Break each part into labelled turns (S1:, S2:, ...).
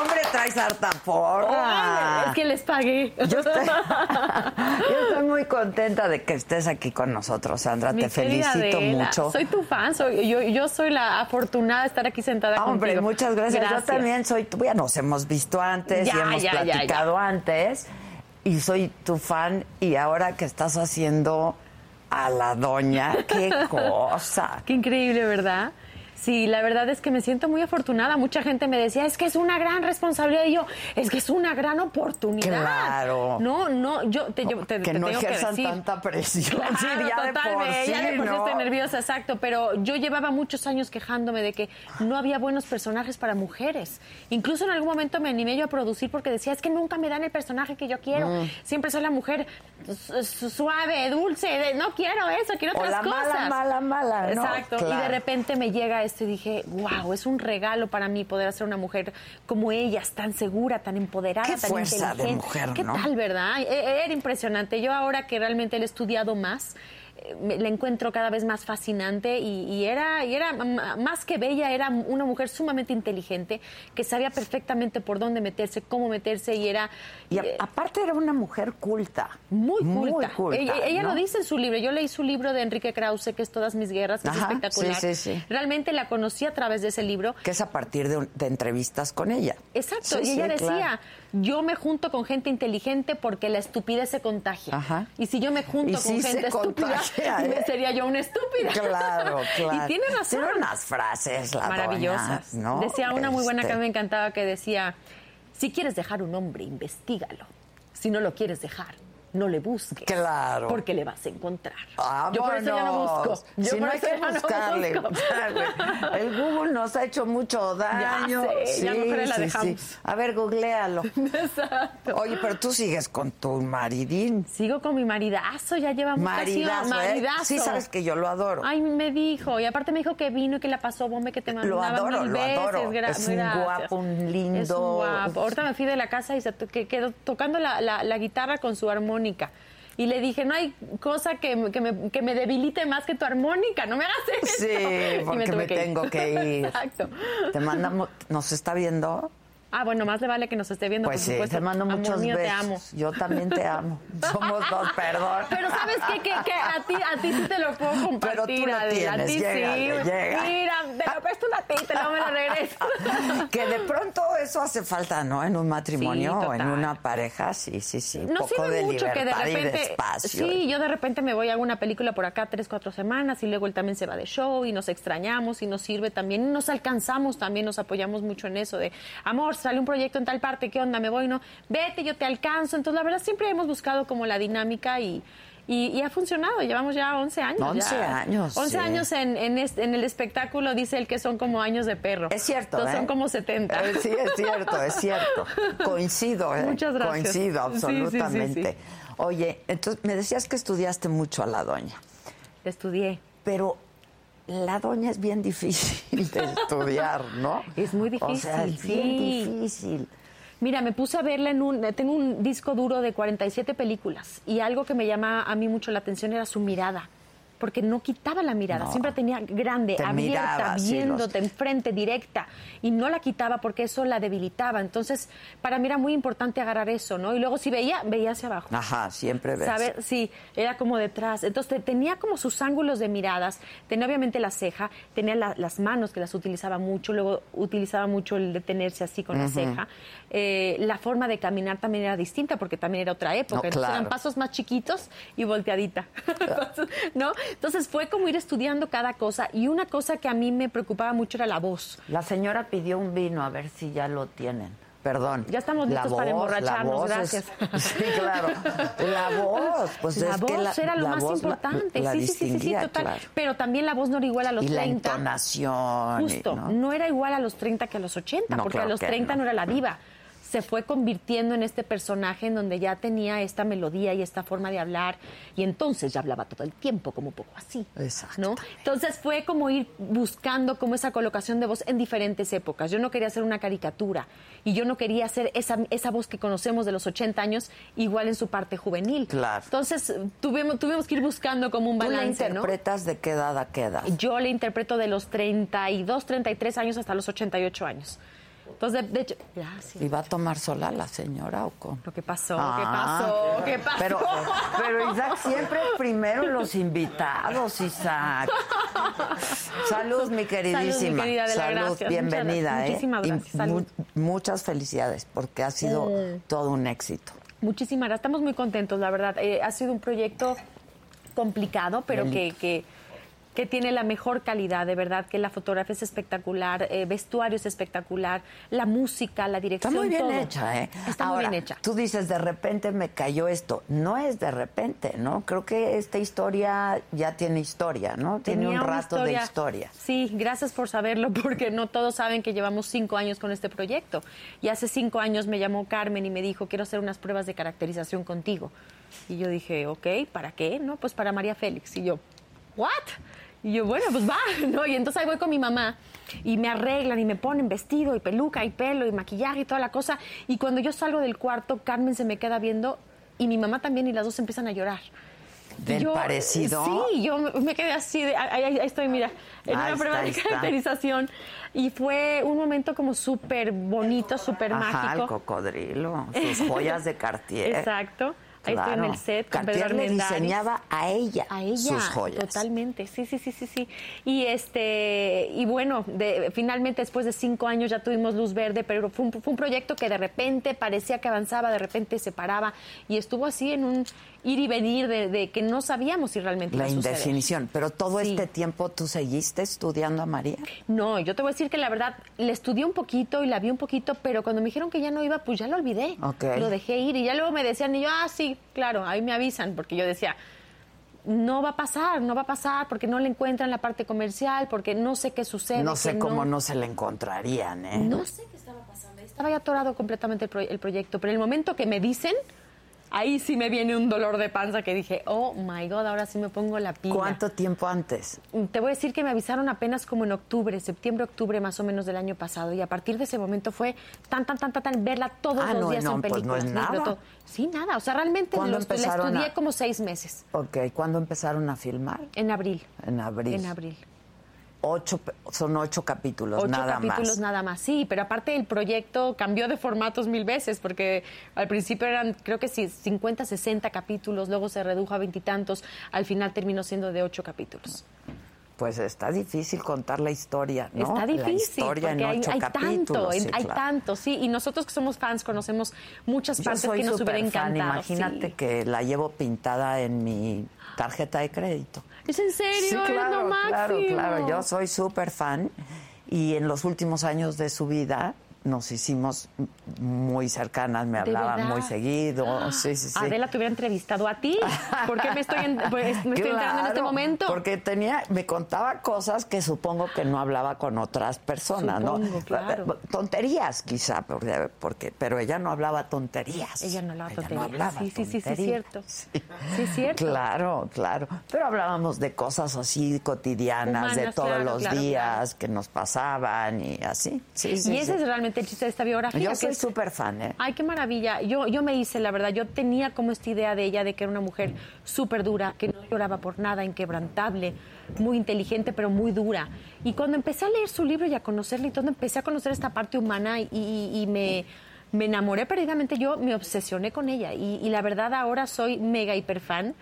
S1: Hombre, traes harta porra.
S2: Es que les pagué.
S1: Yo estoy, yo estoy muy contenta de que estés aquí con nosotros, Sandra.
S2: Mi
S1: Te
S2: querida
S1: felicito
S2: Adela,
S1: mucho.
S2: Soy tu fan, soy, yo, yo soy la afortunada de estar aquí sentada
S1: Hombre,
S2: contigo.
S1: muchas gracias. Yo también soy, tu- ya nos hemos visto antes y
S2: Ya,
S1: hemos
S2: ya, ya,
S1: platicado antes. Y soy tu fan y ahora que estás haciendo a la doña, qué cosa.
S2: Qué increíble, ¿verdad? Sí, la verdad es que me siento muy afortunada. Mucha gente me decía, es que es una gran responsabilidad. Y yo, es que es una gran oportunidad.
S1: Claro.
S2: No, no, yo te, yo, te-
S1: que
S2: te
S1: no
S2: tengo
S1: ejerzan
S2: que decir.
S1: tanta presión.
S2: Claro,
S1: sí, ya de
S2: total,
S1: por
S2: ve,
S1: sí,
S2: ya de por sí
S1: ¿no?
S2: estoy nerviosa, exacto. Pero yo llevaba muchos años quejándome de que no había buenos personajes para mujeres. Incluso en algún momento me animé yo a producir porque decía, es que nunca me dan el personaje que yo quiero.
S1: Mm.
S2: Siempre soy la mujer su- su- suave, dulce, de- no quiero eso, quiero
S1: O
S2: otras
S1: la mala,
S2: cosas.
S1: mala, mala, ¿no?
S2: Exacto. Y de
S1: Claro.
S2: repente me llega esto y dije, wow, es un regalo para mí poder hacer una mujer como ellas, tan segura, tan empoderada,
S1: Qué
S2: tan
S1: fuerza de
S2: inteligente.
S1: mujer,
S2: ¿Qué
S1: ¿no?
S2: tal, ¿verdad? E- Era impresionante. Yo ahora que realmente le he estudiado más, eh, me- la encuentro cada vez más fascinante y, y era, y era m- más que bella, era una mujer sumamente inteligente que sabía perfectamente por dónde meterse, cómo meterse y era...
S1: Y a-
S2: eh,
S1: aparte era una mujer culta.
S2: muy culta.
S1: culta,
S2: ella ella
S1: ¿no?
S2: lo dice en su libro. Yo leí su libro de Enrique Krause, que es Todas mis guerras, que
S1: Ajá,
S2: es espectacular.
S1: sí, sí, sí.
S2: Realmente la conocí a través de ese libro.
S1: Que es a partir de, un- de entrevistas con ella.
S2: Exacto,
S1: Sí,
S2: y ella
S1: sí,
S2: decía,
S1: claro.
S2: yo me junto con gente inteligente porque la estupidez se contagia.
S1: Ajá.
S2: Y si yo me
S1: Y
S2: junto con
S1: sí se
S2: gente estúpida,
S1: contagia, ¿eh?
S2: sería yo una estúpida.
S1: Claro, claro.
S2: Y tiene razón.
S1: Tiene unas frases, la
S2: Maravillosas.
S1: doña, ¿no?
S2: Decía una muy buena que
S1: Este,
S2: a mí me encantaba que decía, si quieres dejar un hombre, investigalo. Si no lo quieres dejar, no le busques.
S1: Claro. Ah,
S2: Porque le vas a encontrar. Yo por eso ya no
S1: ¡Vámonos!
S2: busco. Yo
S1: si
S2: por
S1: no hay
S2: eso
S1: que
S2: ya no
S1: buscarle.
S2: busco.
S1: buscarle. El Google nos ha hecho mucho daño.
S2: sé, ya mejor la dejamos.
S1: A ver, googlealo.
S2: Exacto.
S1: Oye, pero tú sigues con tu maridín.
S2: Sigo con mi maridazo, ya llevamos casi
S1: Maridazo, ¿eh?
S2: maridazo.
S1: Sí, sabes que yo lo adoro.
S2: Ay, me dijo, y aparte me dijo que vino y que la pasó bomba y que te
S1: Lo
S2: mandaba
S1: adoro,
S2: mil
S1: lo
S2: veces.
S1: adoro.
S2: gra-
S1: Es un
S2: gracias.
S1: guapo, un lindo.
S2: Es un guapo. Ahorita me fui de la casa y se to- que quedó tocando la, la- la guitarra con su armónica. Y le dije, no hay cosa que, me- que me, que me debilite más que tu armónica, no me hagas eso. Y
S1: Sí, porque
S2: tuve
S1: me, tengo que ir.
S2: Exacto.
S1: Te mandamos, ¿nos está viendo?
S2: Ah, bueno, más le vale que nos esté viendo,
S1: Pues
S2: por
S1: sí,
S2: supuesto.
S1: te mando
S2: Amor
S1: muchos
S2: mío,
S1: besos.
S2: te amo.
S1: Yo también te amo. Somos dos, perdón.
S2: Pero ¿sabes qué? Que, a, ti, a ti sí te lo puedo
S1: Pero
S2: compartir,
S1: tú lo
S2: Adela.
S1: tienes,
S2: a ti sí.
S1: llégale, llega.
S2: Mira, te lo presto a ti, te lo me lo regreso.
S1: que de pronto eso hace falta, ¿no? En un matrimonio
S2: Sí,
S1: o en
S2: total.
S1: una pareja, sí, sí, sí. Un
S2: No
S1: poco
S2: sirve
S1: de
S2: mucho que de
S1: libertad y de
S2: repente.
S1: espacio.
S2: Sí, yo de repente me voy a una película por acá tres, cuatro semanas y luego él también se va de show y nos extrañamos y nos sirve también. Y nos alcanzamos también, nos apoyamos mucho en eso de amor, sale un proyecto en tal parte, ¿qué onda? Me voy, no, vete, yo te alcanzo. Entonces, la verdad, siempre hemos buscado como la dinámica y. Y, y ha funcionado, llevamos ya 11 años.
S1: 11
S2: ya.
S1: años,
S2: 11
S1: sí.
S2: años en, en es- en el espectáculo, dice él que son como años de perro.
S1: Es cierto,
S2: Entonces,
S1: ¿eh?
S2: Son como 70.
S1: Eh, sí, es cierto, es cierto. Coincido, ¿eh?
S2: Muchas gracias.
S1: Coincido,
S2: Sí, sí, sí,
S1: absolutamente.
S2: sí.
S1: Oye, entonces me decías que estudiaste mucho a la doña,
S2: Estudié.
S1: pero la doña es bien difícil de estudiar, ¿no?
S2: Es muy
S1: O sea, es
S2: difícil,
S1: bien
S2: sí.
S1: difícil.
S2: Mira, me puse a verla en un... Tengo un disco duro de 47 películas y algo que me llama a mí mucho la atención era su mirada. Porque no quitaba la mirada,
S1: No.
S2: siempre tenía grande,
S1: Te
S2: abierta,
S1: miraba, sí,
S2: viéndote
S1: los-
S2: enfrente, directa, y no la quitaba porque eso la debilitaba. Entonces, para mí era muy importante agarrar eso, ¿no? Y luego si veía, veía hacia abajo.
S1: Ajá, siempre ves.
S2: Saber, sí, era como detrás. Entonces te- tenía como sus ángulos de miradas, tenía obviamente la ceja, tenía la- las manos que las utilizaba mucho, luego utilizaba mucho el detenerse así con la ceja. Eh, la forma de caminar también era distinta porque también era otra época,
S1: No,
S2: Entonces,
S1: claro.
S2: eran pasos más chiquitos y volteadita. Entonces, ¿no? Entonces fue como ir estudiando cada cosa y una cosa que a mí me preocupaba mucho era la voz.
S1: La señora pidió un vino, a ver si ya lo tienen. Perdón.
S2: Ya estamos
S1: La
S2: listos para
S1: voz, la
S2: emborracharnos,
S1: voz es-
S2: gracias.
S1: Sí, claro. La voz, pues
S2: la
S1: es
S2: voz
S1: que la
S2: era lo
S1: la
S2: más
S1: voz la-
S2: importante.
S1: la
S2: sí, sí, sí, sí, sí,
S1: distinguía,
S2: total.
S1: claro.
S2: Pero también la voz no era igual a los
S1: y
S2: 30.
S1: la entonación. y-
S2: Justo,
S1: ¿no?
S2: ¿no? era igual a los 30 que a los 80,
S1: No,
S2: porque
S1: claro
S2: a los
S1: que
S2: 30
S1: no. Mm.
S2: no. era la diva. Se fue convirtiendo en este personaje en donde ya tenía esta melodía y esta forma de hablar, y entonces ya hablaba todo el tiempo, como un poco así. ¿no?
S1: Exactamente.
S2: Entonces fue como ir buscando como esa colocación de voz en diferentes épocas. Yo no quería hacer una caricatura y yo no quería hacer esa, esa voz que conocemos de los 80 años igual en su parte juvenil.
S1: Claro.
S2: Entonces tuvimos, tuvimos que ir buscando como un
S1: Tú la
S2: balance, ¿no?
S1: interpretas de qué edad a qué edad.
S2: Yo le interpreto de los 32, 33 años hasta los 88 años. Entonces, de, de hecho,
S1: ¿Y
S2: gracias.
S1: va a tomar sola la señora o cómo?
S2: Lo que pasó,
S1: Ah.
S2: ¿qué pasó? ¿Qué pasó?
S1: Pero, pero Isaac siempre es primero en los invitados, Isaac. Salud, mi queridísima.
S2: Salud, mi querida Adela,
S1: Salud,
S2: gracias.
S1: bienvenida.
S2: Muchas gracias.
S1: ¿eh?
S2: Muchísimas
S1: Y
S2: gracias, salud.
S1: mu- muchas felicidades, porque ha sido todo un éxito.
S2: Muchísimas gracias. Estamos muy contentos, la verdad. Eh, ha sido un proyecto complicado, pero que, que, que tiene la mejor calidad, de verdad, que la fotografía es espectacular, eh, vestuario es espectacular, la música, la
S1: Está
S2: dirección.
S1: muy bien
S2: todo.
S1: hecha, ¿eh?
S2: Está
S1: Ahora,
S2: muy bien hecha.
S1: Tú dices, de repente me cayó esto. No es de repente, ¿no? Creo que esta historia ya tiene historia, ¿no? Tiene un
S2: Tenía una
S1: rato de historia.
S2: Sí, gracias por saberlo, porque no todos saben que llevamos cinco años con este proyecto. Y hace cinco años me llamó Carmen y me dijo, quiero hacer unas pruebas de caracterización contigo. Y yo dije, ok, ¿para qué? No, pues para María Félix. Y yo, ¿what? Y yo, bueno, pues va, ¿no? Y entonces ahí voy con mi mamá y me arreglan y me ponen vestido y peluca y pelo y maquillaje y toda la cosa. Y cuando yo salgo del cuarto, Carmen se me queda viendo y mi mamá también y las dos empiezan a llorar. Y
S1: Del parecido.
S2: eh, Sí, yo me- me quedé así, de- ahí, ahí- ahí estoy, mira, en
S1: Ahí
S2: una prueba
S1: está, ahí
S2: de
S1: está.
S2: caracterización. Y fue un momento como súper bonito, súper
S1: Ajá, el
S2: mágico.
S1: cocodrilo, sus joyas de Cartier.
S2: Exacto. Ahí estoy en
S1: Claro.
S2: el set con
S1: Cartier
S2: Pedro
S1: le
S2: Armendáriz.
S1: diseñaba a ella,
S2: A ella,
S1: sus joyas.
S2: totalmente, sí, sí, sí, sí, sí. Y este, y bueno, de- finalmente después de cinco años ya tuvimos luz verde, pero fue un, fue un proyecto que de repente parecía que avanzaba, de repente se paraba y estuvo así en un ir y venir de, de que no sabíamos si realmente
S1: La
S2: iba a suceder.
S1: indefinición. Pero todo
S2: Sí.
S1: este tiempo tú seguiste estudiando a María.
S2: No, yo te voy a decir que la verdad le estudié un poquito y la vi un poquito, pero cuando me dijeron que ya no iba, pues ya lo olvidé.
S1: Ok.
S2: Lo dejé ir y ya luego me decían, y yo, ah, sí, claro, ahí me avisan, porque yo decía, no va a pasar, no va a pasar, porque no le encuentran la parte comercial, porque no sé qué sucede.
S1: No sé
S2: que
S1: cómo no se la encontrarían, ¿eh?
S2: No sé qué estaba pasando. Estaba ya atorado completamente el, proy- el proyecto, pero en el momento que me dicen, ahí sí me viene un dolor de panza que dije, oh my God, ahora sí me pongo la pila.
S1: ¿Cuánto tiempo antes?
S2: Te voy a decir que me avisaron apenas como en octubre, septiembre, octubre más o menos del año pasado. Y a partir de ese momento fue tan, tan, tan, tan, tan, verla todos
S1: Ah,
S2: los
S1: no,
S2: días
S1: no,
S2: en
S1: pues no
S2: películas.
S1: es
S2: ¿no? Pero
S1: nada.
S2: todo- Sí, nada. O sea, realmente
S1: ¿Cuándo
S2: lo estu- la
S1: empezaron
S2: estudié
S1: a-
S2: como seis meses.
S1: Ok, ¿cuándo empezaron a filmar?
S2: En abril.
S1: En abril.
S2: En abril.
S1: Ocho, pe- son ocho capítulos,
S2: Ocho
S1: nada
S2: capítulos
S1: más.
S2: nada más. Sí, pero aparte el proyecto cambió de formatos mil veces, porque al principio eran, creo que sí, 50, 60 capítulos, luego se redujo a veintitantos, al final terminó siendo de ocho capítulos.
S1: Pues está difícil contar la historia, ¿no?
S2: Está
S1: La
S2: difícil.
S1: historia en
S2: porque hay-
S1: ocho
S2: hay,
S1: capítulos.
S2: Tanto,
S1: sí,
S2: en- hay
S1: claro.
S2: tanto, sí. Y nosotros que somos fans conocemos muchas
S1: Yo
S2: partes
S1: soy
S2: que nos hubiera
S1: superfan,
S2: encantado.
S1: Imagínate
S2: sí.
S1: que la llevo pintada en mi tarjeta de crédito.
S2: ¿Es en serio? Eres lo máximo.
S1: claro, claro. Yo soy súper fan y en los últimos años de su vida nos hicimos muy cercanas, me hablaban
S2: verdad? Ah,
S1: muy seguido. Sí, sí, sí.
S2: Adela te hubiera entrevistado a ti. ¿Por qué me estoy, en- pues, me estoy enterando en este
S1: Claro,
S2: momento?
S1: Porque tenía, me contaba cosas que supongo que no hablaba con otras personas, ¿no? Eh,
S2: Supongo, claro.
S1: Tonterías quizá, porque, porque- pero ella no hablaba tonterías.
S2: Ella no hablaba tonterías.
S1: hablaba
S2: Sí, sí, sí, sí, es
S1: tonterías.
S2: cierto. Sí, es cierto.
S1: Claro, claro. Pero hablábamos de cosas así cotidianas, de
S2: Humanas,
S1: todos
S2: claro,
S1: los
S2: claro,
S1: días que nos pasaban y así. Sí, sí,
S2: y ese
S1: sí.
S2: es realmente el chiste de esta biografía.
S1: Yo
S2: que
S1: soy
S2: es-
S1: súper fan, ¿eh?
S2: Ay, qué maravilla. Yo, yo me hice, la verdad, yo tenía como esta idea de ella de que era una mujer súper dura, que no lloraba por nada, inquebrantable, muy inteligente, pero muy dura. Y cuando empecé a leer su libro y a conocerla y todo, empecé a conocer esta parte humana y, y- y me, me enamoré perdidamente. Yo me obsesioné con ella y, y la verdad ahora soy mega hiper fan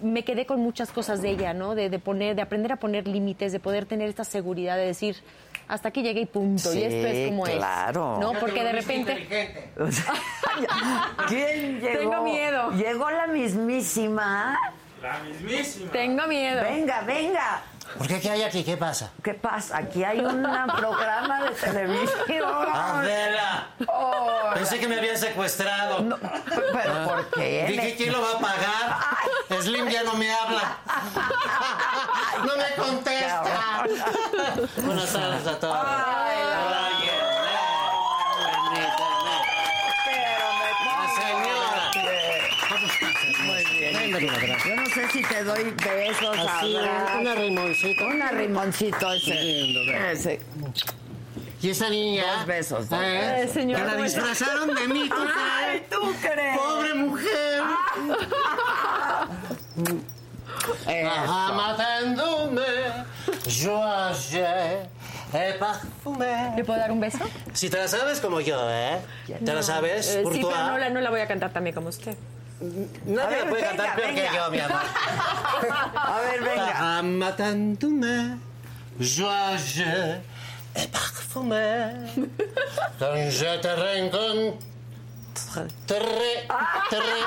S2: me quedé con muchas cosas de ella, ¿no? De, de poner, de aprender a poner límites, de poder tener esta seguridad de decir hasta aquí llegué y punto.
S1: Sí,
S2: y esto es como es.
S1: claro.
S2: No,
S1: Ya
S2: porque de repente.
S1: ¿Quién llegó?
S2: Tengo miedo.
S1: Llegó la mismísima.
S3: La mismísima.
S2: Tengo miedo.
S1: Venga, venga.
S4: ¿Por qué qué hay aquí? ¿Qué pasa?
S1: ¿Qué pasa? Aquí hay un programa de televisión.
S4: Adela,
S1: Oh,
S4: pensé que me habían secuestrado.
S1: no, pero
S4: Ah.
S1: ¿por qué?
S4: Dije, ¿quién lo va a pagar? Slim ya no me habla. No me contesta. Buenas tardes a todos. Ah,
S1: Pero me pongo- Muy bien. Yo no sé si te doy besos,
S4: Así,
S1: abrazos.
S4: una rimoncita.
S1: Una rimoncito
S4: Lindo,
S1: ese.
S4: ¿verdad?
S1: Ese.
S4: Y esa niña.
S1: Dos besos, dos
S4: ¿eh?
S2: besos. Eh, señor,
S4: Que la
S2: bueno.
S4: disfrazaron de mí. ¿tú
S1: Ay,
S4: crees?
S1: ¿tú crees?
S4: Pobre mujer.
S1: Eh,
S4: Ajá, matándome. Yo ayer he parfumé.
S2: ¿Le puedo dar un beso?
S4: Si te la sabes como yo, ¿eh? ¿Te la sabes?
S2: Eh, sí,
S4: Courtois.
S2: pero no la, no la voy a cantar también como usted.
S4: Nadie
S1: A ver,
S4: la puede
S1: venga,
S4: cantar peor
S1: venga.
S4: que yo, mi amor.
S1: A ver, venga.
S4: Ajá, matándome. Yo ayer he parfumé. Donde te reencontré. Te re, te re,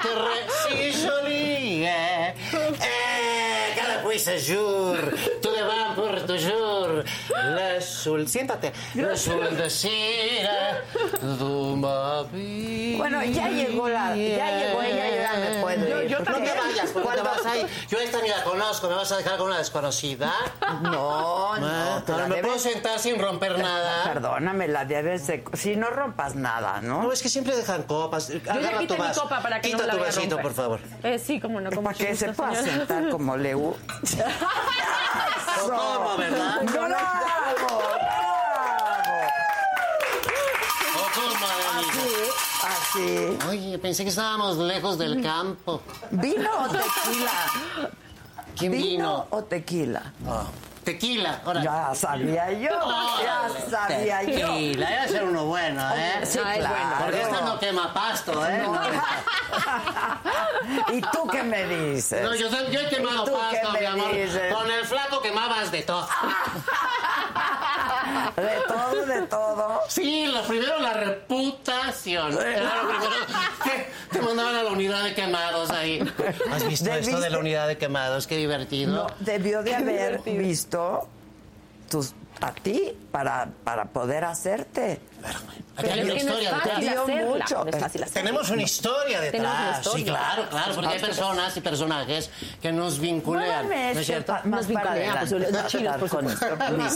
S4: te re, si jolie. Eh, Eh, cada puis a jour, tu davant pour toujours. La sol... Siéntate. La soldacera de ma vida.
S1: Bueno, ya llegó la- ya llegó ella, yo ya me puedo Yo- ir. yo
S4: no te
S1: también.
S4: vayas, porque te vas ahí. Yo esta ni la conozco, ¿me vas a dejar con una desconocida?
S1: No, no.
S4: Ah,
S1: te la
S4: ¿Me puedo
S1: debes-
S4: sentar sin romper nada?
S1: Perdóname, la debes de... Si no rompas nada, ¿no?
S4: No, es que siempre dejan copas.
S2: Yo ya
S4: Agarra Ah, tu
S2: quité mi
S4: vaso.
S2: copa para que
S4: Quita
S2: no la
S4: tu
S2: voy a
S4: vasito,
S2: romper.
S4: por favor.
S2: Eh, sí, como no, como
S1: Para que se pueda sentar como Leu.
S4: ¿Cómo, verdad?
S1: ¡Bravo! ¡Bravo!
S4: ¿O cómo, amigo?
S1: Ah, Así.
S4: Oye, pensé que estábamos lejos del campo.
S1: ¿Vino o tequila?
S4: ¿Quién
S1: ¿Vino
S4: vino?
S1: o tequila?
S4: Ah, Tequila, ahora.
S1: Ya sabía yo, ya sabía yo.
S4: Tequila, debe ser uno bueno, ¿eh?
S1: Sí,
S2: Ay, bueno.
S1: claro.
S4: Porque esta no quema pasto, ¿eh?
S1: ¿Y tú qué me dices?
S4: No, yo, yo he quemado
S1: ¿Tú qué
S4: pasto,
S1: me
S4: mi amor.
S1: dices? Ah.
S4: Con el flaco quemabas de todo.
S1: De todo, de todo.
S4: Sí, lo primero la reputación. Era lo primero que te mandaban a la unidad de quemados ahí. ¿Has visto
S1: ¿De
S4: esto de
S1: viste?
S4: la unidad de quemados? Qué divertido.
S1: No, debió de haber visto tus, a ti para, para poder hacerte.
S4: Aquí hay
S2: Pero
S4: una
S2: es que no es
S4: historia
S2: fácil
S4: detrás.
S1: Te dio
S2: hacerla.
S1: mucho.
S2: No es fácil hacerla.
S4: Tenemos una historia
S2: Tenemos una
S4: detrás.
S2: historia.
S4: Sí, claro, claro, porque hay personas y personajes que nos vinculan.
S1: Muévame
S4: ¿No es
S1: este
S4: cierto?
S1: pa- más
S2: Nos vincula,
S1: para
S2: ah, pues,
S1: adelante,
S2: los chinos, por
S1: con mis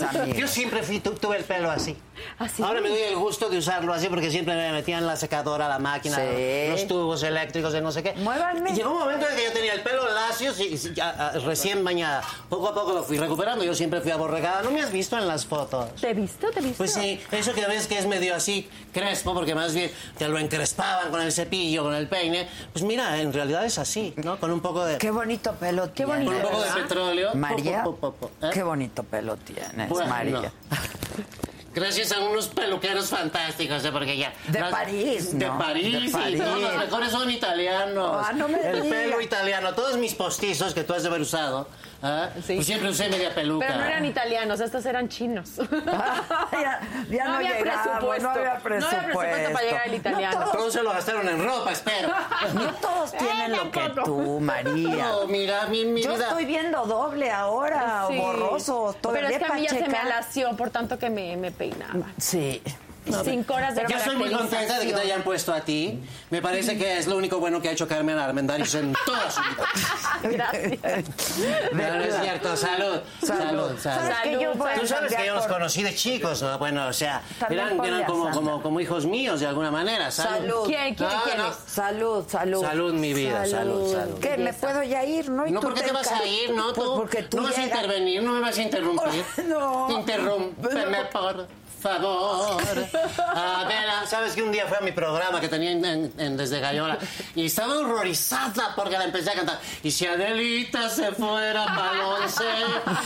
S4: Yo
S1: amigos.
S4: siempre fui, tu- tuve el pelo así.
S2: Así.
S4: Ahora me doy el gusto de usarlo así porque siempre me metían la secadora, la máquina,
S1: Sí.
S4: los tubos eléctricos, de no sé qué.
S1: Muévanme.
S4: Y llegó un momento en que yo tenía el pelo lacio, sí, sí, ya, ah, recién bañada. Poco a poco lo fui recuperando. Yo siempre fui aborregada. ¿No me has visto en las fotos?
S2: ¿Te viste o te viste?
S4: Pues sí, eso que ves que es medio así crespo, porque más bien te lo encrespaban con el cepillo, con el peine. Pues mira, en realidad es así, ¿no? Con un poco de,
S1: Qué bonito pelo
S2: Qué
S1: tienes.
S4: con un
S2: bonito.
S4: poco de
S2: ¿verdad?
S4: petróleo.
S1: María,
S4: Po, po, po, po, ¿eh?
S1: qué bonito pelo tienes,
S4: Bueno.
S1: María.
S4: Gracias a unos peluqueros fantásticos, ¿eh? porque ya.
S1: De París,
S4: De
S1: ¿no?
S4: París,
S1: De
S4: sí,
S1: París.
S4: todos los mejores son italianos.
S1: Ah, no me
S4: El
S1: digas.
S4: pelo italiano, todos mis postizos que tú has de haber usado, ¿eh?
S2: Sí.
S4: pues siempre usé media peluca.
S2: Pero no eran italianos, estos eran chinos.
S1: ya Ah, ya no,
S2: había
S1: llegamos,
S2: presupuesto.
S1: no había presupuesto.
S2: No había presupuesto para llegar al italiano.
S4: Todos se lo gastaron en ropa, espero.
S1: No todos tienen lo que
S2: tampoco.
S1: tú, María.
S4: No, mira, mi, mi
S1: Yo
S4: vida.
S1: estoy viendo doble ahora,
S2: Sí.
S1: borroso,
S2: Pero
S1: todavía
S2: es que a mí ya se me
S1: pacheca.
S2: alació por tanto que me, me peinaba.
S1: Sí.
S2: Cinco horas de
S4: Yo estoy muy contenta de que te hayan puesto a ti. Me parece que es lo único bueno que ha hecho Carmen Armendariz en toda su vida.
S2: Gracias.
S4: No, no es cierto. Salud. Salud. Salud.
S1: ¿Sabes que yo voy a
S4: Tú sabes que
S1: cambiar
S4: yo los
S1: por-
S4: conocí de chicos, ¿no? Bueno, o sea,
S1: También
S4: eran, eran
S1: podría,
S4: como,
S1: Sandra.
S4: como, como hijos míos de alguna manera. Salud.
S1: Salud.
S2: ¿Quién, quién,
S4: No,
S2: quién
S4: no.
S2: es?
S1: Salud, salud.
S4: Salud, mi vida. Salud,
S2: Salud.
S4: salud.
S1: ¿Qué? ¿Me puedo ya ir? No, ¿Y
S4: No,
S1: tú
S4: ¿por qué te vas a
S1: encargas?
S4: ir? No,
S1: Pues
S4: tú,
S1: porque tú
S4: no vas a
S1: llegas.
S4: intervenir, no me vas a interrumpir.
S1: No.
S4: Interrúmpeme, por favor. Adela, sabes que un día fue a mi programa que tenía en, en- en Desde Gallola y estaba horrorizada porque la empecé a cantar. Y si Adelita se fuera para el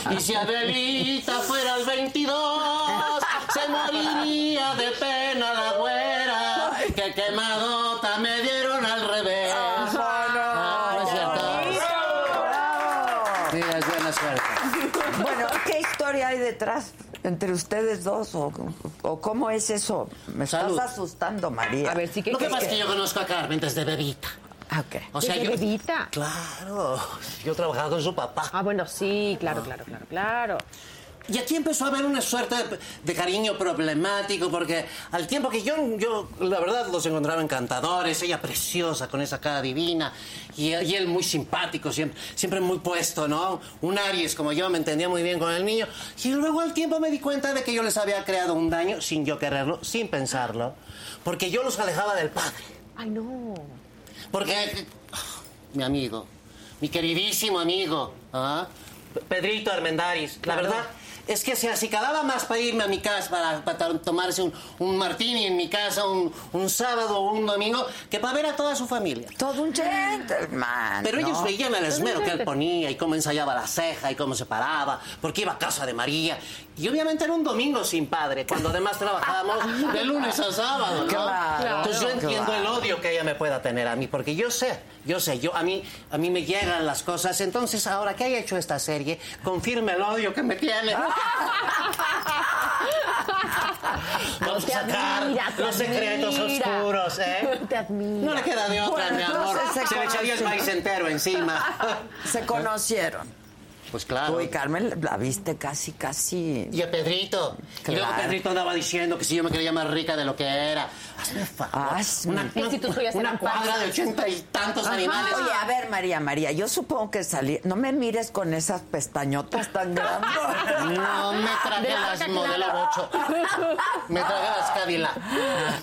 S4: 11, y si Adelita fuera al 22, se moriría de pena la güera. Que quemadota me dieron al revés. Ah, no es cierto. Sí, es buena suerte.
S1: Bueno, ¿qué historia hay detrás entre ustedes dos? ¿O, o cómo es eso? Me
S4: Salud.
S1: estás asustando, María.
S2: A ver, sí que...
S4: Lo que pasa es que yo conozco a Carmen desde bebita.
S1: Ah, ok.
S4: O sea,
S2: ¿Desde
S4: yo...
S2: bebita?
S4: Claro, yo trabajaba con su papá.
S2: Ah, bueno, sí, claro, claro, claro,
S4: Ah.
S2: claro.
S4: Y aquí empezó a haber una suerte de, de cariño problemático, porque al tiempo que yo, yo, la verdad, los encontraba encantadores, ella preciosa, con esa cara divina, y, él- y él muy simpático, siempre, siempre muy puesto, ¿no? Un Aries como yo, me entendía muy bien con el niño. Y luego al tiempo me di cuenta de que yo les había creado un daño sin yo quererlo, sin pensarlo, porque yo los alejaba del padre.
S2: Ay, no.
S4: Porque, eh, mi amigo, mi queridísimo amigo, ¿ah? P- Pedrito Armendáriz, la verdad es que se acicalaba más para irme a mi casa, para, para to- tomarse un, un martini en mi casa un, un sábado o un domingo, que para ver a toda su familia.
S1: Todo un gentleman.
S4: Pero ellos
S1: ¿no?
S4: veían el esmero
S2: este,
S4: que él ponía y cómo ensayaba la ceja y cómo se paraba, porque iba a casa de María. Y obviamente era un domingo sin padre, cuando además trabajábamos de lunes a sábado. ¿no?
S1: Claro,
S4: Entonces yo entiendo
S1: claro.
S4: el odio que ella me pueda tener a mí, porque yo sé, yo sé, yo a mí, a mí me llegan las cosas. Entonces ahora que haya hecho esta serie, confirma el odio que me tiene. Vamos a
S2: Te
S4: sacar
S2: admira, te
S4: los secretos
S2: admira.
S4: oscuros, ¿eh?
S2: Te admiro.
S4: No le queda de otra,
S1: Bueno,
S4: mi amor.
S1: entonces se
S4: Se le echaría el
S1: conoce.
S4: maíz entero encima.
S1: Se conocieron.
S4: Pues claro.
S1: Tú y Ah. Carmen la viste casi, casi.
S4: Y a Pedrito. Y luego
S1: Claro.
S4: Pedrito andaba diciendo que si yo me quería más rica de lo que era. Hazme un favor.
S1: Hazme.
S4: Una,
S2: Y si tus joyas
S4: una
S2: eran
S4: cuadra
S2: falsas.
S4: de ochenta y tantos animales.
S1: Oye, a ver, María, María, yo supongo que salí. No me mires con esas pestañotas tan grandes.
S4: No me
S2: De
S4: tragué
S2: la
S4: las
S2: vaca
S4: modelo
S2: clara.
S4: bocho. Me tragué las Cadillac.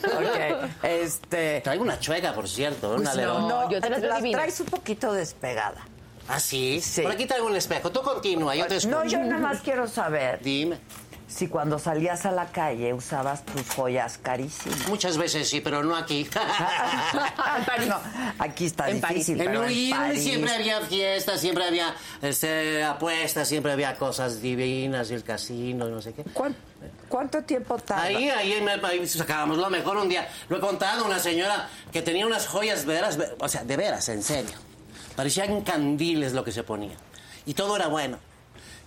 S1: Ok, este.
S4: Traigo una chueca, por cierto. Un alerón.
S2: no. yo te las veo divinas.
S1: traes un poquito despegada.
S4: ¿Ah, sí?
S1: Sí.
S4: Por aquí traigo un espejo. Tú continúa, yo te escucho.
S1: No, yo nada más quiero saber
S4: Dime.
S1: si cuando salías a la calle usabas tus joyas carísimas.
S4: Muchas veces sí, pero no aquí.
S1: No, aquí está
S2: En París.
S1: difícil,
S4: En
S1: pero en
S4: Uyghur
S1: París.
S4: siempre había fiestas, siempre había este, apuestas, siempre había cosas divinas, y el casino, y no sé qué.
S1: ¿Cuán- ¿Cuánto, tiempo tarda?
S4: Ahí, ahí, me- ahí sacábamos lo mejor un día. Lo he contado, una señora que tenía unas joyas de veras, ve- o sea, de veras, en serio. Parecían candiles lo que se ponía. Y todo era bueno.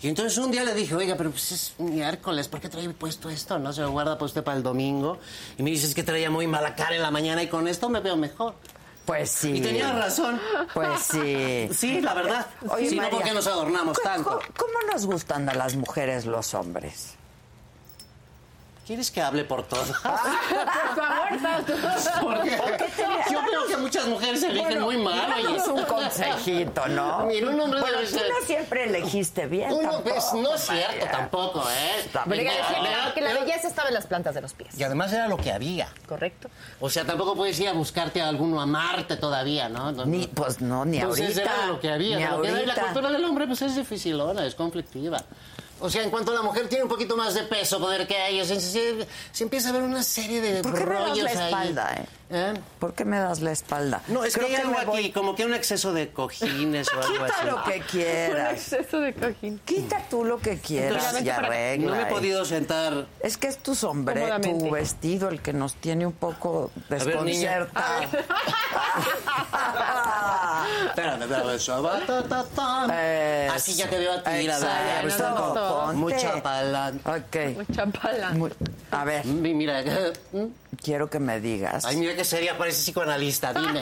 S4: Y entonces un día le dije, oiga, pero pues es miércoles, ¿por qué trae puesto esto? ¿No se lo guarda para usted para el domingo? Y me dices que traía muy mala cara en la mañana y con esto me veo mejor.
S1: Pues sí.
S4: Y tenía razón.
S1: Pues sí.
S4: Sí, la verdad.
S1: Oye,
S4: si no, ¿por
S1: María,
S4: qué nos adornamos
S1: ¿cómo-
S4: tanto?
S1: ¿Cómo nos gustan a las mujeres los hombres?
S4: ¿Quieres que hable por todo?
S2: Por favor,
S4: Porque yo veo que muchas mujeres eligen
S1: Bueno,
S4: muy mal. oye.
S1: Es un consejito, ¿no?
S4: Mira, un hombre
S1: bueno,
S4: debe
S1: tú
S4: ser-
S1: no siempre elegiste bien.
S4: Uno,
S1: tampoco,
S4: pues, no es
S1: María.
S4: cierto tampoco, ¿eh?
S1: Tampoco.
S4: Mira, mira, mira.
S2: estaba en las plantas de los pies.
S4: Y además era lo que había.
S2: ¿Correcto?
S4: O sea, tampoco puedes ir a buscarte a alguno, a amarte todavía, ¿no? No,
S1: Ni,
S4: no.
S1: pues no, ni
S4: Entonces
S1: ahorita.
S4: era lo que había.
S1: Ni
S4: ¿no? Lo que era. Y la
S1: ahorita.
S4: cultura del hombre pues es dificilona, es conflictiva. O sea, en cuanto a la mujer tiene un poquito más de peso, poder que ellos, se, se- se empieza a ver una serie de
S1: ¿Por qué me das
S4: rollos
S1: la
S4: ahí.
S1: espalda, eh?
S4: ¿Eh?
S1: ¿Por qué me das la espalda?
S4: No, es
S1: Creo
S4: que hay algo
S1: me
S4: aquí,
S1: voy-
S4: como que un exceso de cojines o algo
S1: Quita
S4: así.
S1: lo que quieras.
S2: Exceso de cojín.
S1: Quita tú lo que quieras
S4: Entonces,
S1: y arregla.
S4: no me he
S1: eh.
S4: podido sentar.
S1: Es que es tu sombrero, tu
S2: Cómodamente.
S1: vestido, el que nos tiene un poco
S4: ver, niña.
S1: desconcerta.
S4: Espérate, espérate, eso va, ta, ta, ta.
S1: Eso.
S4: Así ya te veo a ti, la
S1: Exacto.
S4: verdad.
S1: pues,
S2: ya nos gustó.
S1: Ponte.
S4: Mucha palanca.
S1: Ok.
S2: Chapala.
S1: Mu- A ver,
S4: Mi- Mira,
S1: quiero que me digas.
S4: ay, mira que sería, parece psicoanalista, dime.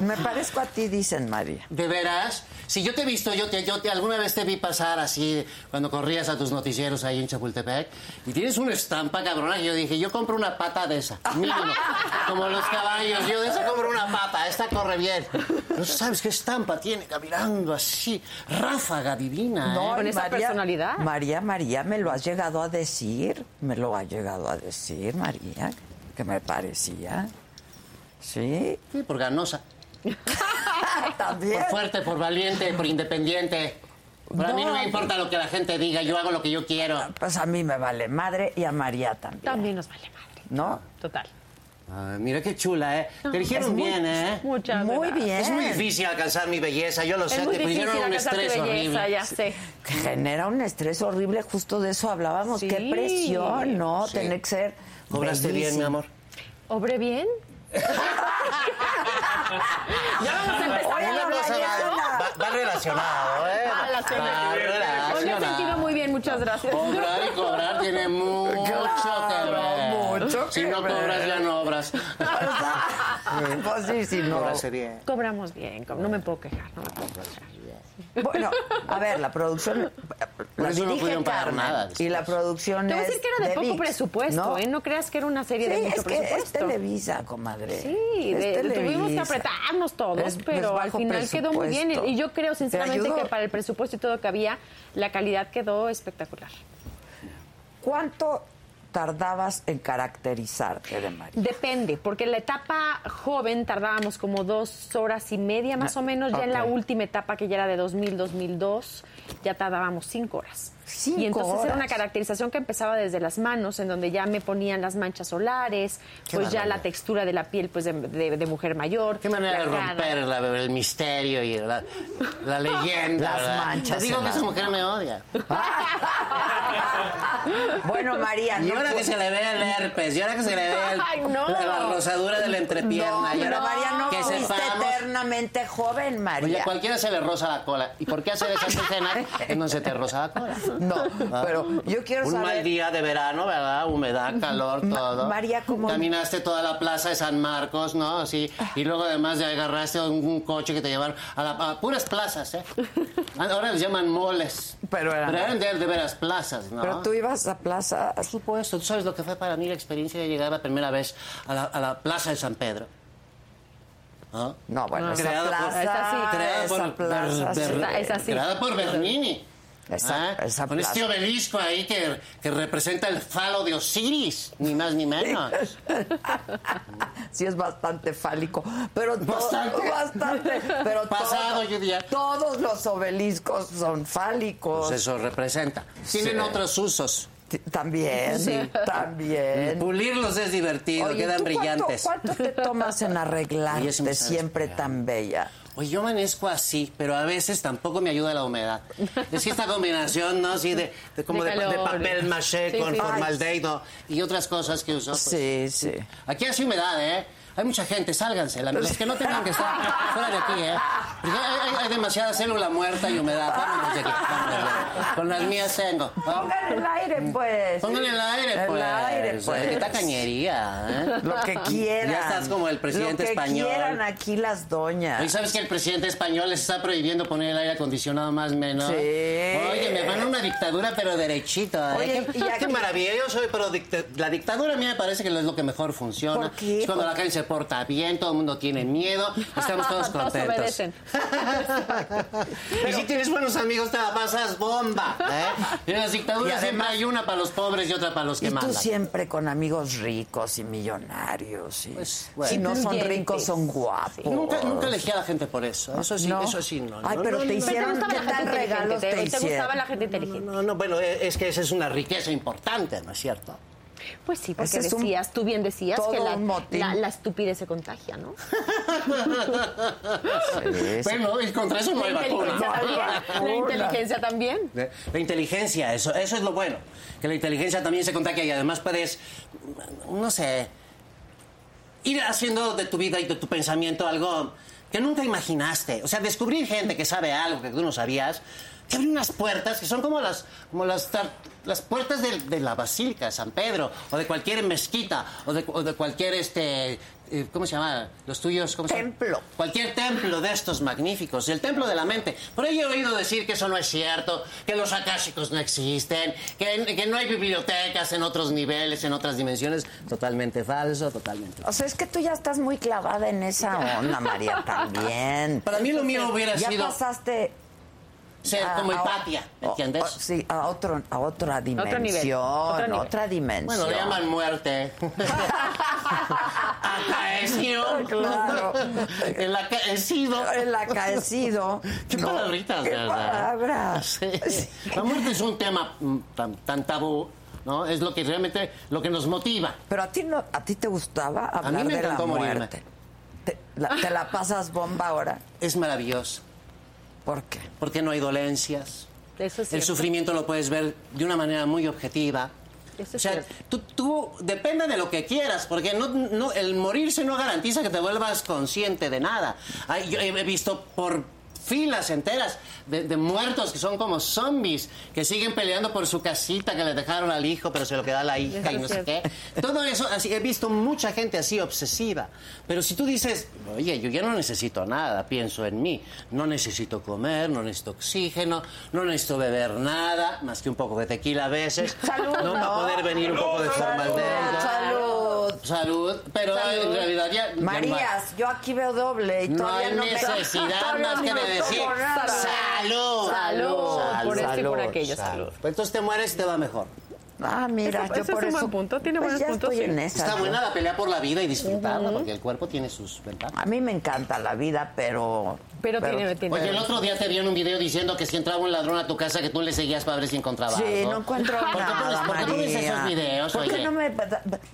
S1: Me parezco a ti, dicen María.
S4: ¿De veras? Si yo te he visto, yo te, yo te- alguna vez te vi pasar así cuando corrías a tus noticieros ahí en Chapultepec y tienes una estampa cabrona que yo dije, yo compro una pata de esa, mínimo, como los caballos, yo de esa compro una pata, esta corre bien. No sabes qué estampa tiene, caminando así, ráfaga divina. ¿eh?
S2: Con
S1: y
S2: esa personalidad.
S1: María, María, me lo has llegado a decir. Me lo ha llegado a decir, María, que me parecía. Sí, Ah,
S4: Sí, ¿eh? por ganosa,
S1: también.
S4: por fuerte, por valiente, por independiente. Para mí no me
S1: No.
S4: importa lo que la gente diga, yo hago lo que yo quiero.
S1: Pues a mí me vale madre y a María también.
S2: También nos vale madre.
S1: ¿No?
S2: Total.
S4: Ay, Ah, mira qué chula, ¿eh? Te
S1: es
S4: eligieron
S1: muy-
S4: bien, ¿eh?
S2: Mucha
S1: Muy
S2: verdad.
S1: bien.
S4: Es muy difícil alcanzar mi belleza, yo lo sé,
S2: Es muy
S4: te
S2: difícil
S4: pusieron un
S2: alcanzar tu
S4: estrés
S2: belleza,
S4: horrible.
S2: ya sé.
S1: Que genera un estrés horrible, justo de eso hablábamos.
S2: Sí.
S1: Qué presión, ¿no?
S4: Sí.
S1: Tener que ser.
S4: Cobraste bien, mi
S1: bellísima.
S4: amor.
S2: ¿Obré bien? ya vamos a empezar
S1: Oye,
S2: a
S1: no,
S2: hablar
S1: no,
S2: de
S1: no,
S2: eso.
S1: Mariana.
S4: Va, va relacionado, ¿eh?
S2: Va relacionado.
S4: Va
S2: Hoy me he sentido
S4: relacionado.
S2: muy bien, muchas gracias.
S4: Cobrar y cobrar tiene mucho que ver.
S1: mucho
S4: si
S1: que
S4: no
S1: ver.
S4: cobras, ya no obras.
S1: Pues sí, sí, no.
S4: Cobrar sería.
S2: Cobramos bien, co- no me puedo quejar, no me puedo quejar.
S1: Bueno, a ver, la producción. La
S4: eso no
S1: dirige
S4: pudieron pagar
S1: Carmen,
S4: nada
S1: Y
S4: después.
S1: la producción
S2: Te voy a
S1: es
S2: decir que era de, poco
S1: VIX,
S2: presupuesto,
S1: ¿no?
S2: ¿eh? No creas que era una serie
S1: Sí,
S2: de mucho
S1: es que es
S2: presupuesto.
S1: Televisa, comadre.
S2: Sí,
S1: Es
S2: de- tuvimos que
S1: Televisa.
S2: apretarnos todos,
S1: Es- es
S2: pero al
S1: bajo
S2: final quedó muy bien.
S1: presupuesto.
S2: Y yo creo
S1: ¿Te
S2: sinceramente
S1: ayudó?
S2: que para el presupuesto y todo lo que había, la calidad quedó espectacular.
S1: ¿Cuánto tardabas en caracterizarte de María?
S2: Depende, porque en la etapa joven tardábamos como dos horas y media
S4: Ah,
S2: más o menos, ya en la
S1: ok.
S2: última etapa que ya era de 2000, 2002, ya tardábamos cinco horas.
S1: Cinco
S2: y entonces era una
S1: horas.
S2: caracterización que empezaba desde las manos, en donde ya me ponían las manchas solares, pues ya la textura de la piel pues de, de- de mujer mayor.
S4: Qué manera
S2: la
S4: de
S2: cara.
S4: romper la- el misterio y la, la leyenda.
S1: Las
S4: ¿verdad?
S1: manchas
S4: Te digo
S1: en
S4: que
S1: las
S4: esa mujer me odia.
S1: Bueno, María,
S4: Y
S1: no
S4: ahora
S1: pu-
S4: que se le ve el herpes, y ahora que se le ve el-
S2: Ay, no.
S4: la, la rosadura de la entrepierna. y
S1: pero
S4: ahora
S1: María no
S4: que
S1: fuiste
S4: sepamos-
S1: eternamente joven,
S4: Oye,
S1: María.
S4: a cualquiera se le roza la cola. ¿Y por qué hacer esas escenas en donde se te roza la cola?
S1: No, pero yo quiero
S4: Ah. Un
S1: saber.
S4: mal día de verano, ¿verdad? Humedad, calor, todo.
S1: María, ¿cómo?
S4: Caminaste toda la plaza de San Marcos, ¿no? Así. Y luego además ya agarraste un, un coche que te llevaron a, la- a puras plazas, ¿eh? Ahora les llaman moles.
S1: Pero eran-
S4: de, de veras plazas, ¿no?
S1: Pero tú ibas a plaza.
S4: Por supuesto, tú sabes lo que fue para mí la experiencia de llegar la primera vez a la, a la plaza de San Pedro. ¿Ah?
S1: No, bueno, esa
S4: Creada por-
S1: plaza.
S2: Esa sí.
S4: Creada
S1: esa
S4: por
S1: plaza. Ah,
S4: Ber- Ber-
S2: Esa- esa sí.
S4: Creada por Bernini.
S1: Esa-
S4: ¿Ah?
S1: esa
S4: Con este
S1: plaza.
S4: obelisco ahí que, que representa el falo de Osiris, ni más ni menos.
S1: sí es bastante fálico, pero to-
S4: Bastante.
S1: bastante, pero
S4: Pasado,
S1: todo-
S4: yo diría.
S1: todos los obeliscos son fálicos.
S4: Pues eso representa. Tienen
S1: Sí.
S4: otros usos.
S1: T- También, también.
S4: Pulirlos es divertido,
S1: Eh, Oye,
S4: quedan
S1: ¿tú cuánto-
S4: brillantes.
S1: ¿cuánto, te tomas en
S4: Oye, sí me
S1: arreglarte
S4: sabes
S1: siempre
S4: pelear.
S1: tan bella?
S4: Oye, yo amanezco así, pero a veces tampoco me ayuda la humedad. Es que esta combinación, ¿no? Sí, de, de como
S2: De
S4: de, de
S2: calor.
S4: papel maché
S2: Sí,
S4: con
S2: sí.
S4: formaldehído y otras cosas que uso. pues.
S1: Sí, sí.
S4: Aquí hace humedad, ¿eh? Hay mucha gente, sálganse. la- Los que no tengan que estar fuera de aquí, ¿eh? Porque hay, hay- hay demasiada célula muerta y humedad. Vámonos de aquí. vámonos de aquí. Con las mías tengo. Vamos.
S1: Pongan el aire, pues.
S4: Pónganle el aire,
S1: El
S4: pues.
S1: aire, pues.
S4: Qué tacañería, ¿eh?
S1: Lo que quieran.
S4: Ya estás como el presidente
S1: Lo que
S4: español.
S1: quieran aquí las
S4: Oye,
S1: doñas.
S4: ¿sabes que el presidente español les está prohibiendo poner el aire acondicionado más menos?
S1: Sí.
S4: Oye, me van a una dictadura, pero derechito. ¿eh?
S1: Oye,
S4: qué,
S1: y
S4: qué
S1: aquí-
S4: maravilla. Yo soy pro dicta- La dictadura a mí me parece que es lo que mejor funciona.
S1: ¿Por qué?
S4: Es cuando la gente se porta bien, todo el mundo tiene miedo, estamos todos
S2: Todos
S4: contentos.
S2: obedecen.
S4: Y si tienes buenos amigos, te la pasas bomba. ¿eh? Y en las dictaduras
S1: Y además-
S4: siempre hay una para los pobres y otra para los que
S1: Y tú
S4: mandan.
S1: siempre con amigos ricos y millonarios. Y,
S4: Pues, bueno.
S1: Si no son
S2: Influyentes.
S1: ricos, son guapos.
S4: Nunca, nunca elegí a la gente por eso. Eso sí,
S1: No.
S4: eso sí, no.
S1: Ay,
S4: no,
S1: pero
S4: no,
S1: te
S2: Pero
S4: no,
S1: hicieron-
S2: te gustaba
S1: ¿Qué
S2: la gente
S1: tal regalos te
S2: inteligente, te, te gustaba
S1: hicieron?
S2: la gente inteligente.
S4: No, no, bueno, e- es que esa es una riqueza importante, ¿no es cierto?
S2: Pues sí, porque
S1: Ese es un-
S2: decías, tú bien decías
S1: todo
S2: que la,
S1: un motín.
S2: la- la estupidez se contagia, ¿no?
S1: Sí, sí.
S4: Bueno, y contra eso no hay
S2: la
S4: vacuna.
S2: inteligencia también. La
S1: Vacuna.
S2: inteligencia también.
S4: De- La inteligencia, eso, eso es lo bueno. Que la inteligencia también se contagia y además puedes, no sé, ir haciendo de tu vida y de tu pensamiento algo que que nunca imaginaste. O sea, descubrir gente que sabe algo que tú no sabías, te abre unas puertas que son como las, como las, tar- las puertas del- de, la Basílica de San Pedro, o de cualquier mezquita, o de, o de cualquier, este, eh, ¿cómo se llama? Los tuyos, ¿cómo se llama?
S1: Templo.
S4: Cualquier templo de estos magníficos, el templo de la mente. Por ahí he oído decir que eso no es cierto, que los akáshicos no existen, que, que no hay bibliotecas en otros niveles, en otras dimensiones. Totalmente falso, totalmente.
S1: O sea, es que tú ya estás muy clavada en esa onda, María, también.
S4: Para mí lo mío hubiera
S1: ya
S4: sido
S1: pasaste
S4: ser
S1: a-
S4: como
S1: a-
S4: Hipatia,
S1: o-
S4: ¿entiendes?
S1: o- sí, a otro, a otra dimensión,
S2: nivel, otro nivel.
S1: otra dimensión.
S4: Bueno, le llaman muerte. Acaecido.
S1: Claro.
S4: El acaecido.
S1: el acaecido.
S4: Qué
S1: ¿no?
S4: palabritas,
S1: Qué
S4: ¿verdad?
S1: palabras.
S4: Sí. La muerte es un tema mm, tan, tan tabú, ¿no? Es lo que realmente, lo que nos motiva.
S1: Pero a ti no, a ti te gustaba hablar de
S4: me
S1: la
S4: encantó morirme.
S1: muerte. Te la, te la pasas bomba ahora.
S4: Es maravilloso,
S1: ¿Por qué?
S4: porque no hay dolencias.
S2: Eso es
S4: El
S2: cierto.
S4: sufrimiento lo puedes ver de una manera muy objetiva.
S2: Eso es
S4: o sea,
S2: cierto.
S4: tú, tú depende de lo que quieras, porque no, no- el morirse no garantiza que te vuelvas consciente de nada. Ay, yo he visto por filas enteras de, de muertos que son como zombies, que siguen peleando por su casita que le dejaron al hijo, pero se lo queda la hija y
S2: Eso
S4: no
S2: es
S4: sé qué. Todo eso, así, he visto mucha gente así obsesiva. Pero si tú dices, oye, yo ya no necesito nada, pienso en mí. No necesito comer, no necesito oxígeno, no necesito beber nada, más que un poco de tequila a veces.
S1: Salud,
S4: No va a
S1: ¿no?
S4: poder venir un poco de formaldehido.
S1: Salud.
S4: Salud, pero en realidad ya... ya
S1: Marías, yo aquí veo doble y
S4: no, no
S1: todavía
S4: hay
S1: no me-
S4: necesidad
S1: todavía
S4: más que
S1: no
S4: de
S1: me
S4: decir
S1: tomo nada.
S4: salud.
S2: Salud, por
S1: este
S2: esto y por aquello, salud.
S4: Pues Entonces te mueres y te va mejor.
S1: Ah, mira,
S2: Eso-
S1: yo
S2: ese
S1: por
S2: es un
S1: eso.
S2: buen punto, tiene
S1: pues
S2: buenos
S1: ya
S2: puntos,
S1: Estoy
S2: sí.
S1: en esa,
S4: Está
S1: ¿no?
S4: buena la pelea por la vida y disfrutarla, porque el cuerpo tiene sus ventajas.
S1: A mí me encanta la vida, pero.
S2: Pero, tiene, tiene.
S4: Oye, el otro día te vi en un video diciendo que si entraba un ladrón a tu casa que tú le seguías para ver si encontraba
S1: Sí,
S4: algo.
S1: no encuentro
S4: ¿Por qué
S1: nada,
S4: pones- ¿Por qué
S1: María.
S4: pones esos videos,
S1: ¿Por qué
S4: oye?
S1: no me...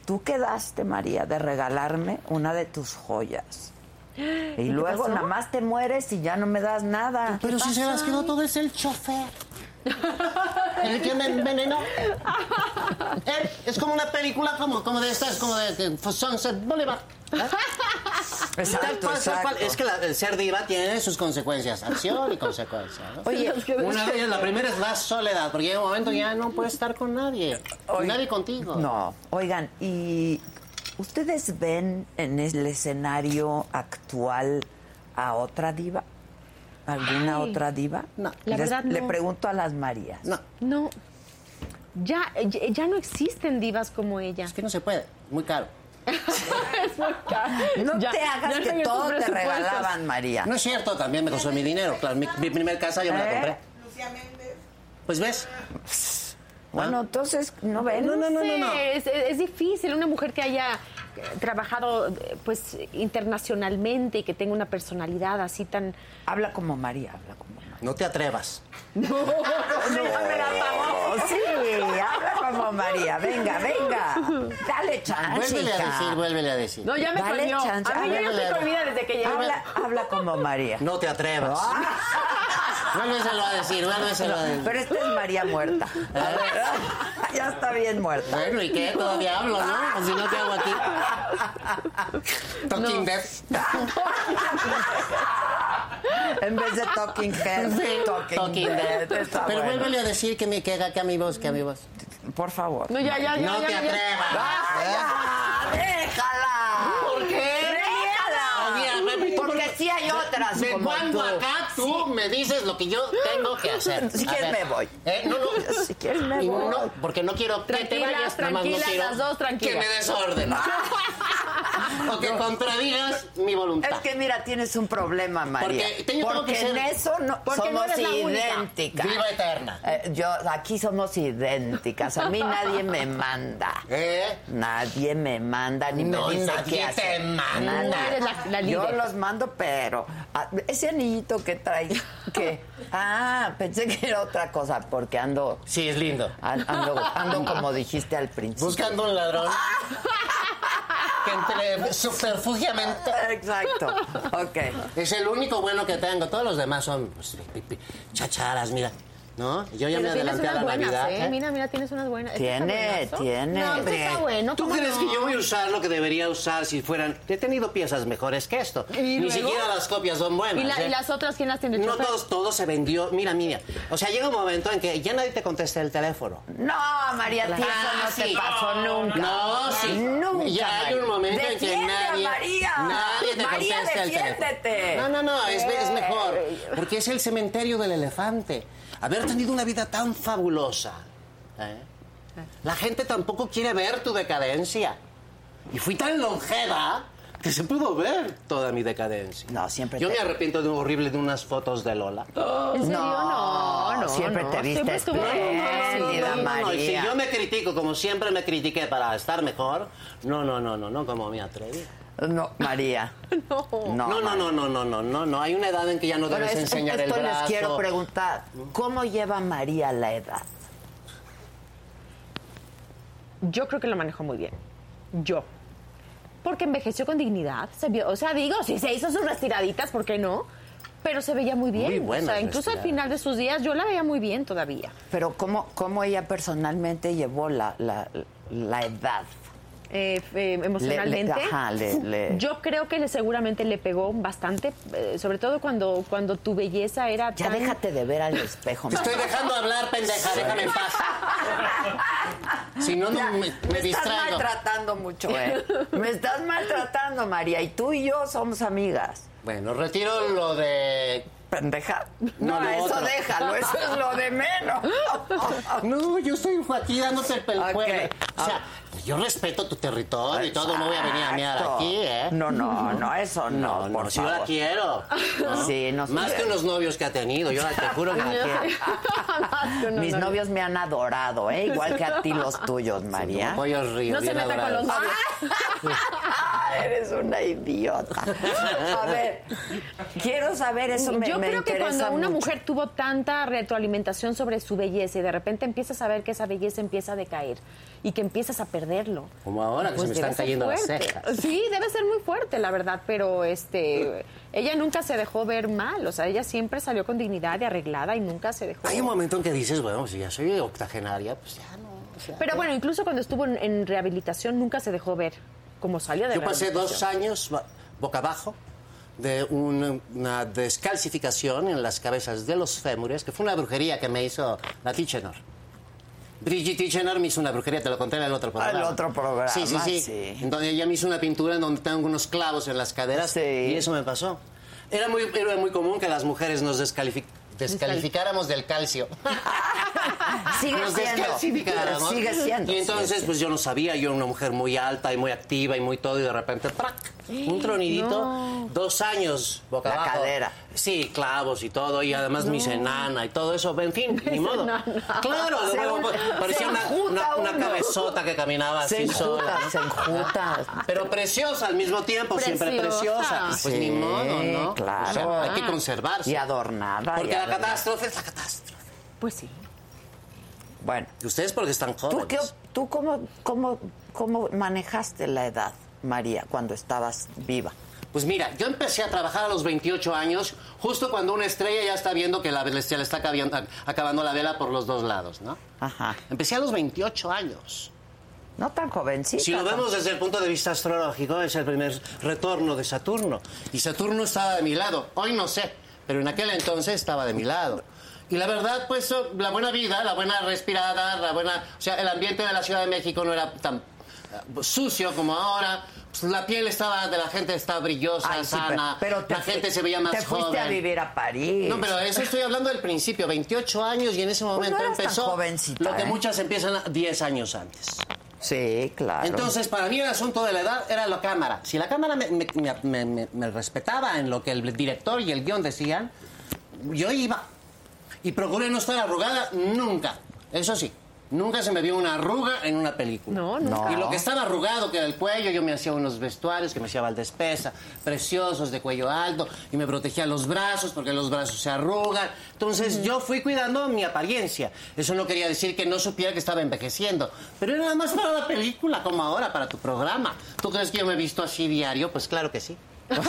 S1: Tú quedaste, María, de regalarme una de tus joyas. Y luego nada más te mueres y ya no me das nada.
S4: Pero si se las quedó todo es el chofer. El que me envenenó. Él es como una película como, como de estas, como de, de Sunset Boulevard. Tal cual, tal cual. Es que la- el ser diva tiene sus consecuencias, acción y consecuencia. ¿no?
S1: Oye,
S4: Una de ellas, la primera es la soledad, porque llega un momento ya no puedes estar con nadie.
S1: Oye,
S4: nadie contigo.
S1: No, oigan, y ustedes ven en el escenario actual a otra diva, alguna
S2: Ay,
S1: otra diva.
S4: no,
S2: la
S1: Les-
S2: verdad no.
S1: Le pregunto a las Marías.
S4: No,
S2: No. Ya, ya, ya no existen divas como ella.
S4: es que no se puede, muy caro.
S1: No
S2: Ya,
S1: te hagas
S2: ya no
S1: que
S2: hay
S1: todo te
S2: presupuestos.
S1: regalaban, María.
S4: No es cierto, también me costó mi dinero. Claro, mi, mi primer casa yo me la
S1: ¿Eh?
S4: compré. Pues ves,
S1: Bueno, entonces no ven.
S4: ¿Ah? No, no, no, no, no.
S2: Es, es- es difícil una mujer que haya eh, trabajado eh, pues internacionalmente y que tenga una personalidad así tan
S1: Habla como María, habla como María.
S4: no te atrevas.
S2: Ah,
S1: Oh, sí, habla como María. Venga, venga. Dale chance.
S4: Vuélvele a
S1: Ah, hija.
S4: decir, vuélvele a decir.
S2: no ya me
S1: Dale
S2: colmió a mí
S1: chance,
S2: yo ya
S4: háblale.
S2: estoy comida desde que llegó
S1: habla, habla como María.
S4: No te atrevas. Vuélveselo a decir, vuélveselo a decir.
S1: Ah. Pero esta es María muerta. ya está bien muerta.
S4: Bueno, ¿y qué? Todavía hablo, ¿no? Si no, ¿qué hago aquí? Talking death.
S1: En vez de talking head, talking,
S4: Talking
S1: dead.
S4: death.
S1: Está
S4: Pero
S1: bueno.
S4: vuélvele a decir que me queda, que a mi voz, que a mi voz.
S1: Por favor.
S2: no ya ya ya
S4: No
S2: ya,
S4: te
S2: ya, ya.
S4: atrevas.
S1: ¡Ah, ¡Déjala!
S4: ¿Por qué?
S1: ¡Déjala!
S4: Oye,
S1: Porque sí hay otras
S4: De
S1: como tú.
S4: cuando acá tú me dices lo que yo tengo que hacer.
S1: Si
S4: A
S1: quieres
S4: ver.
S1: me voy.
S4: Eh, no, no.
S1: Si quieres me
S4: Y
S1: voy.
S4: No, porque no quiero que te
S2: Tranquilas,
S4: vayas, nada más no
S2: tranquilas,
S4: quiero
S2: las dos tranquilas.
S4: que me desorden. o que contradigas mi voluntad.
S1: Es que mira, tienes un problema, María.
S4: Porque tengo- tengo
S1: Porque
S4: que ser-
S1: en eso no,
S4: porque no
S1: somos
S4: eres la única.
S1: idénticas.
S4: Viva eterna.
S1: Eh, yo, aquí somos idénticas. A mí nadie me manda.
S4: ¿Eh?
S1: Nadie me manda ni
S4: No,
S1: me dice
S4: nadie
S1: qué hacer.
S4: te manda.
S1: Nada.
S2: No eres la- la
S1: Yo
S2: líder.
S1: los mando, pero ah, ese anillito que trae, que ah, pensé que era otra cosa porque ando
S4: Sí, es lindo.
S1: an- ando, ando como dijiste al principio.
S4: Buscando un ladrón que entre subterfugiamente.
S1: Exacto. Ok.
S4: Es el único bueno que tengo. Todos los demás son pues, pi- pi- chacharas, mira. ¿No? Yo ya me
S2: Pero tienes
S4: adelanté a la
S2: unas buenas,
S4: Navidad.
S2: ¿eh? Mira, mira, tienes unas buenas. ¿Este está
S1: Tiene,
S2: buenazo?
S1: tiene,
S2: No, este
S1: hombre.
S2: está bueno.
S4: ¿Tú
S2: ¿cómo
S4: crees
S2: no?
S4: que yo voy a usar lo que debería usar si fueran... He tenido piezas mejores que esto.
S2: ¿Y
S4: Ni
S2: luego?
S4: siquiera las copias son buenas.
S2: ¿Y, la-
S4: ¿eh?
S2: y las otras quién las tiene?
S4: No todos, todo se vendió. Mira, mira. O sea, llega un momento en que ya nadie te contesta el teléfono.
S1: No, María, Tía, eso no te
S4: sí.
S1: pasó nunca.
S4: No, sí.
S1: Nunca.
S4: Ya hay un momento en que
S1: Defiende a
S4: nadie.
S1: María.
S4: Nadie te
S1: María,
S4: contesta el
S1: defiéndete. Eh.
S4: teléfono. No, no, no, es, es mejor. Porque es el cementerio del elefante. Haber tenido una vida tan fabulosa. ¿eh? La gente tampoco quiere ver tu decadencia. Y fui tan longeva que se pudo ver toda mi decadencia.
S1: No, siempre
S4: Yo
S1: te-
S4: me arrepiento de un horrible de unas fotos de Lola.
S2: ¿En serio? No, no.
S1: siempre
S2: no.
S1: te viste
S2: Siempre estuvo-
S1: espléndida,
S4: No, no, no,
S1: María.
S4: y Si yo me critico como siempre me critiqué para estar mejor, no, no, no, no, no, como me atreví.
S1: No, María.
S2: No.
S1: No,
S4: No,
S1: María.
S4: no, no, no, no, no, no, no. Hay una edad en que ya no
S1: Pero
S4: debes
S1: es-
S4: enseñar el
S1: esto
S4: brazo.
S1: les quiero preguntar. ¿Cómo lleva María la edad?
S2: Yo creo que lo manejó muy bien. Yo. Porque envejeció con dignidad. Se vio, o sea, digo, si se hizo sus retiraditas, ¿por qué no? Pero se veía muy bien.
S4: Muy
S2: o
S4: buenas
S2: sea, incluso al
S4: restiradas.
S2: final de sus días yo la veía muy bien todavía.
S1: Pero ¿cómo, cómo ella personalmente llevó la, la, la edad?
S2: eh, eh, emocionalmente.
S1: Le- le- ajá, le- le-
S2: Yo creo que le, seguramente le pegó bastante, eh, sobre todo cuando, cuando tu belleza era
S1: Ya
S2: tan...
S1: déjate de ver al espejo,
S4: Te estoy
S1: María.
S4: dejando hablar, pendeja, déjame en paz. Si no, no me, me
S1: estás
S4: distraigo.
S1: maltratando mucho, ¿eh? Me estás maltratando, María. Y tú y yo somos amigas.
S4: Bueno, retiro lo de.
S1: Pendeja. No,
S4: No, lo
S1: eso
S4: otro.
S1: déjalo. Eso es lo de menos.
S4: No, yo estoy aquí dándote el
S1: Ok. ah.
S4: pelcuero. O sea, yo respeto tu territorio y todo, no voy a venir a mear
S1: Exacto.
S4: aquí, ¿eh?
S1: No, no, no, eso no,
S4: No,
S1: por
S4: no, si yo
S1: favor.
S4: la quiero. ¿no?
S1: Sí, no sé.
S4: Más que unos novios que ha tenido, yo te juro que la quiero.
S2: Más que unos
S1: Mis novios me han adorado, ¿eh? Igual que a ti los tuyos, María.
S4: Pollos ríos,
S2: No se
S4: bien
S2: meta con los
S4: adorados.
S2: novios.
S1: Ah, Eres una idiota. A ver, quiero saber eso. Me,
S2: Yo
S1: me
S2: creo que
S1: interesa
S2: cuando una
S1: mucho.
S2: mujer tuvo tanta retroalimentación sobre su belleza y de repente empiezas a ver que esa belleza empieza a decaer y que empiezas a perderlo. pues
S4: Como ahora, que se me
S2: debe
S4: están
S2: ser
S4: cayendo las
S2: fuerte.
S4: cejas.
S2: Sí, debe ser muy fuerte, la verdad, pero este ella nunca se dejó ver mal, o sea, ella siempre salió con dignidad y arreglada y nunca se dejó.
S4: Hay un momento en que dices, bueno, si ya soy octogenaria, pues ya no. o sea,
S2: Pero bueno, incluso cuando estuvo en, en rehabilitación nunca se dejó ver como salió de
S4: Yo pasé dos
S2: rehabilitación.
S4: años ba- boca abajo de un- una descalcificación en las cabezas de los fémures, que fue una brujería que me hizo la Tichenor. Brigitte Tichenor me hizo una brujería, te lo conté en el otro programa.
S1: el otro programa,
S4: Sí, sí, sí.
S1: sí.
S4: Entonces ella me hizo una pintura en donde tengo unos clavos en las caderas
S1: Sí.
S4: y eso me pasó. Era muy, era muy común que las mujeres nos descalific- descalificáramos del calcio.
S1: Sigue
S4: Nos
S1: siendo.
S4: descalcificáramos.
S1: Ah, Sigue siendo.
S4: Y entonces,
S1: sigue
S4: pues yo no sabía, yo era una mujer muy alta y muy activa y muy todo, y de repente, ¡prac! Un tronidito, dos años boca
S1: La
S4: abajo.
S1: cadera.
S4: Sí, clavos y todo, y además mis enana y todo eso, en fin, ni modo. Claro,
S1: Se
S4: luego,
S1: un-
S4: pues,
S1: se
S4: parecía una,
S1: enjuta
S4: una, una
S1: uno.
S4: cabezota que caminaba
S1: Se
S4: así sola.
S1: enjuta, se enjuta.
S4: Pero preciosa al mismo tiempo, siempre
S2: Preciosa.
S4: preciosa. Pues ni modo, ¿no?
S1: claro.
S4: O sea, hay que conservarse.
S1: Y adornada. y
S4: porque la
S1: adornada.
S4: catástrofe es la catástrofe.
S2: Pues sí.
S1: Bueno,
S4: Y ustedes porque están jóvenes.
S1: ¿tú, qué, tú cómo, cómo, cómo manejaste la edad, María, cuando estabas viva?
S4: Pues mira, yo empecé a trabajar a los 28 años, justo cuando una estrella ya está viendo que la, se le está acabiando- acabando la vela por los dos lados, ¿no?
S1: Ajá.
S4: Empecé a los 28 años.
S1: No tan jovencita.
S4: Si lo vemos desde el punto de vista astrológico, es el primer retorno de Saturno. Y Saturno estaba de mi lado. Hoy no sé, pero en aquel entonces estaba de mi lado. Y la verdad, pues oh, la buena vida, la buena respirada, la buena... O sea, el ambiente de la Ciudad de México no era tan eh, sucio como ahora. Pues, la piel estaba de la gente está brillosa,
S1: Ay, sí, pero-
S4: sana.
S1: pero te
S4: la
S1: fui-
S4: gente se veía más
S1: Te fuiste
S4: joven.
S1: a vivir a París.
S4: No, pero eso estoy hablando del principio, 28 años y en ese momento
S1: Pues eras tan
S4: empezó
S1: jovencita,
S4: lo que
S1: ¿eh?
S4: muchas empiezan a- 10 años antes.
S1: Sí, claro.
S4: Entonces, para mí el asunto de la edad era la cámara. Si la cámara me, me- me- me- me respetaba en lo que el director y el guión decían, yo iba. Y procuré no estar arrugada nunca. Eso sí, nunca se me vio una arruga en una película.
S2: No, nunca.
S4: Y lo que estaba arrugado, que era el cuello, yo me hacía unos vestuarios que me hacía Valdespesa, preciosos, de cuello alto, y me protegía los brazos porque los brazos se arrugan. Entonces yo fui cuidando mi apariencia. Eso no quería decir que no supiera que estaba envejeciendo, pero era nada más para la película, como ahora, para tu programa. ¿Tú crees que yo me he visto así diario? Pues claro que sí.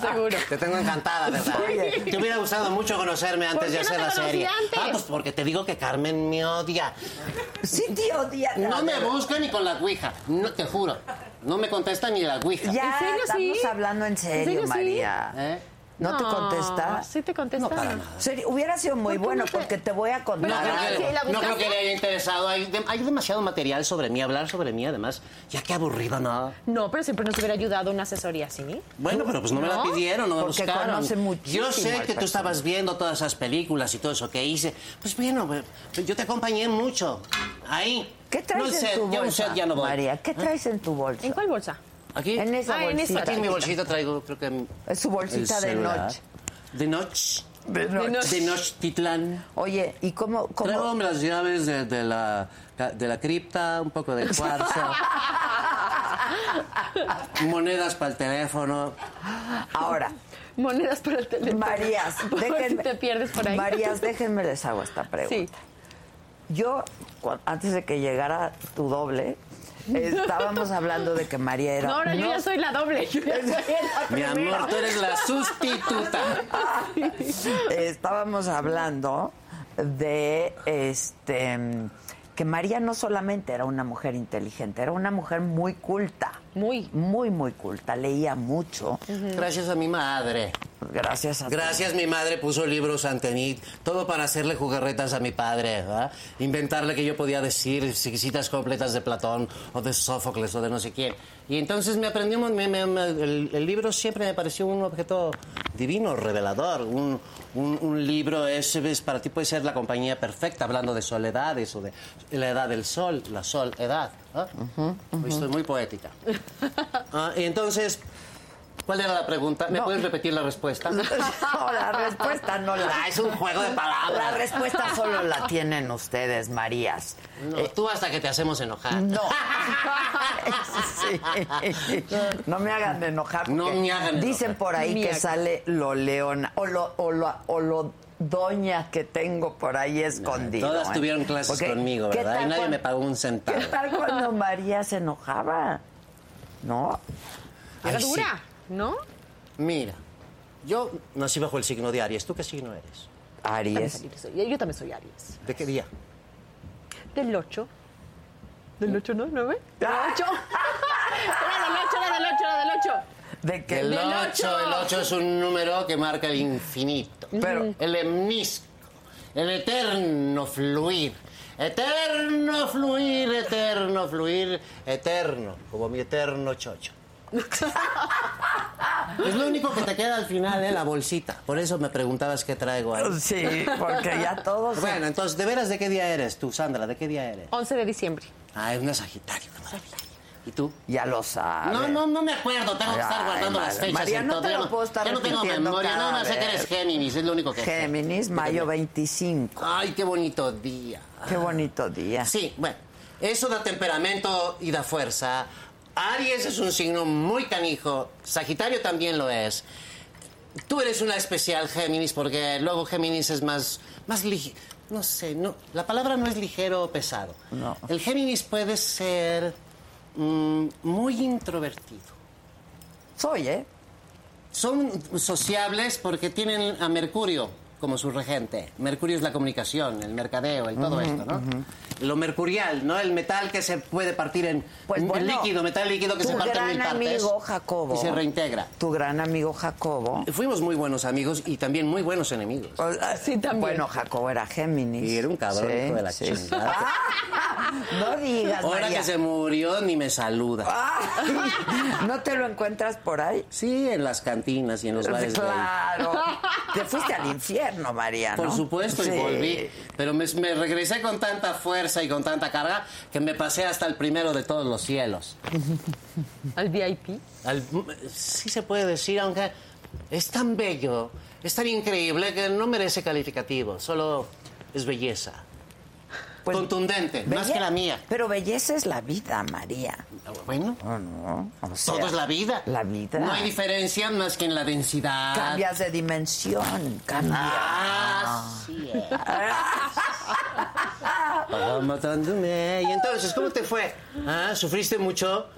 S2: Seguro.
S4: Te tengo encantada, ¿verdad?
S1: Oye.
S4: Te hubiera gustado mucho conocerme
S2: ¿Por
S4: antes de
S2: qué no
S4: hacer
S2: te
S4: la
S2: conocí
S4: serie.
S2: antes?
S4: Ah, pues porque te digo que Carmen me odia.
S1: Sí, tío, día.
S4: No me busca ni con la Ouija, no te juro. No me contesta ni la Ouija.
S1: Ya
S2: ¿En serio, sí?
S1: estamos hablando en serio, Ah,
S2: serio, sí?
S1: María.
S4: ¿Eh?
S1: ¿No, te contesta?
S2: Sí te contesta.
S1: Sería- hubiera sido muy
S2: ¿Por qué
S1: bueno
S2: no te-
S1: porque te voy a contar.
S4: No,
S2: Pero,
S1: algo.
S4: creo
S2: ¿sí
S4: que,
S2: la
S4: no creo
S2: buscaste?
S4: que le haya interesado. Hay, de- hay demasiado material sobre mí, hablar sobre mí, además. Ya qué aburrido, ¿no?
S2: No, pero siempre nos hubiera ayudado una asesoría así.
S4: Bueno, pero pues no, me
S2: ¿No?
S4: la pidieron, no me
S1: Porque
S4: buscaron.
S1: conoce muchísimo
S4: yo sé que
S1: al
S4: tú estabas viendo todas esas películas y todo eso que hice. Pues bueno, pues, yo te acompañé mucho. Ahí.
S1: ¿Qué traes
S4: No, el
S1: en
S4: set,
S1: tu
S4: ya un
S1: bolsa,
S4: set ya no voy.
S1: María? ¿Qué traes ¿Eh? en tu bolsa?
S2: ¿En cuál bolsa?
S4: Aquí.
S1: En esa
S2: Ah, en esa.
S1: bolsita.
S4: Aquí en mi bolsita traigo, creo que. mi-
S1: Es su bolsita
S4: el
S1: de
S4: celular.
S1: noche.
S4: De noche.
S1: De noche.
S4: De noche, Titlán.
S1: Oye, ¿y cómo, cómo-
S4: Traigo las llaves de, de la, de la cripta, un poco de cuarzo. monedas para el teléfono.
S1: Ahora,
S2: Monedas para el teléfono.
S1: Marías,
S2: Por
S1: déjenme.
S2: si te pierdes por ahí.
S1: Marías, déjenme les hago esta pregunta.
S2: Sí.
S1: Yo, cu- antes de que llegara tu doble, estábamos hablando de que María era.
S2: No, ahora yo
S1: no
S2: ya soy la doble. Yo ya soy la
S4: Mi
S2: primera.
S4: amor, tú eres la sustituta.
S1: estábamos hablando de este que María no solamente era una mujer inteligente, era una mujer muy culta.
S2: Muy.
S1: Muy, muy culta. Leía mucho.
S4: Gracias a mi madre.
S1: Gracias a
S4: Gracias, mi madre puso libros ante mí, todo para hacerle jugarretas a mi padre, ¿verdad? inventarle que yo podía decir si- citas completas de Platón o de Sófocles o de no sé quién. Y entonces me aprendí, un- me- me- me- el, el libro siempre me pareció un objeto divino, revelador. Un, un- un libro es, es- para ti puede ser la compañía perfecta, hablando de soledades o de la edad del sol, la soledad. ¿verdad? Hoy estoy muy poética. Ah, y entonces, ¿cuál era la pregunta? ¿Me puedes repetir la respuesta?
S1: No, la respuesta no la.
S4: Ah, es un juego de
S1: La
S4: palabras.
S1: respuesta solo la tienen ustedes, Marías.
S4: No, Eh, tú hasta que te hacemos enojar.
S1: No. Sí. No me hagan enojar.
S4: No
S1: porque
S4: me hagan enojar.
S1: Dicen por ahí que sale lo leona o lo, o lo- o lo doña que tengo por ahí escondido.
S4: Todas
S1: ¿eh?
S4: tuvieron clases
S1: Porque,
S4: conmigo,
S1: ¿qué
S4: ¿verdad? Y
S1: tal
S4: nadie
S1: cuan-
S4: me pagó un centavo.
S1: ¿Qué tal cuando María se enojaba? ¿No?
S2: Era
S4: Ay, sí.
S2: dura, ¿no?
S4: Mira, yo nací bajo el signo de Aries. ¿Tú qué signo eres?
S1: Aries.
S2: Yo soy- Yo también soy Aries.
S4: ¿De qué día?
S2: Del 8. ¿Del 8 no? ¿No ve? Del
S1: Ah.
S2: 8. Era del 8, era del 8, era del 8.
S1: ¿De qué?
S4: El
S2: Del
S4: 8.
S2: ocho.
S4: El 8 es un número que marca el infinito.
S1: Pero-
S4: El emnisco. El eterno fluir. Eterno fluir, eterno fluir, eterno. Como mi eterno chocho. es lo único que te queda al final, ¿eh? La bolsita. Por eso me preguntabas qué traigo ahí.
S1: Sí, porque ya todos.
S4: Bueno, entonces, ¿de veras de qué día eres tú, Sandra? ¿De qué día eres?
S2: 11 de diciembre.
S4: Ah, es una Sagitario, qué maravilla. ¿Y tú?
S1: Ya lo saben.
S4: No, no, no me acuerdo. Tengo que estar
S1: Ay,
S4: guardando las
S1: madre.
S4: fechas.
S1: María,
S4: y
S1: no
S4: todo.
S1: te
S4: Ya
S1: lo puedo estar
S4: Ya no tengo
S1: repitiendo
S4: memoria.
S1: cada
S4: Nada más sé que
S1: vez.
S4: eres Géminis, es lo único que sé.
S1: Géminis, mayo 25.
S4: Ay, qué bonito día.
S1: Qué bonito día.
S4: Sí, bueno, eso da temperamento y da fuerza. Aries es un signo muy canijo. Sagitario también lo es. Tú eres una especial Géminis porque luego Géminis es más más lig- no sé, no, la palabra no es ligero o pesado.
S1: No.
S4: El Géminis puede ser mm, muy introvertido.
S1: Soy, ¿eh?
S4: Son sociables porque tienen a Mercurio como su regente. Mercurio es la comunicación, el mercadeo, el todo esto, ¿no? Lo mercurial, ¿no? El metal que se puede partir en
S1: Pues
S4: en
S1: bueno,
S4: líquido, metal líquido que
S1: tu
S4: se parte en mil
S1: gran
S4: partes
S1: amigo Jacobo.
S4: y se reintegra.
S1: Tu gran amigo Jacobo.
S4: Fuimos muy buenos amigos y también muy buenos enemigos.
S1: Sí,
S2: también.
S1: Bueno, Jacobo era Géminis.
S4: Y era un cabrón
S1: Sí,
S4: hijo de la
S1: sí.
S4: chingada.
S1: No digas,
S4: Ahora
S1: María.
S4: que se murió ni me saluda.
S1: Ay, ¿No te lo encuentras por ahí?
S4: Sí, en las cantinas y en los bares. gay.
S1: Pues Claro. Te fuiste al infierno, María, ¿no?
S4: Por supuesto,
S1: Sí.
S4: y volví. Pero me, me regresé con tanta fuerza y con tanta carga que me pasé hasta el primero de todos los cielos.
S2: Al VIP.
S4: Al- sí se puede decir, aunque es tan bello, es tan increíble que no merece calificativo, solo es belleza.
S1: Pues,
S4: Contundente, más
S1: belle-
S4: que la mía.
S1: Pero belleza es la vida, María.
S4: Bueno,
S1: ¿O no? O sea,
S4: todo es la vida.
S1: La vida.
S4: No hay diferencia más que en la densidad.
S1: Cambias de dimensión, cambias.
S4: Ah. Así es. Ah, matándome. Y entonces, ¿cómo te fue? ¿Ah, ¿Sufriste mucho?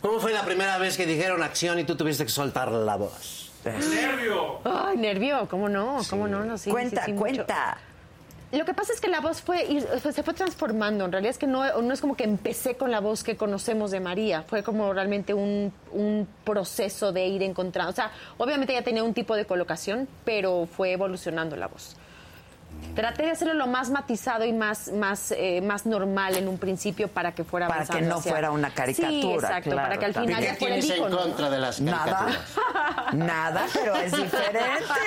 S4: ¿Cómo fue la primera vez que dijeron acción y tú tuviste que soltar la voz?
S3: ¡Nervio!
S2: Ay, nervio, ¿cómo no? ¿Cómo no? no sí, sí,
S1: cuenta,
S2: sí, mucho.
S1: cuenta.
S2: Lo que pasa es que la voz fue, ir- o sea, se fue transformando. En realidad es que no, no es como que empecé con la voz que conocemos de María. Fue como realmente un, un proceso de ir encontrando. O sea, obviamente ya tenía un tipo de colocación, pero fue evolucionando la voz. Traté de hacerlo lo más matizado y más, más, eh, más normal en un principio para que fuera
S1: Para que
S2: avanzando
S1: no
S2: hacia-
S1: fuera una
S2: Sí,
S1: caricatura,
S2: exacto,
S1: claro,
S2: para que al
S1: también.
S2: final
S4: ¿Qué
S2: ya fuera el
S4: tienes en
S2: ícono.
S4: contra de las
S1: Pues Nada.
S4: caricaturas?
S1: Nada, pero es diferente.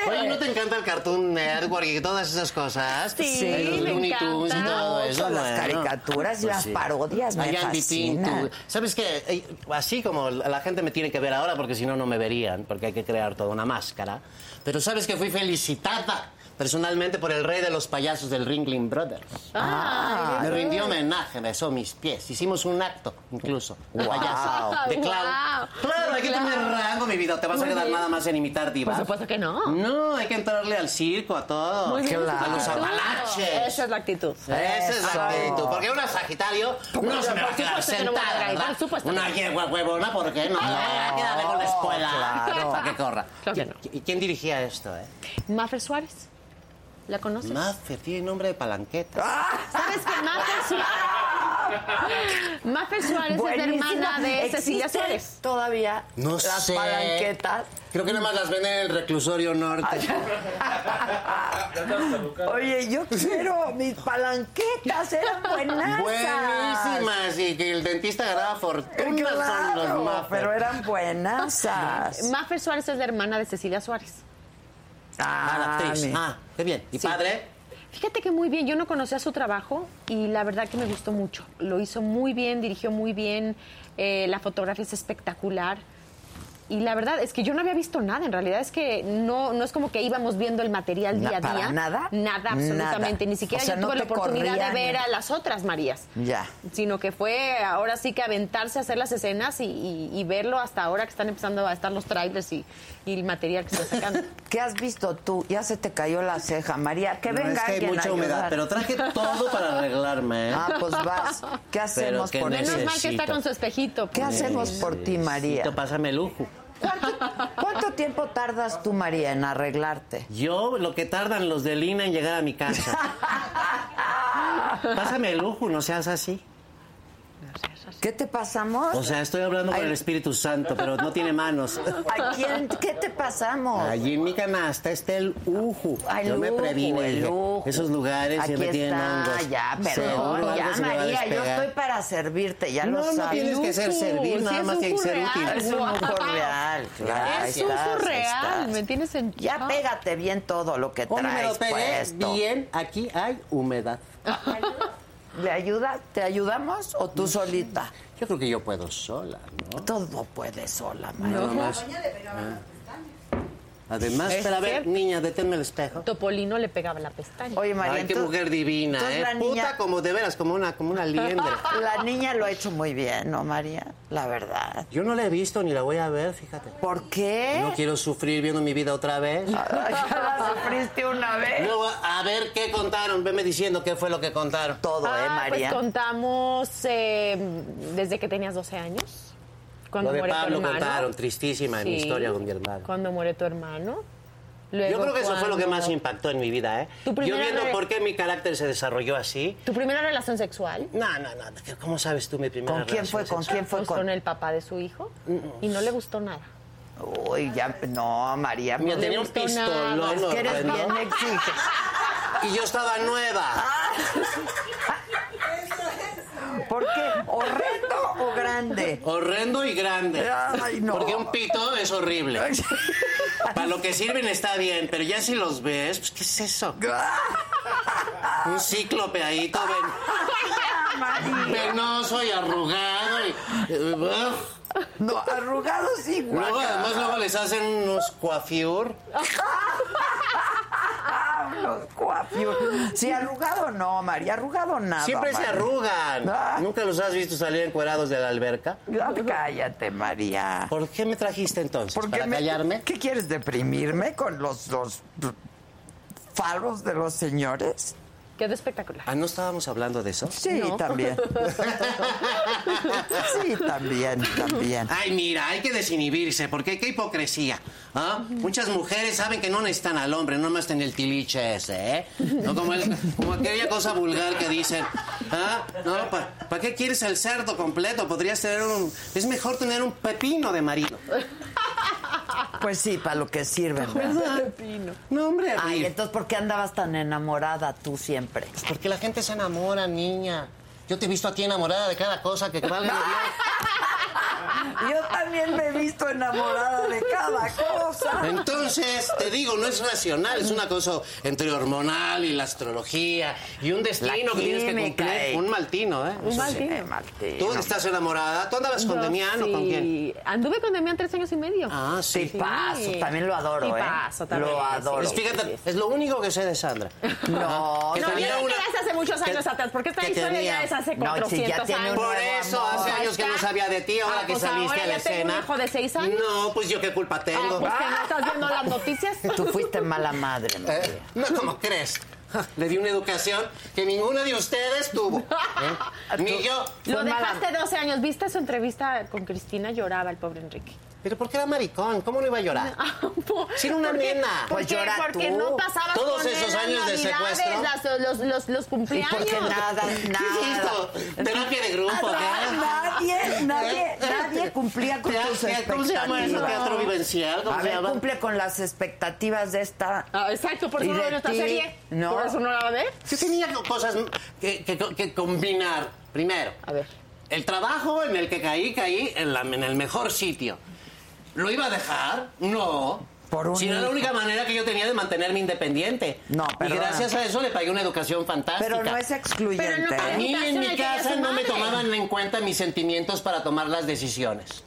S4: Oye, ¿no te encanta el Cartoon Network y todas esas cosas?
S2: Sí,
S4: Los
S2: me
S4: Looney Tunes y
S2: encanta.
S4: todo eso.
S1: Mucho, las
S4: bueno.
S1: caricaturas y las parodias me
S4: Hay Andy
S1: fascinan.
S4: Pinto. ¿Sabes qué? Eh, Así como la gente me tiene que ver ahora porque si no, no me verían, porque hay que crear toda una máscara. Pero ¿sabes que Fui felicitada personalmente por el rey de los payasos del Ringling Brothers.
S2: Ah,
S4: me rindió homenaje, besó mis pies. Hicimos un acto, incluso. de
S1: Wow.
S4: Payaso. De clown.
S2: Wow.
S4: Claro, hay que
S2: Claro.
S4: tener rango, mi vida. Te vas a
S2: Muy
S4: quedar
S2: bien.
S4: nada más en imitar
S2: Por
S4: divas.
S2: supuesto que no.
S4: No, hay que entrarle al circo, a todo.
S2: Muy bien,
S4: A
S2: esa es
S4: los
S2: la actitud.
S4: abalaches.
S2: Esa es la actitud.
S4: Esa es la
S1: Eso.
S4: actitud. Porque una Sagitario no se me va a
S2: Por
S4: quedar
S2: supuesto que no me voy a
S4: sentada,
S2: caer, por
S4: ¿verdad?
S2: supuesto.
S4: Una yegua huevona, ¿por qué no? Ah, quédate con la escuela.
S1: claro.
S4: Para que corra.
S2: Claro que no.
S4: ¿Y quién dirigía esto, eh?
S2: Maffer Suárez. ¿La conoces?
S4: Maffer, tiene nombre de palanqueta.
S2: Ah, ¿Sabes que Maffer Suárez? Maffer Suárez es la
S1: Buenísima.
S2: hermana de Cecilia
S1: ¿Existen
S2: Suárez.
S1: Todavía
S4: No
S1: las
S4: sé.
S1: palanquetas.
S4: Creo que nada más las venden en el reclusorio norte.
S1: Oye, yo quiero mis palanquetas, eran buenas.
S4: Buenísimas. Y que el dentista ganaba fortuna son los
S1: Claro,
S4: Maffer.
S1: pero eran buenas.
S2: Maffer Suárez es la hermana de Cecilia Suárez.
S4: Ah, la actriz.
S1: mi-
S4: Ah, qué bien. ¿Y
S2: Sí.
S4: padre?
S2: Fíjate que muy bien, yo no conocía su trabajo y la verdad que me gustó mucho. Lo hizo muy bien, dirigió muy bien, eh, la fotografía es espectacular. Y la verdad es que yo no había visto nada, en realidad es que no, no es como que íbamos viendo el material
S1: Na-
S2: día a
S1: para
S2: día.
S1: nada.
S2: Nada, absolutamente.
S1: Nada.
S2: Ni siquiera
S1: O sea,
S2: yo
S1: no
S2: tuve la
S1: te
S2: oportunidad
S1: corrían.
S2: de ver a las otras Marías.
S1: Ya.
S2: Sino que fue ahora sí que aventarse a hacer las escenas y, y- y verlo hasta ahora que están empezando a estar los trailers y, y el material que se está sacando.
S1: ¿Qué has visto tú? Ya se te cayó la ceja, María. Que
S4: No,
S1: venga
S4: es que hay
S1: alguien a
S4: mucha humedad,
S1: ayudar.
S4: pero traje todo para arreglarme, ¿eh?
S1: Ah, pues vas. ¿Qué hacemos
S4: que
S1: por
S4: no
S1: eso?
S2: Menos mal que está
S4: Necesito.
S2: con su espejito.
S1: ¿Qué hacemos por ti, María?
S4: Necesito, pásame el lujo.
S1: ¿Cuánto, cuánto tiempo tardas tú, María, en arreglarte?
S4: Yo, lo que tardan los de Lina en llegar a mi casa. Pásame el lujo, no seas así.
S1: ¿Qué te pasamos?
S4: O sea, estoy hablando con
S1: Ay.
S4: el Espíritu Santo, pero no tiene manos.
S1: ¿A quién? ¿Qué te pasamos?
S4: Allí en mi canasta está el uju.
S1: Ay,
S4: Yo me
S1: lujo,
S4: previne.
S1: el
S4: dije,
S1: lujo.
S4: Esos lugares
S1: Aquí
S4: siempre tienen
S1: está,
S4: hongos.
S1: Ya,
S4: Seguro
S1: perdón,
S4: algo
S1: ya,
S4: se me va a
S1: María, yo
S4: despegar.
S1: estoy para servirte, ya lo
S4: No, no
S1: sabes.
S4: tienes que ser
S2: Lujo,
S4: servir,
S2: sí
S4: nada
S2: es
S4: más
S2: un
S4: tiene que ser
S2: surreal.
S4: útil.
S1: Es un lujo real. claro,
S2: Es
S1: ahí
S2: un
S1: estás, ahí
S2: surreal,
S1: estás.
S2: me tienes en
S1: Ya
S2: shock.
S1: pégate bien todo lo que
S4: Hombre, me
S1: traes
S4: lo pegué
S1: puesto.
S4: bien. Aquí hay humedad.
S1: ¿Le ayuda? ¿Te ayudamos o tú solita?
S4: Yo creo que yo puedo sola, ¿no?
S1: Todo puede sola, María.
S4: Nada más. Ah. Además, pero a ver,
S2: cierto.
S4: niña, deténme el espejo.
S2: Topolino le pegaba la pestaña.
S1: Oye, María,
S4: Ay, qué
S1: entonces-
S4: mujer divina,
S1: entonces
S4: ¿eh?
S1: la niña-
S4: Puta como de veras, como una, como una liendre.
S1: La niña lo ha hecho muy bien, ¿no, María? La verdad.
S4: Yo no la he visto ni la voy a ver, fíjate.
S1: ¿Por qué?
S4: No pues. quiero sufrir viendo mi vida otra vez.
S1: Ay, ya la sufriste una vez.
S4: Luego, a ver qué contaron. Veme diciendo qué fue lo que contaron.
S1: Todo, ¿eh,
S2: Ah,
S1: María?
S2: Pues contamos eh, desde que tenías 12 años. Cuando
S4: Lo de
S2: muere tu
S4: Pablo
S2: hermano.
S4: contaron, tristísima en mi
S2: Sí.
S4: historia con mi hermano.
S2: Cuando muere tu hermano.
S4: Yo
S2: Luego
S4: creo que eso fue lo que más
S2: cuando-
S4: impactó en mi vida, ¿eh?
S2: Tu
S4: Yo
S2: primera
S4: viendo
S2: vez-
S4: por qué mi carácter se desarrolló así.
S2: ¿Tu primera relación sexual?
S4: No, no, no. ¿Cómo sabes tú mi primera
S1: ¿Con quién fue?
S4: relación
S1: ¿Con Mm. quién fue?
S2: Pues con el papá de su hijo. Y no le gustó nada.
S1: Uy, ya. No, María.
S4: Mira,
S1: pues,
S4: tenía un
S2: gustó nada,
S4: pistolón
S2: es
S1: que eres
S4: horrendo.
S1: bien exige.
S4: Y yo estaba nueva.
S1: ¿Por qué? ¿O reto o grande?
S4: Horrendo y grande.
S1: Ay, no.
S4: Porque un pito es horrible. Para lo que sirven está bien, pero ya si los ves, pues, ¿qué es eso? Un cíclope ahí, todo ven- venoso y arrugado. Y, eh, uf.
S1: No, arrugado sí,
S4: luego,
S1: guaca.
S4: además, luego les hacen unos coafiur.
S1: Guapio. Sí, arrugado no, María. Arrugado nada.
S4: Siempre se
S1: María.
S4: arrugan.
S1: Ah.
S4: ¿Nunca los has visto salir encuerados de la alberca?
S1: Ah, Cállate, María.
S4: ¿Por qué me trajiste entonces?
S1: ¿Por qué
S4: ¿Para
S1: me-
S4: callarme?
S1: ¿Qué quieres deprimirme con los dos faros de los señores?
S2: Quedó espectacular.
S4: Ah, ¿no estábamos hablando de eso?
S1: Sí, también. sí, también, también.
S4: Ay, mira, hay que desinhibirse, porque qué hipocresía. ¿ah? Muchas mujeres saben que no necesitan al hombre, no más en el tiliche ese, ¿eh? No como, el- como aquella cosa vulgar que dicen, ¿ah? No, ¿para qué quieres el cerdo completo? Podrías tener un... Es mejor tener un pepino de marido.
S1: Pues sí, para lo que sirven. ¿verdad?
S4: ¿ah? No, hombre,
S1: Ay,
S4: Rita.
S1: entonces, ¿por qué andabas tan enamorada tú siempre?
S4: Porque la gente se enamora, niña. Yo te he visto a ti enamorada de cada cosa que valga Dios.
S1: Pues, Yo también me he visto enamorada de cada cosa.
S4: Entonces, te digo, no es racional, es una cosa entre hormonal y la astrología y un destino que tienes que
S1: química,
S4: cumplir.
S1: eh.
S4: Un mal tino, ¿eh?
S2: Un mal tino.
S1: Eh, Martín.
S4: ¿Tú estás enamorada? ¿Tú andabas con
S2: No,
S4: Demián o con
S2: sí.
S4: quién?
S2: Anduve con Demián tres años y medio.
S4: Ah, sí.
S1: Sí, paso, también lo adoro, ¿eh?
S2: Tipazo también,
S1: Lo
S2: sí,
S1: adoro.
S4: Es, fíjate, es lo único que sé de Sandra.
S1: No,
S4: Que
S2: No,
S4: tenía
S2: ya
S4: una-
S2: es hace muchos
S4: que-
S2: años atrás, porque esta
S4: que
S2: historia
S4: tenía-
S2: ya es hace
S1: No, sí, ya
S2: 400
S1: tiene
S2: años.
S1: un
S4: Por
S1: Nuevo
S4: eso
S1: amor.
S4: hace años que no sabía de ti, ahora
S2: Ah,
S4: que
S2: pues
S4: saliste
S2: ahora
S4: a la
S2: ya tengo
S4: escena.
S2: un hijo de seis años.
S4: No, pues yo qué culpa
S2: Ah,
S4: tengo.
S2: pues que no estás viendo las noticias.
S1: tú fuiste mala madre, María.
S4: ¿Eh? No, ¿cómo crees? Ja, Le di una educación que ninguna de ustedes tuvo. ¿eh? Ni yo.
S1: Fue
S2: Lo
S1: mala-
S2: dejaste 12 años. ¿Viste su entrevista con Cristina? Lloraba el pobre Enrique.
S4: Pero ¿por qué era maricón? ¿Cómo no iba a llorar?
S1: Ah,
S4: Si era una
S2: Porque-
S4: nena.
S2: Porque,
S1: Pues llora
S2: porque
S1: tú.
S2: no pasabas
S4: Todos
S2: con él
S4: esos
S2: las
S4: años de
S2: navidades,
S4: secuestro.
S2: las- los, los, los
S1: Y
S2: cumpleaños.
S1: porque nada,
S4: ¿Qué es
S1: nada.
S4: esto? Terapia de grupo,
S1: Ah,
S4: ¿qué?
S1: Nadie, nadie, nadie cumplía con
S4: Te-
S1: tus
S4: te-
S1: expectativas.
S4: ¿Cómo se llama eso? Teatro vivencial. ¿Cómo
S1: A
S4: se
S1: ver,
S4: llama?
S1: cumple con las expectativas de esta.
S2: Ah, exacto, por eso
S1: Y
S2: no
S1: de
S2: veo esta
S1: ti,
S2: serie.
S1: no.
S2: Por eso no la va a ver.
S4: Yo tenía cosas que, que- que combinar. Primero,
S2: A ver.
S4: el trabajo en el que caí, caí en, la- en el mejor sitio. ¿Lo iba a dejar? No.
S1: Por un
S4: si era la
S1: hijo.
S4: única manera que yo tenía de mantenerme independiente.
S1: No,
S4: Y
S1: perdona.
S4: gracias a eso le pagué una educación fantástica.
S1: Pero no es excluyente.
S2: Pero no
S4: A
S1: ¿eh?
S4: mí en mi
S2: Educación al que
S4: casa
S2: ella es
S4: no me
S2: madre.
S4: tomaban en cuenta mis sentimientos para tomar las decisiones.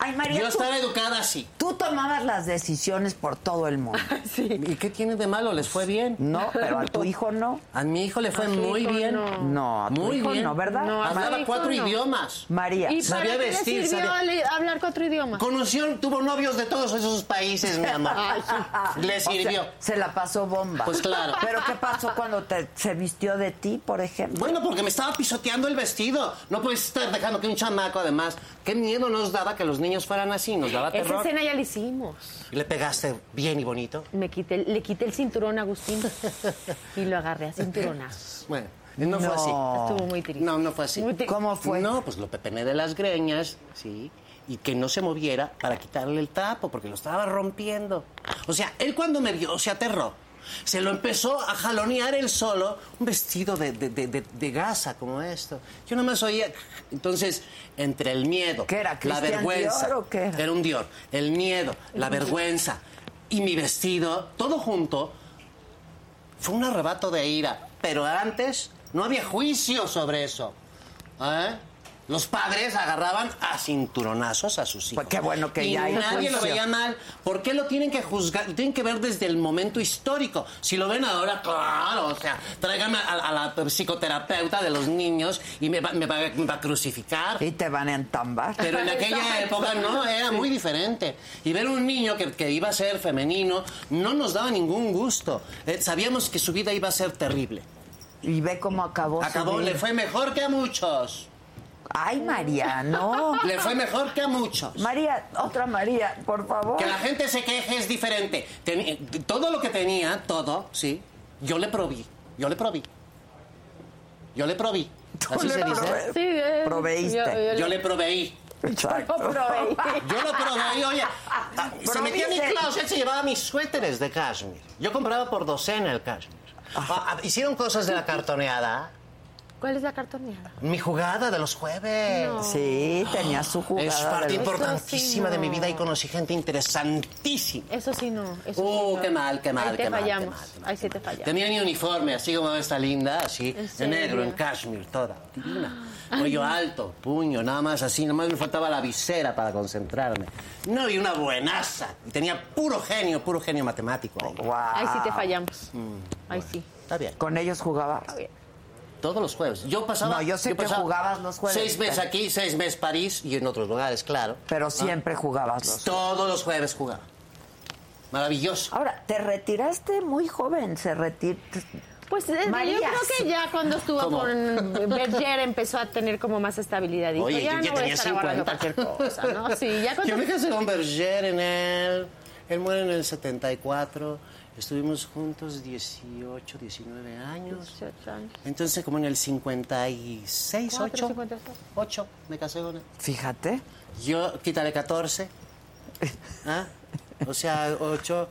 S1: Ay, María,
S4: Yo
S1: tú,
S4: estaba educada así.
S1: tú tomabas las decisiones por todo el mundo,
S4: ¿Y qué tiene de malo? ¿Les fue bien?
S1: ¿no? Pero a tu hijo no.
S4: A mi hijo le fue
S2: tu
S4: muy
S2: hijo
S4: bien.
S2: no.
S1: No, a tu
S4: Muy
S1: hijo
S4: bien.
S1: no, ¿verdad?
S2: No, a tu
S4: Hablaba
S2: hijo
S4: cuatro
S2: no.
S4: idiomas.
S1: María,
S2: ¿Y
S4: Sabía
S2: para qué
S4: vestir,
S2: le sirvió
S4: sabía-
S2: le- hablar cuatro idiomas?
S4: Conoció, tuvo novios de todos esos países, mi amor. Le
S1: o sea,
S4: sirvió.
S1: se la pasó bomba.
S4: Pues claro.
S1: Pero ¿qué pasó cuando te, se vistió de ti, por ejemplo?
S4: Bueno, porque me estaba pisoteando el vestido. No puedes estar dejando que un chamaco, además, qué miedo nos daba que los niños fueran así, nos daba
S2: Esa
S4: terror.
S2: escena ya la hicimos.
S4: Y le pegaste bien y bonito.
S2: Me quité, el- le quité el cinturón a Agustín y lo agarré a cinturonazos.
S4: Bueno, no, fue así.
S2: Estuvo muy triste.
S4: No, no fue así.
S2: Muy triste.
S1: ¿Cómo fue?
S4: No, pues lo pepené de las greñas, sí, y que no se moviera para quitarle el trapo, porque lo estaba rompiendo. O sea, él cuando me vio se aterró. Se lo empezó a jalonear él solo, un vestido de, de, de- de- de gasa como esto. Yo nada más oía. Entonces, entre el miedo,
S1: ¿Qué era,
S4: la
S1: Christian
S4: vergüenza.
S1: Dior o qué era?
S4: un Dior. El miedo, la vergüenza y mi vestido, todo junto, fue un arrebato de ira, pero antes no había juicio sobre eso. ¿eh? Los padres agarraban a cinturonazos a sus hijos.
S1: Pues qué bueno que
S4: y
S1: ya hay
S4: nadie lo
S1: juicio.
S4: veía mal. ¿Por qué lo tienen que juzgar? Lo tienen que ver desde el momento histórico. Si lo ven ahora, claro, o sea, tráigame a, a la psicoterapeuta de los niños y me va, me va- me va a crucificar.
S1: Y te van a entambar.
S4: Pero en aquella época no, era muy diferente. Y ver un niño que, que iba a ser femenino no nos daba ningún gusto. Eh, sabíamos que su vida iba a ser terrible.
S1: Y ve cómo acabó. su
S4: Acabó,
S1: vida.
S4: le fue mejor que a muchos.
S1: Ay, María, no.
S4: Le fue mejor que a muchos.
S1: María, otra María, por favor.
S4: Que la gente se queje es diferente. Teni- todo lo que tenía, todo, sí, yo le probí. Yo le probí. Yo le probí. Así
S1: le
S4: se dice.
S1: probé.
S2: Sí, eh,
S1: Proveíste.
S4: Yo le proveí.
S1: Exacto.
S2: lo probé.
S4: Yo lo probé, oye. ah, Se metía en
S1: Proviste.
S4: mi closet, se llevaba mis suéteres de cashmere. Yo compraba por docena el cashmere. Ah, ah, hicieron cosas de la cartoneada.
S2: ¿Cuál es la cartoneada?
S4: Mi jugada de los jueves.
S1: Sí, tenía su jugada.
S4: Es parte
S1: de-
S4: importantísima
S2: Eso sí,
S4: de mi
S2: no.
S4: vida y conocí gente interesantísima.
S2: Eso sí no. Eso
S4: Oh,
S2: sí no.
S4: qué mal, qué mal,
S2: Ahí te
S4: qué mal, qué
S2: fallamos.
S4: mal, qué mal,
S2: Ahí sí
S4: qué
S2: te
S4: mal.
S2: fallamos.
S4: Tenía mi uniforme, así como está linda, así,
S2: ¿En
S4: de
S2: serio?
S4: negro, en cashmere, toda, divina. Cuello alto, puño, nada más así, nada más me faltaba la visera para concentrarme. No, y una buenaza. Y tenía puro genio, puro genio matemático. ahí.
S1: Guau.
S2: Ahí
S4: Ah,
S2: sí te fallamos.
S4: mm,
S2: Ahí sí.
S4: Está bien.
S1: Con ellos jugaba.
S4: Todos los jueves. Yo pasaba.
S1: No, yo sé que
S4: pasaba
S1: jugabas los jueves.
S4: Seis meses aquí, seis meses París y en otros lugares, claro.
S1: Pero siempre jugabas los.
S4: Todos los jueves jugaba. Maravilloso.
S2: Ah,
S1: Ahora, te retiraste muy joven, se retiró.
S2: Pues eh,
S1: Marías.
S2: yo creo que ya cuando estuvo
S4: ¿Cómo?
S2: con Berger empezó a tener como más estabilidad. Dijo,
S4: Oye,
S2: ya
S4: yo
S2: no
S4: ya
S2: voy a
S4: tenía
S2: estar aguardando
S4: 50.
S2: cualquier cosa, ¿no? Sí, ya
S4: Yo
S2: cuando...
S4: me casé con Berger en él. Él muere en el 74. Estuvimos juntos 18, 19 años.
S2: 18 años.
S4: Entonces, como en el 56,
S2: Cuatro,
S4: 8,
S2: 56.
S4: 8 me casé con él.
S1: Fíjate.
S4: Yo quítale 14. ¿ah? O sea, 8,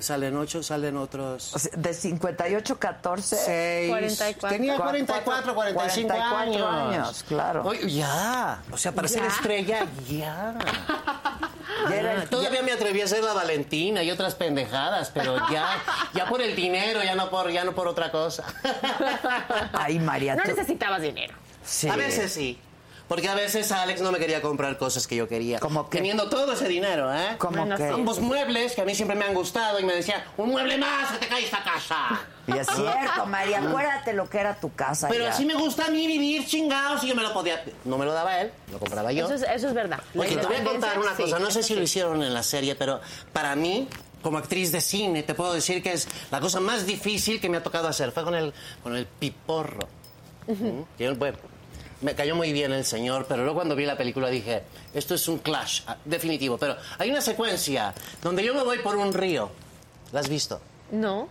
S4: salen 8, salen otros
S1: O sea, de 58 14.
S4: 6.
S2: 44.
S4: Tenía 44, 45
S1: 44
S4: años.
S1: años, claro.
S4: Oye, ya. O sea, para ser
S2: Ya.
S4: estrella, ya.
S1: Ya era-
S4: Todavía me atreví a hacer la Valentina y otras pendejadas, pero ya, ya por el dinero, ya no por, ya no por otra cosa.
S1: Ay, María.
S2: No
S1: tú-
S2: necesitabas dinero.
S1: Sí.
S4: A veces sí. Porque a veces Alex no me quería comprar cosas que yo quería.
S1: ¿Cómo qué?
S4: Teniendo todo ese dinero, ¿eh?
S1: ¿Cómo
S2: Bueno,
S1: que?
S2: sí.
S4: Ambos muebles que a mí siempre me han gustado y me decía, un mueble más, se te cae esta casa.
S1: Y es cierto, María, acuérdate lo que era tu casa.
S4: Pero
S1: ya.
S4: así me gusta a mí vivir chingados y yo me lo podía... No me lo daba él, lo compraba yo.
S2: Eso es, eso es verdad.
S4: Oye, te voy a contar una
S2: Sí.
S4: cosa. No sé si lo hicieron en la serie, pero para mí, como actriz de cine, te puedo decir que es la cosa más difícil que me ha tocado hacer. Fue con el, con el piporro. ¿Mm? Que yo, bueno, me cayó muy bien el señor, pero luego cuando vi la película dije, esto es un clash ah, definitivo. Pero hay una secuencia donde yo me voy por un río. ¿La has visto?
S2: No.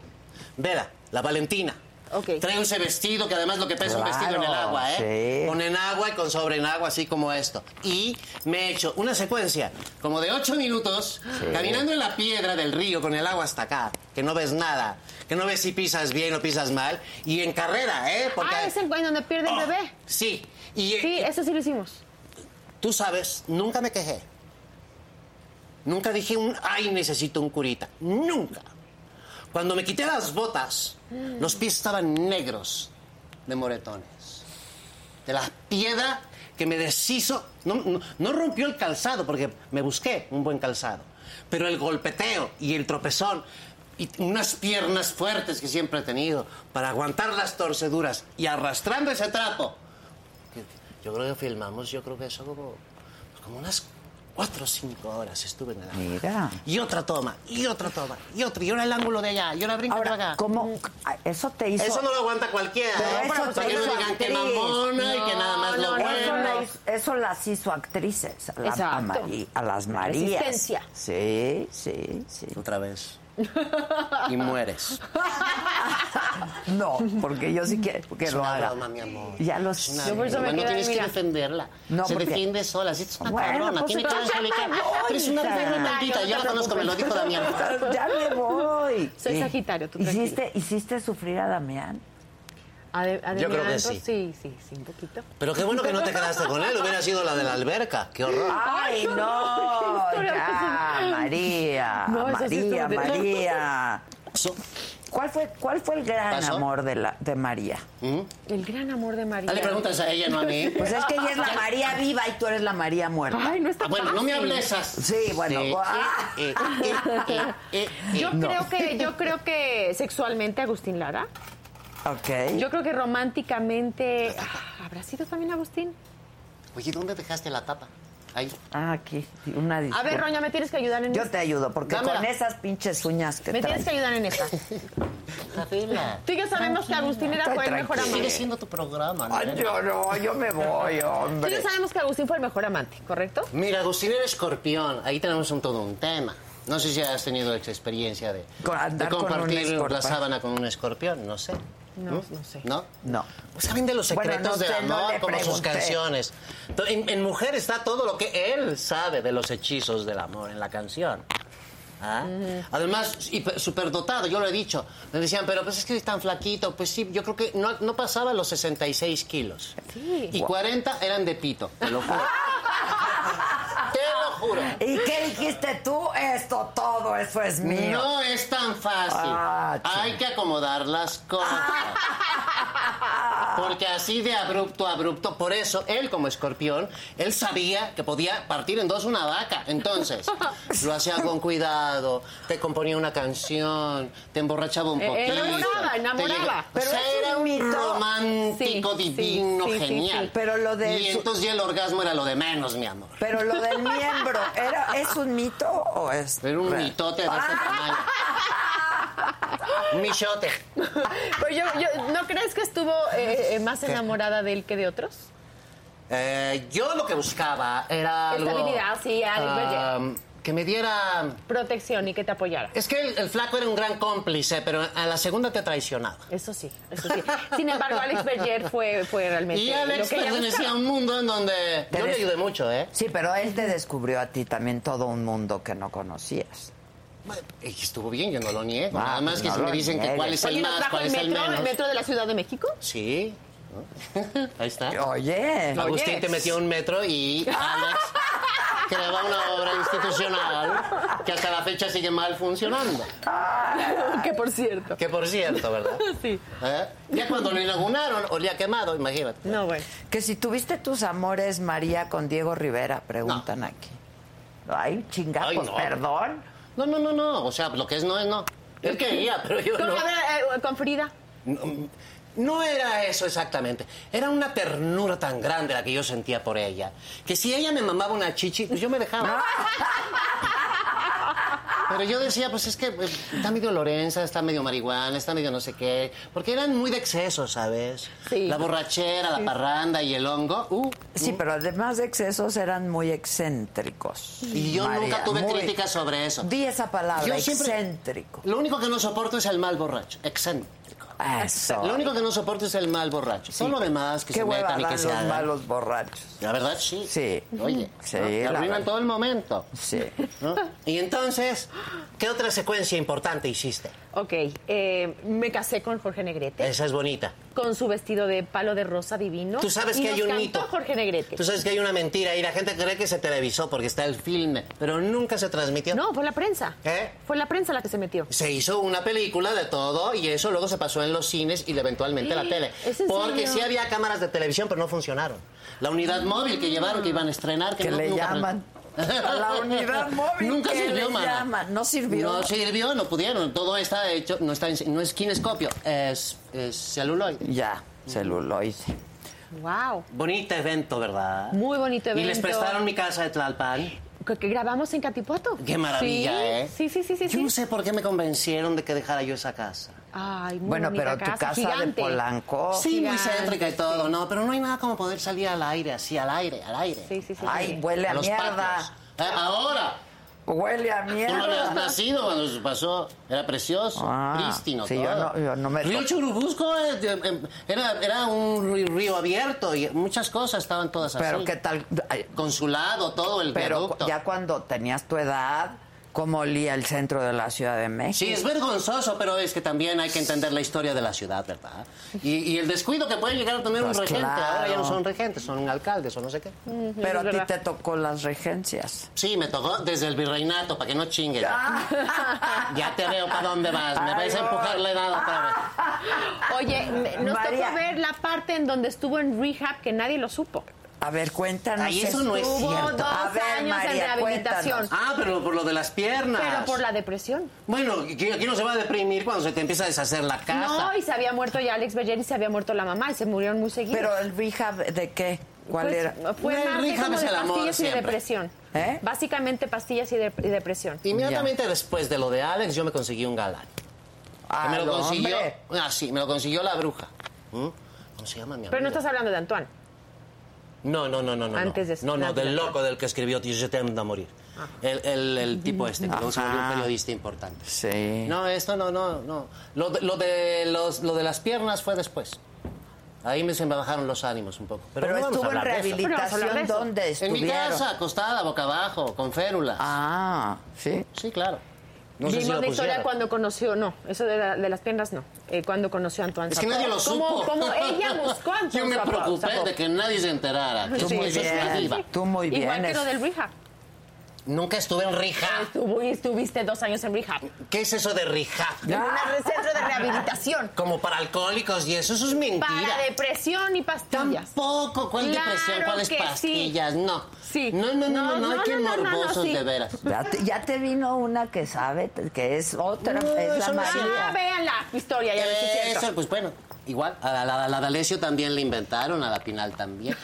S4: Vera, la Valentina.
S2: Ok.
S4: Trae ese vestido que además lo que pesa
S1: Claro,
S4: un vestido en el agua, ¿eh?
S1: sí.
S4: Con enagua y con sobre enagua, así como esto. Y me he hecho una secuencia como de ocho minutos caminando en la piedra del río con el agua hasta acá, que no ves nada, que no ves si pisas bien o pisas mal, y en carrera, ¿eh?
S2: Ah, es en en donde pierde
S4: Oh.
S2: el bebé.
S4: Sí. Y
S2: Sí, eso sí lo hicimos.
S4: tú sabes, nunca me quejé. Nunca dije un, ay, necesito un curita. Nunca. Cuando me quité las botas, los pies estaban negros de moretones. De la piedra que me deshizo. No, no- no rompió el calzado, porque me busqué un buen calzado. Pero el golpeteo y el tropezón y unas piernas fuertes que siempre he tenido para aguantar las torceduras y arrastrando ese trapo que- Yo creo que filmamos, yo creo que eso como, como unas cuatro o cinco horas estuve en el agua.
S1: Mira.
S4: Y otra toma, y otra toma, y otra, y ahora el ángulo de allá, y ahora brinca para
S1: Ahora,
S4: acá.
S1: ¿cómo? Eso te hizo.
S4: Eso no lo aguanta cualquiera,
S1: Pero
S4: ¿eh?
S1: eso
S4: Para
S1: te
S4: que no
S1: hizo
S4: digan que
S1: actriz.
S4: mamona y que nada más lo
S2: no,
S1: Eso,
S4: bueno.
S1: la hizo- eso las hizo actrices, a, la- a
S2: Exacto.
S1: Mari- a las Marías.
S2: Resistencia.
S1: Sí, sí, sí.
S4: Otra vez. Y mueres.
S1: No, porque yo sí quiero que
S4: Es
S1: lo
S4: una
S1: haga.
S4: broma, mi amor.
S1: Ya lo
S4: Es una
S1: sé.
S2: Yo por eso me
S4: broma, no
S2: quedé,
S4: tienes que
S2: mira.
S4: defenderla.
S1: No,
S4: Se
S1: porque-
S4: defiende sola. Si es una
S1: Bueno,
S4: cabrona,
S1: pues,
S4: tiene que
S1: pero-
S4: angelical.
S1: Ay,
S4: Pero es una
S1: hija.
S4: perra maldita, yo la conozco, me lo dijo Damián.
S1: Ya me voy.
S2: Soy
S1: Sí.
S2: Sagitario, tú tranquila.
S1: ¿Hiciste, ¿Hiciste sufrir a Damián?
S2: A de- a de
S4: Yo creo que
S2: Leandro,
S4: sí.
S2: Sí, sí, sí, un poquito.
S4: Pero qué bueno que no te quedaste con él, hubiera sido la de la alberca. Qué
S1: Ah.
S4: horror.
S1: ¡Ay, no!
S2: historia
S1: Ya,
S2: más-
S1: María,
S2: No, eso sí
S1: María,
S2: estuvo de-
S1: María.
S4: So-
S1: ¿Cuál fue, cuál fue el gran
S4: ¿Pasó?
S1: amor de, la, de María?
S2: El gran amor de María.
S4: Dale preguntas a ella, no a mí.
S1: Pues es que ella es la María viva y tú eres la María muerta.
S2: Ay, no está
S4: Ah, bueno, no me hables así.
S1: Sí, bueno,
S4: Eh,
S1: ah.
S4: eh, eh, eh, eh, eh.
S2: Yo creo que yo creo que sexualmente Agustín Lara.
S1: Ok.
S2: Yo creo que románticamente ah, habrá sido también Agustín.
S4: Oye, ¿dónde dejaste la tapa? Ahí.
S1: Ah, aquí. Una
S2: A ver,
S1: disculpa.
S2: Roña, me tienes que ayudar en
S1: Yo
S2: esta.
S1: te ayudo, porque
S4: Dámela.
S1: con esas pinches uñas que
S2: Me
S1: traes.
S2: tienes que ayudar en esta.
S4: Javier,
S2: Tú y yo sabemos que Agustín era
S1: Estoy
S2: fue el mejor
S1: tranquila.
S4: sigue
S2: amante.
S4: siendo tu programa, ¿no?
S1: Ay, yo no, yo me voy,
S2: Tú y
S1: hombre.
S2: yo sabemos que Agustín fue el mejor amante, ¿correcto?
S4: Mira, Agustín era escorpión. Ahí tenemos un, todo un tema. No sé si has tenido ex- experiencia de,
S1: Con- andar
S4: de
S1: con un
S4: compartir la
S1: escorpión.
S4: sábana con un escorpión. No sé.
S2: No, no sé.
S4: ¿No?
S1: No.
S4: ¿Saben de los
S1: Bueno,
S4: secretos
S1: no sé,
S4: del
S1: no
S4: amor?
S1: le
S4: como sus
S1: pregunté.
S4: canciones. To- En, en mujer está todo lo que él sabe de los hechizos del amor en la canción. ¿Ah?
S1: Mm.
S4: Además, hiper- superdotado, yo lo he dicho. Me decían, pero pues es que es tan flaquito. Pues sí, yo creo que no, no pasaba los 66 kilos.
S2: Sí.
S4: Y 40 eran de pito, te lo juro. te lo juro.
S1: ¿Y qué dijiste tú? Esto, todo eso es mío.
S4: No es tan fácil.
S1: Ah,
S4: Hay que acomodar las cosas. Porque así de abrupto a abrupto, por eso él como escorpión, él sabía que podía partir en dos una vaca. Entonces, lo hacía con cuidado, te componía una canción, te emborrachaba un
S2: Eh,
S4: poquito.
S2: enamoraba,
S4: te
S2: enamoraba.
S4: llegaba. O
S1: Pero
S4: sea,
S1: es
S4: era
S1: un
S4: un
S1: mito.
S4: romántico
S2: Sí, sí,
S4: divino,
S2: sí, sí,
S4: genial.
S2: sí.
S1: Pero lo de
S4: Y
S1: su-
S4: entonces ya el orgasmo era lo de menos, mi amor.
S1: Pero lo del miembro, ¿era, ¿es un mito o es.?
S4: Era un
S1: real?
S4: mitote de este tamaño. Michote.
S2: Pero yo, yo- ¿no crees que estuvo eh, eh, más enamorada de él que de otros?
S4: Eh, yo lo que buscaba era algo...
S2: Estabilidad, sí, algo,
S4: ah, que me diera...
S2: Protección y que te apoyara.
S4: Es que el, el flaco era un gran cómplice, pero a la segunda te traicionaba.
S2: Eso sí, eso sí. Sin embargo, Alex Berger fue, fue realmente
S4: Y Alex pues,
S2: lo que ella
S4: pertenecía a
S2: buscaba.
S4: un mundo en donde... Yo le
S1: Eres-
S4: ayudé mucho, ¿eh?
S1: Sí, pero él te descubrió a ti también todo un mundo que no conocías.
S4: Y estuvo bien, yo no lo niego.
S1: Ah,
S4: Nada
S2: pues
S4: más que
S1: no
S4: si me
S1: lo
S4: dicen que
S1: niegues.
S4: cuál es
S2: Oye,
S4: el
S2: ¿nos
S4: más,
S2: trajo
S4: cuál
S2: el
S4: es el
S2: metro, el
S4: menos.
S2: metro de la Ciudad de México?
S4: Sí. Ahí está.
S1: Oye,
S4: Agustín te metió un metro y Alex creaba una obra institucional que hasta la fecha sigue mal funcionando.
S2: que por cierto.
S4: Que por cierto, ¿verdad?
S2: Sí.
S4: ¿Eh? Ya cuando lo inauguraron, olía quemado, imagínate.
S2: No, bueno.
S1: que si tuviste tus amores, María, con Diego Rivera, preguntan aquí. Ay, chingados,
S4: Ay, no.
S1: perdón.
S4: No, no, no, no. O sea, lo que es no es no. Él quería, pero yo
S2: Con,
S4: no.
S2: a ver, eh, con Frida.
S4: No, no era eso exactamente. Era una ternura tan grande la que yo sentía por ella. Que si ella me mamaba una chichi, pues yo me dejaba.
S1: Ah.
S4: Pero yo decía, pues es que pues, está medio Lorenza, está medio marihuana, está medio no sé qué. Porque eran muy de exceso, ¿sabes?
S2: Sí.
S4: La borrachera, la parranda y el hongo. Uh,
S1: Sí, pero además de excesos eran muy excéntricos.
S4: y yo
S1: María,
S4: nunca tuve
S1: muy-
S4: críticas sobre eso.
S1: Di esa palabra,
S4: Yo siempre-
S1: excéntrico.
S4: Lo único que no soporto es el mal borracho. Excéntrico.
S1: Eso.
S4: Lo único que no soporto es el mal borracho. Todo lo demás que
S1: Qué
S4: se
S1: hueva
S4: metan y
S1: dan
S4: que se
S1: los
S4: hagan.
S1: malos borrachos.
S4: La verdad, sí.
S1: Sí.
S4: Oye,
S1: Sí,
S4: ¿no? Te
S1: la
S4: arruinan
S1: verdad.
S4: todo el momento.
S1: Sí.
S4: ¿no? Y entonces, ¿qué otra secuencia importante hiciste?
S2: Ok, eh, me casé con Jorge Negrete,
S4: Esa es bonita.
S2: con su vestido de palo de rosa divino.
S4: Tú sabes
S2: y
S4: que hay
S2: nos
S4: un
S2: cantó
S4: mito. Pues,
S2: Jorge Negrete.
S4: Tú sabes que hay una mentira y la gente cree que se televisó porque está el filme, pero nunca se transmitió.
S2: No, fue la prensa.
S4: ¿Eh?
S2: Fue la prensa la que se metió.
S4: Se hizo una película de todo y eso luego se pasó en los cines y eventualmente la tele.
S2: ¿Es en
S4: Porque
S2: serio?
S4: sí había cámaras de televisión, pero no funcionaron. La unidad móvil que llevaron, que iban a estrenar, que
S1: Que
S4: no-
S1: le
S4: nunca-
S1: llaman. A la unidad móvil
S4: Nunca
S1: que
S4: sirvió,
S1: le
S4: mana.
S1: llaman. No sirvió.
S4: No sirvió, no pudieron. Todo está hecho, no está en- no es kinescopio, es, es celuloide.
S1: Ya, celuloide.
S2: Wow.
S4: Bonito evento, ¿verdad?
S2: Muy bonito
S4: Y les
S2: evento.
S4: prestaron mi casa de Tlalpan.
S2: Que, que grabamos en Catipoto.
S4: Qué maravilla,
S2: Sí,
S4: ¿eh?
S2: Sí, sí, sí, sí.
S4: Yo
S2: sí.
S4: no sé por qué me convencieron de que dejara yo esa casa.
S2: Ay, muy
S1: Bueno,
S2: bonita
S1: pero tu casa de
S2: gigante.
S1: Polanco.
S4: Sí, muy
S2: Gigante,
S4: céntrica y todo, ¿no? Pero no hay nada como poder salir al aire, así, al aire, al aire.
S2: Sí, sí, sí.
S1: Ay,
S2: sí.
S1: huele a,
S4: los patios.
S1: mierda.
S4: Eh, ahora,
S1: Huele a
S4: tú no habías
S1: mierda.
S4: nacido cuando eso pasó. Era precioso,
S1: Ah,
S4: prístino,
S1: sí,
S4: todo.
S1: yo no- yo no me-
S4: Río Churubusco eh, eh, era, era un ri- río abierto y muchas cosas estaban todas así.
S1: Pero qué tal. Ay,
S4: Consulado, todo el
S1: Pero cu-
S4: viaducto.
S1: ya cuando tenías tu edad, ¿cómo olía el centro de la Ciudad de México?
S4: Sí, es vergonzoso, pero es que también hay que entender la historia de la ciudad, ¿verdad? Y, y el descuido que puede llegar a tener
S1: Pues
S4: un regente.
S1: claro.
S4: Ahora ya no son regentes, son alcaldes o no sé qué.
S1: Pero a ti
S2: verdad.
S1: te tocó las regencias.
S4: Sí, me tocó desde el virreinato, para que no chingues. Ya te veo para dónde vas. Me vais a empujar la edad otra vez.
S2: Ah. Oye, me- nos
S1: María.
S2: tocó ver la parte en donde estuvo en rehab que nadie lo supo.
S1: A ver, cuéntanos.
S4: Ay, eso no es
S2: Tuvo
S4: cierto.
S2: dos
S1: A ver,
S2: años
S1: María,
S2: en rehabilitación.
S4: Ah, pero por lo de las piernas.
S2: Pero por la depresión.
S4: Bueno, aquí aquí no se va a deprimir cuando se te empieza a deshacer la casa.
S2: No, y se había muerto ya Alex Berger y se había muerto la mamá y se murieron muy seguidos.
S1: Pero el rehab, ¿de qué? ¿Cuál
S2: Pues,
S1: era?
S2: Fue
S4: El
S2: más de
S4: rehab
S2: como
S4: es
S2: de
S4: el amor
S2: pastillas y de
S4: siempre.
S2: depresión.
S1: ¿Eh?
S2: Básicamente pastillas y, de- y depresión.
S4: Inmediatamente después de lo de Alex, yo me conseguí un galán. Que
S1: Ah,
S4: me lo
S1: no,
S4: consiguió.
S1: hombre.
S4: Ah, sí, me lo consiguió la bruja. ¿Mm? ¿Cómo se llama mi
S2: Pero no
S4: amigo?
S2: estás hablando de Antoine.
S4: No, no, no, no, no.
S2: Antes
S4: no.
S2: de-
S4: No, no,
S2: antes
S4: del
S2: de-
S4: loco del que escribió Tío, yo te ando a morir.
S2: Ah.
S4: El, el- el tipo este, que luego se volvió un periodista importante.
S1: Sí.
S4: No, esto no, no, no. Lo de, lo de, los, lo de las piernas fue después. Ahí me, se me bajaron los ánimos un poco. Pero,
S1: Pero
S4: no vamos a
S1: estuvo en
S4: hablar de eso.
S2: Pero vamos a hablar de
S1: rehabilitación
S2: eso.
S1: donde
S4: En
S1: estuvieron.
S4: mi casa, acostada, boca abajo, con férulas.
S1: Ah, sí.
S4: Sí, claro. No sé
S2: Vimos
S4: si lo
S2: la historia
S4: pusieron.
S2: cuando conoció, no, eso de, la- de las piernas no, Eh, cuando conoció a Antoine.
S4: Es que
S2: Zapata.
S4: nadie lo
S2: ¿Cómo-
S4: supo.
S2: cómo ella buscó a Antoine.
S4: Yo me
S2: Zapata?
S4: preocupé
S2: Zapata.
S4: de que nadie se enterara. Que
S1: Tú
S4: sí,
S1: muy
S4: eso es una
S1: bien.
S4: diva.
S1: Tú muy bien.
S2: Igual que lo
S1: es-
S2: del rehab.
S4: Nunca estuve en Rija.
S2: Estuvo- estuviste dos años en rehab.
S4: ¿Qué es eso de Rija?
S2: En un centro de rehabilitación.
S4: Como para alcohólicos y eso, eso es mentira.
S2: Para depresión y pastillas.
S4: Tampoco, ¿cuál
S2: Claro
S4: depresión? ¿Cuáles
S2: que sí.
S4: pastillas? No.
S2: Sí.
S4: No, no, no, no, no,
S2: No, no,
S4: qué
S2: no, no, no,
S4: morbosos
S2: sí.
S4: de veras.
S1: Ya te, ya te vino una que sabe, que es otra,
S4: No,
S1: es la
S4: eso no es
S1: María.
S2: Ah, vean la historia, ya ves si es cierto.
S4: Eso, pues bueno. Igual, a la, la, la D'Alessio también le inventaron, a la Pinal también.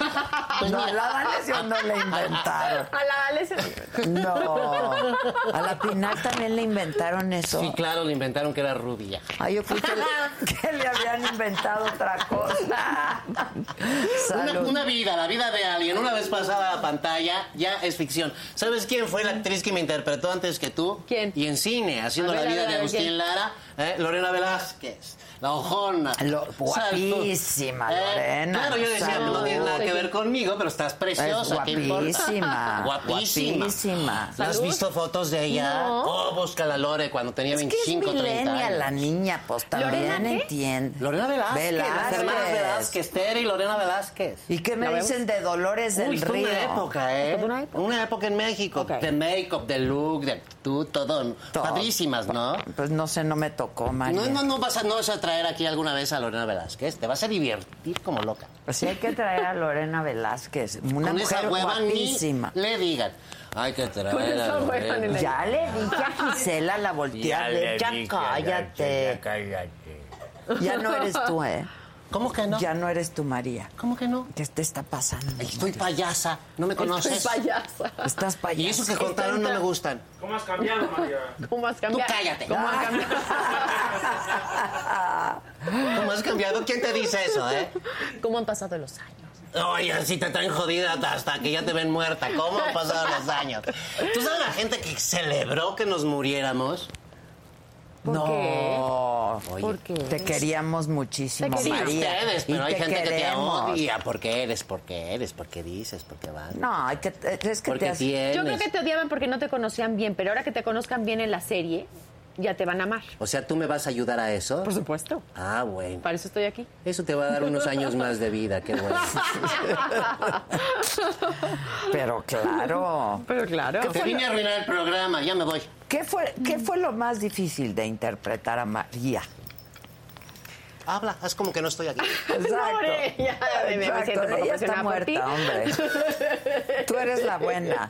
S4: Pues
S1: No, a
S4: mira,
S1: la D'Alessio no le inventaron.
S2: A la Alessia.
S1: No. A la Pinal también le inventaron eso.
S4: Sí, claro, le inventaron que era rubia.
S1: Ay, yo fui que le, que le habían inventado otra cosa.
S4: Una,
S1: Salud.
S4: una vida, la vida de alguien, una vez pasada la pantalla, ya es ficción. ¿Sabes quién fue la actriz que me interpretó antes que tú?
S2: ¿Quién?
S4: Y en cine, haciendo
S2: A ver,
S4: la
S2: a
S4: vida
S2: ver,
S4: de
S2: a ver,
S4: Agustín
S2: ¿quién?
S4: Lara, ¿eh? Lorena Velázquez, La Ojona.
S1: Lo-
S4: Salto.
S1: guapísima, Lorena,
S4: Claro, yo decía,
S1: salud.
S4: no tiene nada que ver conmigo, pero estás
S1: Es
S4: preciosa, ¿qué importa?
S1: guapísima.
S4: Guapísima.
S1: Guapísima.
S4: ¿La ¿Has
S2: Salud.
S4: visto fotos de ella?
S2: No.
S4: Oh, busca la Lore cuando tenía
S1: Es que es
S4: 25, 30
S1: milenia
S4: años.
S1: la niña, pues también
S2: ¿Lorena qué?
S1: entiende.
S4: Lorena Velázquez, las hermanas
S1: Velázquez.
S4: Velázquez, Tere y Lorena Velázquez.
S1: ¿Y qué me
S2: ¿La vemos?
S1: dicen de Dolores del
S4: Uy, fue
S1: Río?
S4: una época, ¿eh?
S2: Fue una época.
S4: en México.
S2: Ok.
S4: De make-up, de look, de tú, todo.
S1: Todo.
S4: Padrísimas, ¿no?
S1: Pues no sé, no me tocó, María.
S4: No, no, no vas, a, no vas a traer aquí alguna vez a Lorena Velázquez. Te vas a divertir como loca.
S1: Pues, Sí hay que traer a Lorena Velázquez, una
S4: Con esa
S1: mujer
S4: hueva ni
S1: guapísima.
S4: le digan. Hay que traer
S2: Con
S4: a
S2: esa hueva
S4: Lorena.
S2: ni le-
S1: Ya le dije a Gisela la volteada, de, ya cállate. Ya no eres tú, ¿eh?
S4: ¿Cómo que no?
S1: Ya no eres tú, María.
S4: ¿Cómo que no?
S1: ¿Qué te está pasando?
S4: Estoy payasa. No me conoces.
S2: Soy payasa.
S1: Estás payaso.
S4: Y eso que contaron no me gustan.
S3: ¿Cómo has cambiado, María?
S2: ¿Cómo has
S4: Tú
S2: cambiado?
S4: cállate.
S2: ¿Cómo has cambiado?
S4: ¿Cómo has cambiado? ¿Quién te dice eso, eh?
S2: ¿Cómo han pasado los años?
S4: Oye, así te traen jodida hasta que ya te ven muerta. ¿Cómo han pasado los años? ¿Tú sabes la gente que celebró que nos muriéramos?
S2: ¿Por qué?
S1: No.
S2: ¿Por qué?
S1: Te queríamos muchísimo,
S2: Te
S4: Sí,
S2: queríamos.
S1: María.
S4: ustedes,
S1: y
S4: pero hay
S1: te
S4: gente
S1: queremos.
S4: que te odia. ¿Por qué eres? ¿Por qué eres? ¿Por qué dices? ¿Por qué vas?
S1: No, hay que, es que
S4: ¿Por
S1: te
S4: qué
S1: has...
S4: tienes?
S2: Yo creo que te odiaban porque no te conocían bien, pero ahora que te conozcan bien en la serie, ya te van a amar.
S4: O sea, ¿tú me vas a ayudar a eso?
S2: Por supuesto.
S4: Ah, bueno.
S2: Para eso estoy aquí.
S4: Eso te va a dar unos años más de vida, qué bueno.
S1: Pero claro.
S2: Pero claro.
S4: Te vine a arruinar el programa, ya me voy.
S1: ¿Qué fue, ¿Qué fue lo más difícil de interpretar a María?
S4: Habla, haz como que no estoy aquí.
S1: Exacto.
S2: hombre, ya me
S1: Exacto,
S2: siento
S1: Ella está
S2: profesional por ti.
S1: muerta, hombre. Tú eres la buena.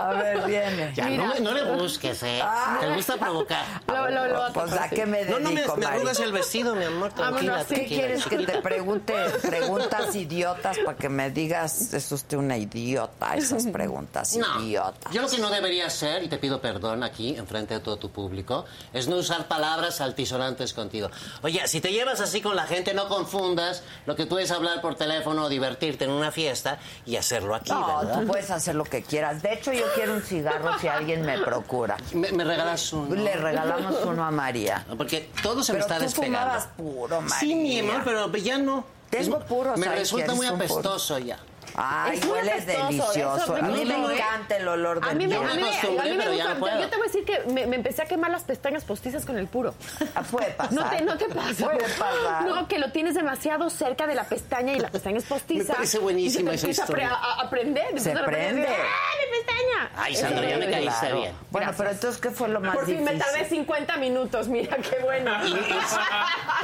S1: A ver, viene.
S4: Ya, no, me- no le busques, ¿eh?
S1: Ah.
S4: Te gusta provocar.
S2: Lo, lo, lo-
S1: Pues a qué me
S4: No,
S1: dedico,
S4: no me, me
S1: Mari?
S4: arrugas el vestido, mi amor, tranquila,
S2: Vámonos, sí.
S1: ¿Qué
S4: tranquila,
S1: quieres que
S4: chiquita.
S1: te pregunte preguntas idiotas para que me digas, es usted una idiota, esas preguntas idiotas?
S4: Yo lo que no debería hacer, y te pido perdón aquí, enfrente de todo tu público, es no usar palabras altisonantes contigo. Oye, si te llevas así con la gente, no confundas lo que tú es hablar por teléfono o divertirte en una fiesta y hacerlo aquí,
S1: No,
S4: ¿verdad?
S1: tú puedes hacer lo que quieras. De hecho, yo quiero un cigarro si alguien me procura.
S4: Pues, Me, me regalas uno.
S1: Le regalamos uno a María.
S4: Porque todo se
S1: Pero
S4: me está
S1: tú
S4: despegando.
S1: fumabas puro, María.
S4: Sí, mi amor, pero ya no.
S1: Tengo
S4: Es-
S1: puros,
S4: Me
S1: ay,
S4: resulta
S1: quieres
S4: muy
S1: un puro.
S4: apestoso ya.
S1: Ay,
S2: Es muy
S1: huele
S2: apestoso,
S1: delicioso.
S2: eso
S1: A
S2: me
S1: mí
S2: gustó,
S1: me
S2: ¿eh?
S1: encanta el olor del
S2: A mí me, a
S1: puro.
S2: mí me- a mí
S4: acostumbré,
S2: me
S4: pero ya
S2: gusta.
S4: no puedo.
S2: Yo te voy a decir que me, me empecé a quemar las pestañas postizas con el puro.
S1: Ah, Puede pasar.
S2: No te, no te pasa.
S1: Puede pasar.
S2: No, que lo tienes demasiado cerca de la pestaña y la pestaña es postiza.
S4: Me parece buenísima
S2: Y se te empieza
S4: esa
S2: a pre- A,
S4: historia.
S2: a prender.
S1: Se prende.
S2: ¡Ah, mi pestaña!
S4: Ay, Sandra, ya
S2: Eso
S4: me
S2: es
S4: caíste
S2: horrible.
S4: bien.
S1: Bueno,
S2: Gracias.
S1: pero entonces, ¿qué fue lo más
S2: Por fin
S1: difícil?
S2: me tardé 50 minutos, mira qué bueno.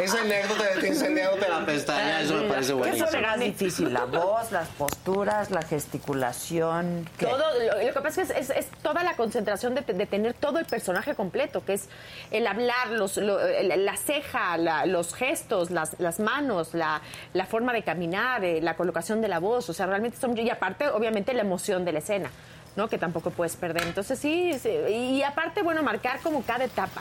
S4: Esa anécdota de ti incendiándote la pestaña, eso me parece
S1: ¿Qué
S4: buenísimo.
S1: fue lo más difícil? ¿La voz, las posturas, la gesticulación? ¿Qué?
S2: Todo, lo, lo que pasa es que es, es- es toda la concentración de, de tener todo el personaje completo, que es el hablar, los, lo- el- la ceja, la- los gestos, las, las manos, la, la forma de caminar, eh, la colocación de la voz, o sea, realmente son... Y aparte, obviamente, la emoción de la escena, ¿no? Que tampoco puedes perder. Entonces, sí, sí, y aparte, bueno, marcar como cada etapa.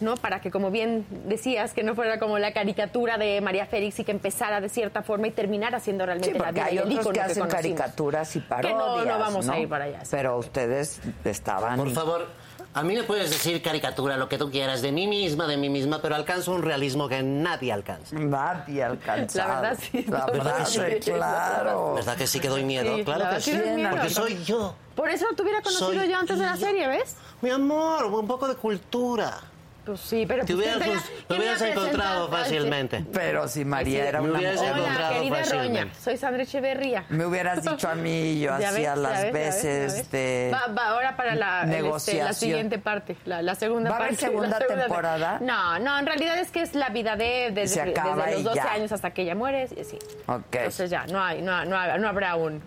S2: ¿no? Para que, como bien decías, que no fuera como la caricatura de María Félix y que empezara de cierta forma y terminara siendo
S1: Sí,
S2: realmente la
S1: porque
S2: vida
S1: hay
S2: y el
S1: otros
S2: ícono
S1: que hacen
S2: conocimos.
S1: caricaturas y
S2: Que
S1: parodias.
S2: no, no vamos a ir para allá. sí.
S1: Pero ustedes estaban.
S4: Por favor, a mí me puedes decir caricatura, lo que tú quieras, de mí misma, de mí misma, pero alcanzo un realismo que nadie alcanza.
S1: Nadie alcanzado.
S2: La verdad, sí.
S1: La verdad,
S4: Sí.
S1: claro.
S4: ¿Verdad que sí que doy miedo?
S2: Sí,
S4: claro
S2: la
S4: que sí.
S2: verdad sí doy
S4: Porque
S2: miedo.
S4: soy yo.
S2: Por eso no te hubiera conocido
S4: Soy
S2: yo antes de la
S4: yo.
S2: serie, ¿ves?
S4: Mi amor, un poco de cultura.
S2: Pues sí, pero...
S4: Te
S2: pues,
S4: hubieras,
S2: ¿quién te la-
S4: me
S2: quién
S4: hubieras
S2: la presenta?
S4: encontrado
S2: Ay, sí.
S4: fácilmente.
S1: Pero si María era
S4: Me
S1: una
S4: hubieras
S1: mujer,
S2: Hola,
S4: encontrado
S2: querida
S4: fácilmente.
S2: Roña, soy Sandra Echeverría.
S1: Me hubieras dicho a mí y yo
S2: Ya ves,
S1: hacía
S2: ya
S1: las
S2: ves, ya ves, ya
S1: veces
S2: ves.
S1: de.
S2: Va, va, ahora para la, el, este, la
S1: negociación.
S2: siguiente parte, la, la segunda
S1: ¿Va a haber
S2: parte. la
S1: segunda temporada?
S2: No, no, en realidad es que es la vida de desde,
S1: Se acaba
S2: desde
S1: y
S2: los 12
S1: ya.
S2: años hasta que ella muere. y así.
S1: Ok.
S2: Entonces ya, no, hay, no, ha- no, ha- no habrá un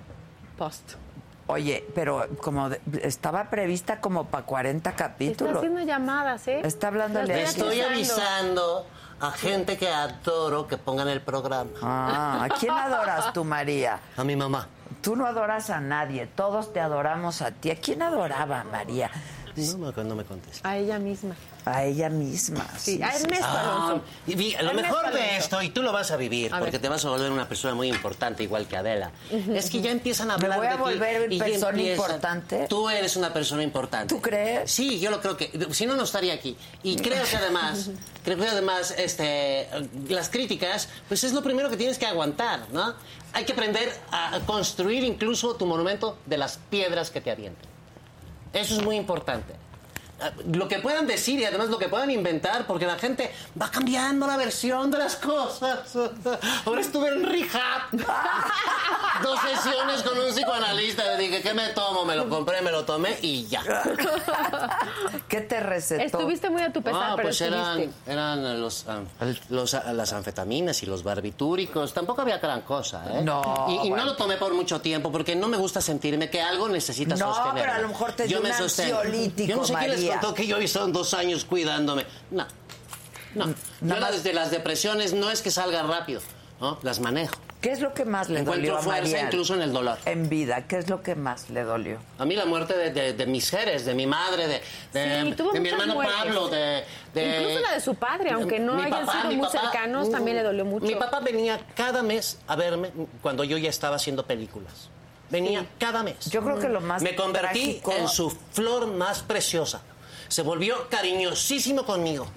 S2: post.
S1: Oye, pero como de- estaba prevista como para 40
S2: Está
S1: capítulos.
S2: haciendo llamadas, ¿eh?
S1: Está hablándole
S2: Las
S1: a
S4: Te
S1: Estoy
S4: estoy avisando. a gente que adoro que pongan el programa.
S1: Ah, ¿a quién adoras tú, María?
S4: A mi mamá.
S1: Tú no adoras a nadie, todos te adoramos a ti. ¿A quién adoraba María?
S4: No, me- no me contesta.
S2: A ella misma.
S1: A ella misma.
S2: Sí, a
S1: sí.
S2: Ernesto
S4: Ah,
S2: Alonso.
S4: y vi- lo
S2: Ernesto
S4: mejor de
S2: Alonso.
S4: esto, y tú lo vas a vivir,
S2: A ver.
S4: porque te vas a volver una persona muy importante, igual que Adela. Es que ya empiezan a
S1: ¿Me
S4: hablar
S1: voy a
S4: de ti
S1: volver
S4: y ya
S1: persona
S4: empiezan-
S1: importante?
S4: Tú eres una persona importante.
S1: ¿Tú crees? Mm.
S4: Sí, yo lo creo que. Si no, no estaría aquí. Y creo que además, creo que además, este, las críticas, pues es lo primero que tienes que aguantar, ¿no? Hay que aprender a construir incluso tu monumento de las piedras que te avientan. Eso es muy importante. Ah, Lo que puedan decir y además lo que puedan inventar, porque la gente va cambiando la versión de las cosas. Ahora estuve en rehab. Dos sesiones con un psicoanalista. Le dije, ¿qué me tomo? Me lo compré, me lo tomé y ya.
S1: ¿Qué te recetó?
S2: Estuviste muy a tu pesar,
S4: Ah,
S2: pero
S4: pues
S2: estuviste.
S4: eran, eran los, ah, los, ah, las anfetaminas y los barbitúricos. Tampoco había gran cosa, ¿eh?
S1: No,
S4: Y, y
S1: bueno.
S4: no lo tomé por mucho tiempo porque no me gusta sentirme que algo necesita
S1: No,
S4: sostener.
S1: pero a lo mejor te
S4: yo
S1: dio
S4: me
S1: un
S4: sostengo.
S1: ansiolítico,
S4: Yo no sé quién les
S1: María.
S4: contó que yo he estado dos años cuidándome. No, no. Yo
S1: más-
S4: desde las depresiones no es que salga rápido, ¿no? Las manejo.
S1: ¿Qué es lo que más le
S4: Encuentro
S1: dolió a
S4: fuerza
S1: María?
S4: incluso en el dolor.
S1: En vida, ¿qué es lo que más le dolió?
S4: A mí la muerte de, de- de mis seres, de mi madre, de, de-
S2: Sí, tuvo
S4: de mi
S2: muchas
S4: hermano
S2: muertes.
S4: Pablo, de, de-
S2: Incluso la de su padre, aunque no
S4: Mi
S2: hayan
S4: papá,
S2: sido
S4: mi
S2: muy
S4: papá. uh,
S2: cercanos, también le dolió mucho.
S4: Mi papá venía cada mes a verme cuando yo ya estaba haciendo películas. Venía cada mes.
S1: Yo creo que lo más
S4: Me convertí
S1: trágico-
S4: en su flor más preciosa. Se volvió cariñosísimo conmigo.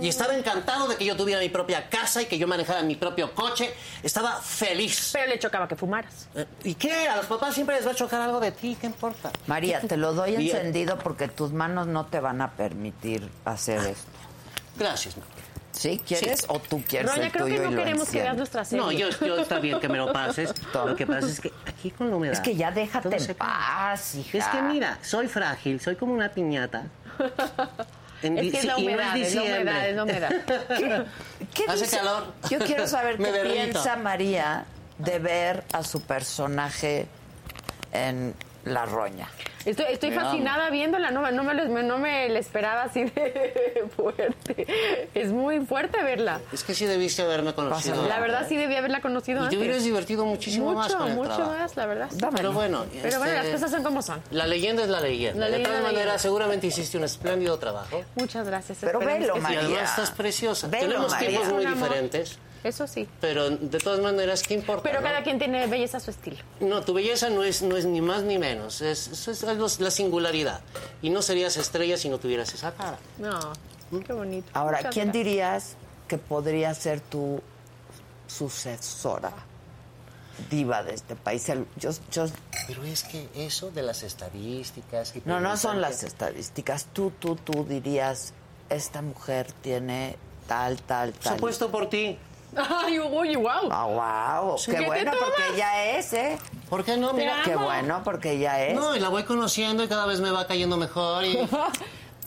S4: Y estaba encantado de que yo tuviera mi propia casa y que yo manejara mi propio coche. Estaba feliz.
S2: Pero le chocaba que fumaras.
S4: Eh, ¿Y qué? A los papás siempre les va a chocar algo de ti, ¿qué importa?
S1: María, te lo doy
S4: Bien.
S1: encendido porque tus manos no te van a permitir hacer esto.
S4: Gracias. ma.
S1: ¿Sí? ¿Quieres
S4: Ah. Sí.
S1: o tú quieres
S2: Roña,
S1: el
S2: creo que
S1: tuyo
S2: no
S1: y lo
S2: queremos que veas
S1: enciendo?
S2: nuestra serie.
S4: No, yo, yo está bien que me lo pases. Lo que pasa es que aquí con la humedad...
S1: Es que ya déjate
S4: todo
S1: en
S4: se cae.
S1: paz, hija.
S4: Es que mira, soy frágil, soy como una piñata. En
S2: Es que es
S4: dic-
S2: la
S4: y no
S2: humedad, es la
S4: diciembre.
S2: humedad, es la humedad.
S1: ¿Qué
S4: Hace calor.
S1: Yo quiero saber
S4: Me
S1: qué
S4: derrito.
S1: piensa María de ver a su personaje en La Roña.
S2: Estoy, estoy
S4: Me amo.
S2: fascinada viéndola, no, no, me lo, no me la esperaba así de fuerte. Es muy fuerte verla.
S4: Es que sí debiste haberme conocido.
S1: Pásala.
S2: La verdad sí debía haberla conocido
S4: Y te
S2: antes.
S4: hubieras divertido muchísimo más
S2: mucho,
S4: con el
S2: mucho
S4: trabajo.
S2: más, la verdad. sí.
S1: Dámelo.
S4: Pero bueno...
S2: Pero bueno, las
S4: este,
S2: cosas son como son.
S4: La leyenda es la leyenda.
S2: La
S4: de
S2: leyenda
S4: todas
S2: es la
S4: maneras,
S2: leyenda.
S4: seguramente hiciste un espléndido trabajo.
S2: Muchas gracias.
S1: Pero
S2: esperemos
S1: velo,
S2: que sí.
S4: Y
S1: María.
S4: además estás preciosa.
S1: Velo,
S4: Tenemos
S1: María.
S4: tiempos muy
S2: Un amor.
S4: diferentes,
S2: Eso sí.
S4: pero de todas maneras, ¿qué importa?
S2: Pero
S4: no?
S2: cada quien tiene belleza a su estilo.
S4: No, tu belleza no es, no es ni más ni menos. Es, eso es algo- la singularidad. Y no serías estrella si no tuvieras esa cara.
S2: No, qué bonito.
S1: ¿Mm? Ahora,
S2: Muchas
S1: ¿quién
S2: gracias.
S1: dirías que podría ser tu sucesora diva de este país? El- Yo, yo-
S4: Pero es que eso de las estadísticas. que
S1: no, no
S4: preguntan
S1: son
S4: que-
S1: las estadísticas. Tú, tú, tú dirías, esta mujer tiene tal, tal, tal.
S4: Supuesto por ti.
S2: Ay, uy, wow.
S1: Ah, wow.
S2: ¿Qué
S1: Qué
S2: te
S1: bueno,
S2: tomas?
S1: porque ella es, ¿eh?
S4: ¿Por qué no? Mira.
S1: Qué bueno, porque ella es.
S4: No, y la voy conociendo y cada vez me va cayendo mejor.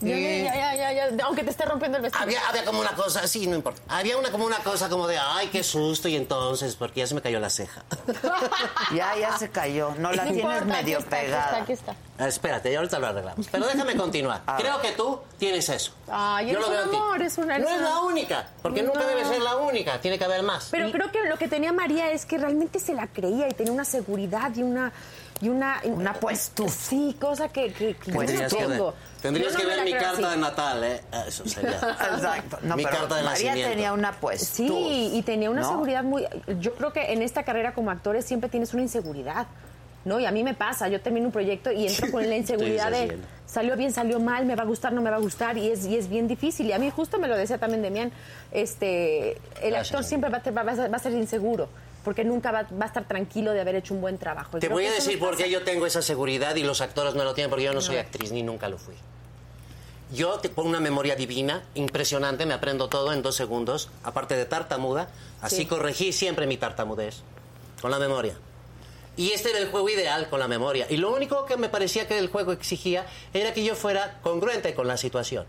S4: Y...
S2: Ya,
S1: eh.
S2: ya, ya, ya, ya, ya, Aunque te esté rompiendo el vestido.
S4: había, había como una cosa, sí, no importa. Había una como una cosa como de, ay, qué susto. Y entonces, porque ya se me cayó la ceja.
S1: Ya, ya se cayó. No la
S2: No
S1: tienes
S2: importa, aquí
S1: medio
S2: está, aquí
S1: pegada.
S2: Está, aquí está.
S4: Ah, Espérate, ahorita lo arreglamos. Pero déjame continuar.
S1: A ver.
S4: Creo que tú tienes eso.
S2: Ay,
S4: Yo
S2: eres
S4: lo
S2: un
S4: veo en ti.
S2: amor, es una-
S4: No
S2: eres
S4: es
S2: una-
S4: la única, porque nunca
S2: No.
S4: debe ser la única. Tiene que haber más.
S2: Pero creo que lo que tenía María es que realmente se la creía y tenía una seguridad y una. Y una, eh,
S1: Una puestud.
S2: Sí, cosa que, que, que yo no
S4: Tendrías que ver,
S2: tengo.
S4: tendrías
S2: Yo no
S4: que
S2: me
S4: ver
S2: la
S4: mi
S2: creo
S4: carta de
S2: así.
S4: natal, ¿eh? Eso sería.
S1: Exacto. No,
S4: Mi
S1: pero
S4: carta de
S1: María
S4: nacimiento.
S1: tenía una puesta.
S2: Sí, y tenía una
S1: ¿no?
S2: seguridad muy. Yo creo que en esta carrera como actores siempre tienes una inseguridad, ¿no? Y a mí me pasa, yo termino un proyecto y entro con la inseguridad de
S4: deshaciendo.
S2: salió bien, salió mal, me va a gustar, no me va a gustar, y es, y es bien difícil. Y a mí justo me lo decía también Demián, este, el
S4: Gracias,
S2: actor siempre va a, te- va a ser- va a ser inseguro, porque nunca va, va a estar tranquilo de haber hecho un buen trabajo. Y
S4: Te
S2: creo
S4: voy
S2: que
S4: a
S2: eso
S4: decir
S2: nos
S4: por qué yo tengo esa seguridad y los actores no lo tienen, porque yo no soy actriz ni nunca lo fui. Yo te pongo una memoria divina, impresionante, me aprendo todo en dos segundos, aparte de tartamuda, así
S2: Sí.
S4: corregí siempre mi tartamudez, con la memoria. Y este era el juego ideal con la memoria. Y lo único que me parecía que el juego exigía era que yo fuera congruente con la situación.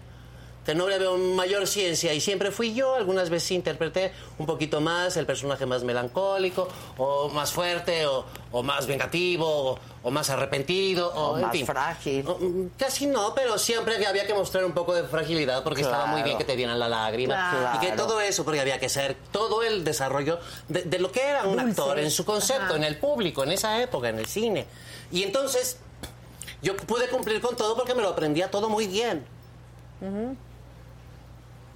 S4: que no le veo mayor ciencia y siempre fui yo. Algunas veces interpreté un poquito más el personaje más melancólico o más fuerte o, o más vengativo o, o más arrepentido o,
S1: O
S4: en
S1: más
S4: fin.
S1: frágil.
S4: O, mm, Casi no, porque siempre que había que mostrar un poco de fragilidad porque estaba muy
S1: Claro.
S4: bien que te vieran la lágrima
S1: Claro.
S4: y que todo eso porque había que ser todo el desarrollo de, de lo que era un
S2: Dulce.
S4: actor en su concepto,
S2: Ajá.
S4: en el público, en esa época, en el cine. Y entonces yo pude cumplir con todo porque me lo aprendía todo muy bien.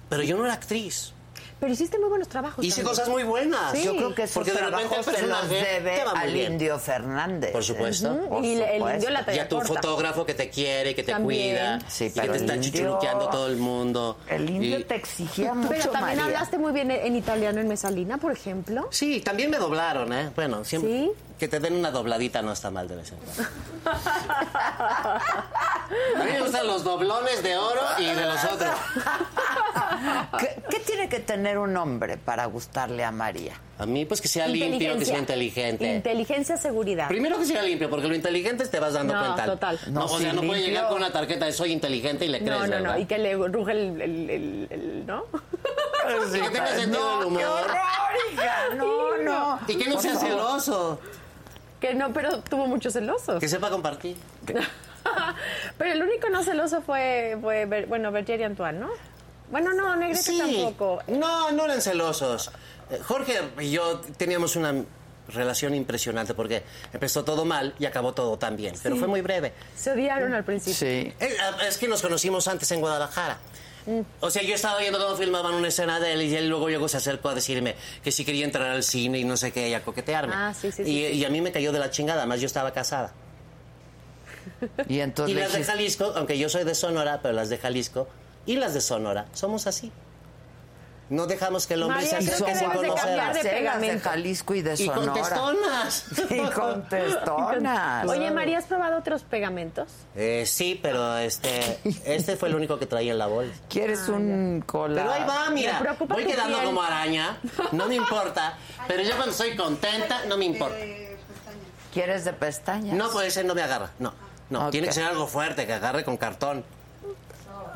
S4: Pero yo no era actriz.
S2: Pero hiciste muy buenos trabajos.
S4: Hice
S2: Pues también.
S4: cosas muy buenas.
S2: Sí.
S1: Yo creo que esos
S4: Porque de repente
S1: trabajos
S4: el
S1: se los
S4: personaje
S1: debe
S4: te va muy
S1: al
S4: bien.
S1: Indio Fernández.
S4: Por
S1: ¿eh?
S4: supuesto.
S1: Por
S2: Y le- el
S1: supuesto.
S2: indio la-
S4: Y a tu
S2: corta.
S4: fotógrafo que te quiere, que te
S2: También.
S4: cuida,
S1: Sí,
S4: y que
S1: pero
S4: te está
S1: el indio-
S4: chichuluqueando todo el mundo.
S1: El indio
S4: Y-
S1: te exigía mucho,
S2: Pero también
S1: María.
S2: hablaste muy bien en italiano en Mesalina, por ejemplo.
S4: Sí, también me doblaron, ¿eh? Bueno, siempre
S2: ¿Sí?
S4: que te den una dobladita no está mal de vez en cuando. A mí me gustan los doblones de oro y de los otros.
S1: ¿Qué, qué tiene que tener un hombre para gustarle a María?
S4: A mí, pues que sea limpio, que sea inteligente.
S2: Inteligencia, seguridad.
S4: Primero que sea limpio, porque lo inteligente te vas dando
S2: No,
S4: cuenta.
S2: total.
S4: No,
S1: No,
S4: o
S1: sí,
S4: sea, no puede
S1: limpio.
S4: llegar con una tarjeta de soy inteligente y le crees,
S2: no, no,
S4: ¿verdad?
S2: no. Y que le ruge el, el- el- el- ¿no?
S4: que tenga sentido del
S1: ¡Qué
S4: humor.
S1: horror, hija! No, no.
S4: Y que no sea celoso.
S2: que no, pero tuvo muchos celosos.
S4: Que sepa compartir.
S2: pero el único no celoso fue, fue Ber- bueno, Berger y Antoine, ¿no? Bueno, no, Negrete tampoco.
S4: No, no eran celosos. Eh, Jorge y yo teníamos una relación impresionante porque empezó todo mal y acabó todo tan bien. Pero fue muy breve.
S2: Se odiaron al principio.
S1: Sí.
S4: Eh, ah, Es que nos conocimos antes en Guadalajara.
S2: Mm.
S4: O sea, yo estaba viendo cómo filmaban una escena de él y él luego llegó, se acercó a decirme que si quería entrar al cine y no sé qué, y a coquetearme.
S2: Ah, sí, sí,
S4: y,
S2: sí, sí.
S4: y a mí me cayó de la chingada, además yo estaba casada.
S1: Y entonces
S4: Y
S1: le
S4: las de
S1: dijiste,
S4: Jalisco, aunque yo soy de Sonora, pero las de Jalisco y las de Sonora somos así. No dejamos que el hombre
S2: María,
S4: se
S1: y
S2: creo que
S4: acerque
S1: son
S2: debes
S4: sin
S2: de cambiar
S4: conocer.
S2: de
S1: guapas, ¿eh? Las de
S2: pegamento.
S1: Jalisco y de
S4: Y
S1: Sonora.
S4: contestonas.
S1: Y contestonas.
S2: Oye, María, ¿has probado otros pegamentos?
S4: Eh, sí, pero este, este fue el único que traía en la bolsa.
S1: ¿Quieres un cola?
S4: Pero ahí va,
S2: Me
S4: mira.
S2: preocupa
S4: Voy
S2: tu
S4: quedando
S2: piel.
S4: como araña. No me importa. Pero yo cuando soy contenta, no me importa.
S1: ¿Quieres de pestañas?
S4: No, pues ese no me agarra. No, no.
S1: Ok.
S4: Tiene que ser algo fuerte, que agarre con cartón.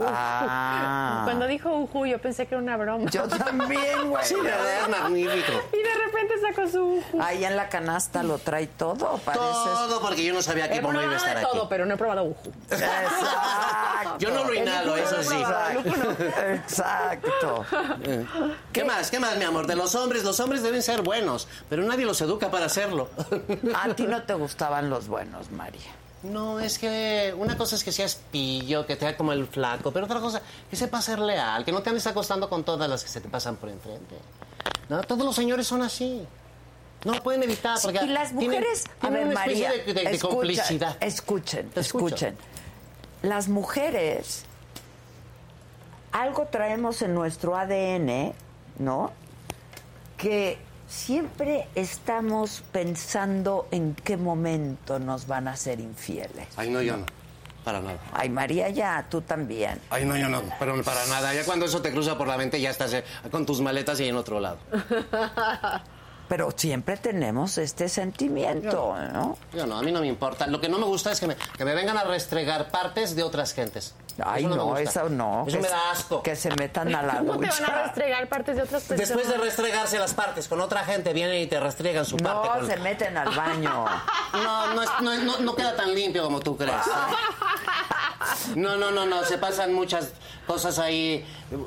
S1: Ah.
S2: Cuando dijo Uju, yo pensé que era una broma.
S1: Yo también, güey.
S4: Sí, la verdad es magnífico.
S2: Y de repente sacó su Uju.
S1: Ahí en la canasta lo trae todo, parece.
S4: Todo porque yo no sabía
S2: He
S4: que Bono iba a
S2: probado
S4: estar
S2: de
S4: aquí.
S2: todo, pero no he probado Uju.
S1: Exacto.
S4: Yo no lo inhalo, eso sí.
S1: Exacto. Exacto.
S4: ¿Qué más? ¿Qué más, mi amor? De los hombres, los hombres deben ser buenos, pero nadie los educa para hacerlo.
S1: A ti no te gustaban los buenos, María.
S4: No, es que una cosa es que seas pillo, que te haga como el flaco, pero otra cosa, que sepas ser leal, que no te andes acostando con todas las que se te pasan por enfrente. No, todos los señores son así. No lo pueden evitar Ah, porque
S1: Y las
S4: tienen-
S1: mujeres, a
S4: tienen
S1: ver,
S4: una especie
S1: María,
S4: de, de- de
S1: escucha,
S4: complicidad.
S1: escuchen,
S4: Te escucho.
S1: escuchen. Las mujeres algo traemos en nuestro ADN, ¿no? Que siempre estamos pensando en qué momento nos van a ser infieles.
S4: Ay, no, yo no. Para nada.
S1: Ay, María, ya, tú también.
S4: Ay, no, yo no, pero para nada. Ya cuando eso te cruza por la mente, ya estás eh, con tus maletas y en otro lado.
S1: Pero siempre tenemos este sentimiento, ¿no?
S4: Yo no, a mí no me importa. Lo que no me gusta es que me, que me vengan a restregar partes de otras gentes.
S1: Ay,
S4: me
S1: no,
S4: gusta.
S1: eso no.
S4: Eso
S1: que
S4: me
S1: se-
S4: da asco.
S1: Que se metan a la
S2: ¿Cómo te van a
S1: ducha.
S2: restregar partes de otras personas?
S4: Después de restregarse las partes con otra gente, vienen y te restregan su parte.
S1: No,
S4: con-
S1: se meten al baño.
S4: No, no, es- no, es- no- no queda tan limpio como tú crees. No, no, no, no, se pasan muchas cosas ahí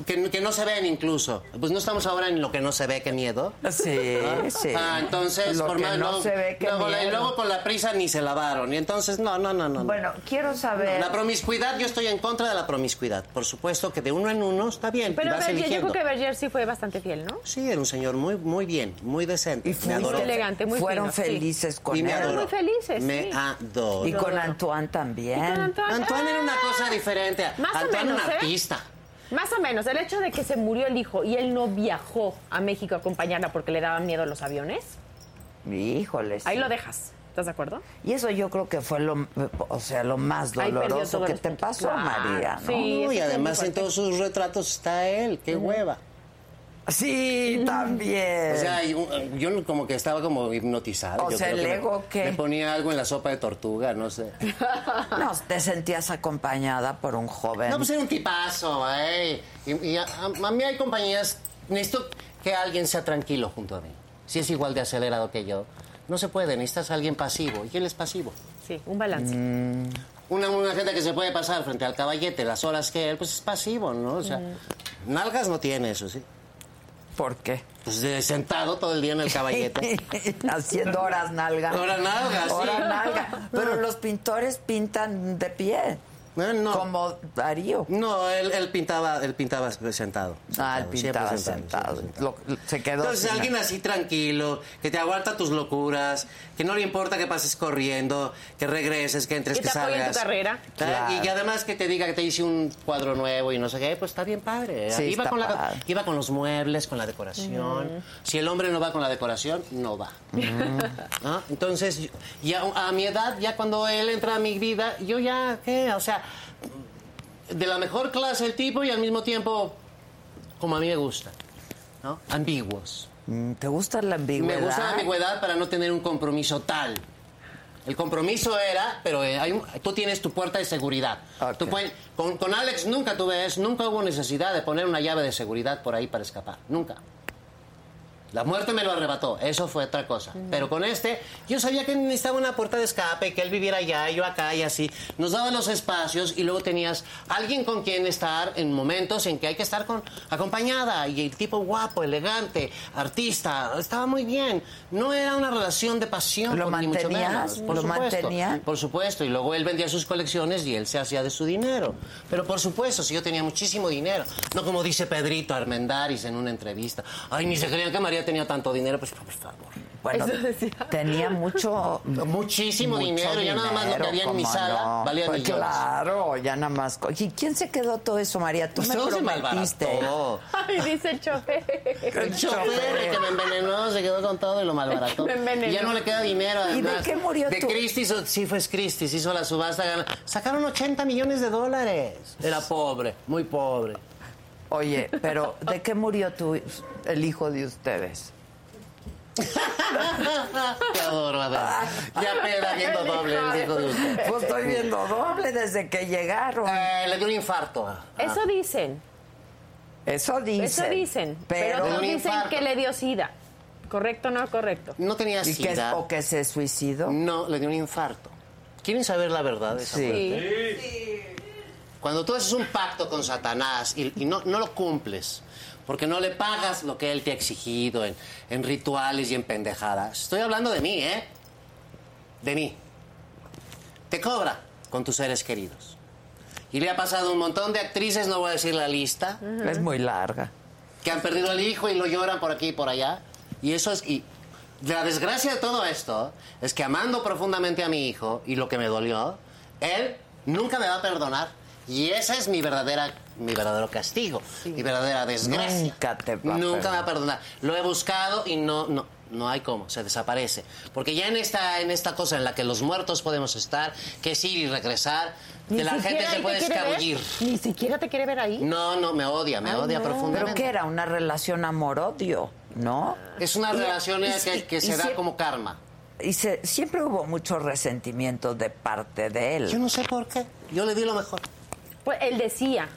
S4: que, no- que no se ven incluso. Pues no estamos ahora en lo que no se ve, qué miedo.
S1: Sí, sí.
S4: Ah, entonces,
S1: Lo
S4: por
S1: que
S4: más-
S1: no
S4: luego-
S1: se ve que
S4: luego, la- y
S1: miedo.
S4: luego con la prisa ni se lavaron. Y entonces, no, no, no, no. no.
S1: Bueno, quiero saber.
S4: La promiscuidad, yo estoy en contra de la promiscuidad. Por supuesto que de uno en uno está bien.
S2: Pero
S4: vas
S2: Berger, yo
S4: eligiendo.
S2: creo que Berger sí fue bastante fiel, ¿no?
S4: Sí, era un señor muy, muy bien, muy decente.
S1: y
S4: me
S1: fuiste-
S4: adoró.
S2: elegante, muy
S1: fueron
S2: fino, sí.
S1: felices con
S4: Y me
S1: él.
S4: adoró.
S2: muy felices,
S4: Me
S2: sí.
S4: adoró.
S1: Y con Antoine
S2: Con
S1: también.
S2: Antoine.
S4: Antoine era una cosa diferente.
S2: Ah, Más
S4: Antoine
S2: o menos,
S4: era un
S2: ¿eh?
S4: artista.
S2: Más o menos, el hecho de que se murió el hijo y él no viajó a México a acompañarla porque le daban miedo los aviones,
S1: Híjoles.
S2: ahí lo dejas. ¿Estás de acuerdo?
S1: Y eso yo creo que fue lo, o sea, lo más
S2: Ahí perdió
S1: doloroso
S2: todos
S1: que
S2: los
S1: te
S2: puntos.
S1: pasó,
S2: Claro,
S1: María, ¿no?
S2: sí. Y
S4: No,
S2: eso
S4: y
S2: es
S4: además
S2: muy
S4: en
S2: fuerte.
S4: todos sus retratos está él. ¡Qué hueva!
S1: Sí, también.
S4: Mm. O sea, yo, yo como que estaba como hipnotizado.
S1: Eh. O
S4: yo
S1: sea,
S4: creo
S1: el
S4: que me-
S1: ego, ¿qué?
S4: Me ponía algo en la sopa de tortuga, no sé.
S1: No, te sentías acompañada por un joven.
S4: No, pues era un tipazo, ¿eh? Y, y a, a- a mí hay compañías, necesito que alguien sea tranquilo junto a mí. Si es igual de acelerado que yo, no se puede, necesitas a alguien pasivo. ¿Y él es pasivo?
S2: Sí, un balance.
S4: Mm. Una, una gente que se puede pasar frente al caballete las horas que él, pues es pasivo, ¿no? O sea,
S1: Mm.
S4: nalgas no tiene eso, ¿sí?
S1: ¿Por qué?
S4: Pues de sentado todo el día en el caballete.
S1: Haciendo horas nalga.
S4: Horas nalga, sí.
S1: Horas nalga.
S4: Ah.
S1: Pero los pintores pintan de pie.
S4: No, no.
S1: Como Darío.
S4: No, él, él pintaba, él pintaba sentado.
S1: Ah,
S4: Sentado,
S1: el
S4: pues, siempre
S1: pintaba
S4: siempre
S1: sentado. Lo- se quedó.
S4: Entonces,
S1: sin-
S4: alguien así tranquilo, que te aguanta tus locuras, que no le importa que pases corriendo, que regreses, que entres,
S2: Que
S4: que,
S2: te apoye en tu
S4: salgas.
S2: carrera.
S4: Claro,
S1: Claro.
S4: Y que además que te diga que te hice un cuadro nuevo y no sé qué, pues está bien padre.
S1: Sí,
S4: iba,
S1: está
S4: con la-
S1: padre.
S4: iba con los muebles, con la decoración. Si el hombre no va con la decoración, no va. ¿No? Entonces, ya a mi edad, ya cuando él entra a mi vida, yo ya, ¿qué? O sea, de la mejor clase el tipo y al mismo tiempo, como a mí me gusta, ¿no? Ambiguos.
S1: Mm, ¿Te gusta la ambigüedad?
S4: Me gusta la ambigüedad para no tener un compromiso tal. El compromiso era, pero eh, hay un- tú tienes tu puerta de seguridad.
S1: Ok.
S4: Tú puedes- con, con Alex nunca tuve eso, nunca hubo necesidad de poner una llave de seguridad por ahí para escapar, nunca. La muerte me lo arrebató, eso fue otra cosa. Pero con este, yo sabía que necesitaba una puerta de escape, que él viviera allá, yo acá y así. Nos daban los espacios y luego tenías alguien con quien estar en momentos en que hay que estar con, acompañada. Y el tipo guapo, elegante, artista, estaba muy bien. No era una relación de pasión,
S1: ¿Lo
S4: por- ni mucho
S1: mantenías?
S4: menos. Por
S1: ¿Lo
S4: supuesto.
S1: mantenían?
S4: Por supuesto, y luego él vendía sus colecciones y él se hacía de su dinero. Pero por supuesto, si yo tenía muchísimo dinero, no como dice Pedrito Armendáriz en una entrevista, ay, ni se creían que María tenía tanto dinero, pues por favor.
S1: Bueno,
S2: Eso decía.
S1: tenía mucho.
S4: Muchísimo dinero, ya nada más lo que había en mi
S1: ¿cómo
S4: sala
S1: no?
S4: valía
S1: Pues
S4: millones.
S1: Claro, ya nada más. co- ¿Y quién se quedó todo eso, María? Tú
S4: Pues
S1: me
S4: todo se
S1: prometiste.
S4: malbarató.
S2: Ay, dice el chofer.
S4: El chofer que me envenenó se quedó con todo y lo malbarató.
S2: Me envenenó.
S4: Y ya no le queda dinero.
S1: ¿Y de
S4: además.
S1: qué murió
S4: De
S1: tú?
S4: Christie's, sí fue Christie's, hizo la subasta. ganó- Sacaron 80 millones de dólares. Era pobre, muy pobre.
S1: Oye, pero ¿de qué murió tu, el hijo de ustedes?
S4: Te adoro, Adela. Ya peda viendo doble el hijo de usted.
S1: Pues estoy viendo doble desde que llegaron.
S4: Eh, le dio un infarto.
S2: Eso dicen,
S1: Eso dicen.
S2: eso dicen. Pero,
S1: Pero,
S2: otros
S4: Un
S2: dicen
S4: infarto.
S2: que le dio sida. ¿Correcto o no correcto?
S4: No tenía
S1: ¿y que,
S4: sida.
S1: ¿O que se suicidó?
S4: No, le dio un infarto. ¿Quieren saber la verdad de esa
S1: Sí.
S4: muerte? Cuando tú haces un pacto con Satanás y, y no, no lo cumples, porque no le pagas lo que él te ha exigido en, en rituales y en pendejadas. Estoy hablando de mí, ¿eh? De mí. Te cobra con tus seres queridos. Y le ha pasado a un montón de actrices, no voy a decir la lista,
S1: Es muy larga.
S4: que han perdido al hijo y lo lloran por aquí y por allá. Y eso es. Y la desgracia de todo esto es que amando profundamente a mi hijo y lo que me dolió, él nunca me va a perdonar. Y ese es mi verdadera, mi verdadero castigo, mi verdadera desgracia.
S1: Nunca te va a
S4: Nunca me
S1: perdonar.
S4: va a perdonar. Lo he buscado y no, no, no hay cómo, se desaparece. Porque ya en esta, en esta cosa en la que los muertos podemos estar, que es ir y regresar, que la gente se
S2: ahí
S4: puede
S2: te quiere ver.
S4: escabullir.
S2: Ni siquiera te quiere ver ahí.
S4: No, no, me odia, me odia profundamente.
S1: Pero que era una relación amor-odio, ¿no?
S4: Es una
S1: Y-
S4: relación
S1: y-
S4: que, que
S1: y-
S4: se
S1: y
S4: da
S1: sie-
S4: como karma.
S1: Y se- siempre hubo mucho resentimiento de parte de él.
S4: Yo no sé por qué. Yo le di lo mejor.
S2: Pues él decía,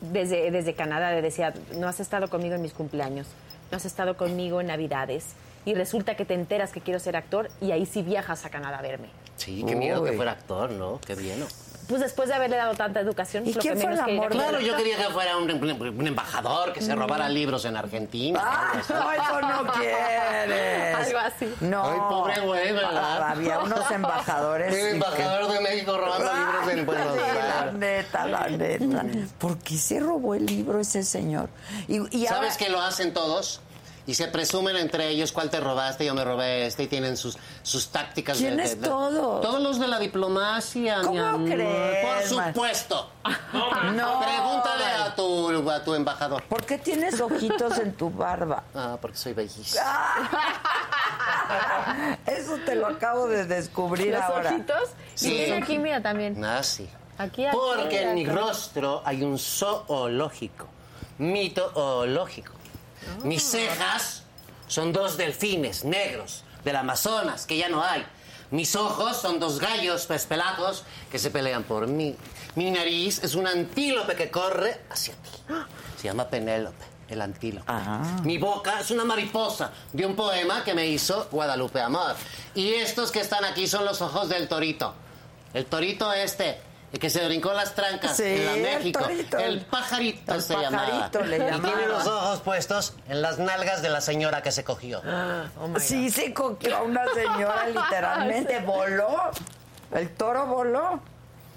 S2: desde, desde Canadá, le decía, no has estado conmigo en mis cumpleaños, no has estado conmigo en Navidades. Y resulta que te enteras que quiero ser actor y ahí sí viajas a Canadá a verme.
S4: Sí, qué miedo
S1: Uy.
S4: que fuera actor, ¿no? Qué bien.
S2: Pues después de haberle dado tanta educación,
S1: ¿Y
S2: pues, lo
S1: quién
S2: que
S1: fue
S2: menos
S1: el
S2: quería
S1: amor?
S2: que-
S4: Claro, yo quería que fuera un, un- un embajador que se robara libros en Argentina.
S1: Mm. ¡Ah! No, eso no quieres.
S2: Algo así.
S1: No.
S4: Ay, pobre güey, ¿verdad?
S1: Ah, Había unos embajadores.
S4: El embajador de México robando libros en Buenos
S1: Sí, la
S4: Aires.
S1: neta, la neta. ¿Por qué se robó el libro ese señor? Y, y ahora-
S4: ¿Sabes que lo hacen todos? Y se presumen entre ellos cuál te robaste, yo me robé este, y tienen sus, sus tácticas. de-
S1: ¿Quiénes
S4: de- de-
S1: todos?
S4: Todos los de la diplomacia.
S1: ¿Cómo
S4: mi amor.
S1: crees,
S4: Por
S1: Mar-
S4: supuesto.
S1: No.
S4: Pregúntale a tu, a tu embajador.
S1: ¿Por qué tienes ojitos en tu barba?
S4: Ah, porque soy bellísima.
S2: Ah.
S1: Eso te lo acabo de descubrir
S2: Los
S1: ahora.
S2: ojitos.
S4: Sí.
S2: Y tiene aquí, mira, también.
S4: Ah, sí.
S2: Aquí, aquí,
S4: Porque en mi
S2: acá.
S4: rostro hay un zoológico, mitoológico. Mis
S1: Ah.
S4: cejas son dos delfines negros del Amazonas, que ya no hay. Mis ojos son dos gallos pespelados que se pelean por mí. Mi nariz es un antílope que corre hacia ti. Se llama Penélope, el antílope.
S1: Ah.
S4: Mi boca es una mariposa de un poema que me hizo Guadalupe Amor. Y estos que están aquí son los ojos del torito. El torito este, el que se brincó las trancas
S1: Sí,
S4: en la
S1: el
S4: México.
S1: torito, el-
S4: el pajarito
S1: el
S4: se
S1: pajarito
S4: llamaba.
S1: le
S4: y tiene
S1: llamaban.
S4: los ojos puestos en las nalgas de la señora que se cogió.
S1: Sí, se cogió a una señora, literalmente voló. El toro voló.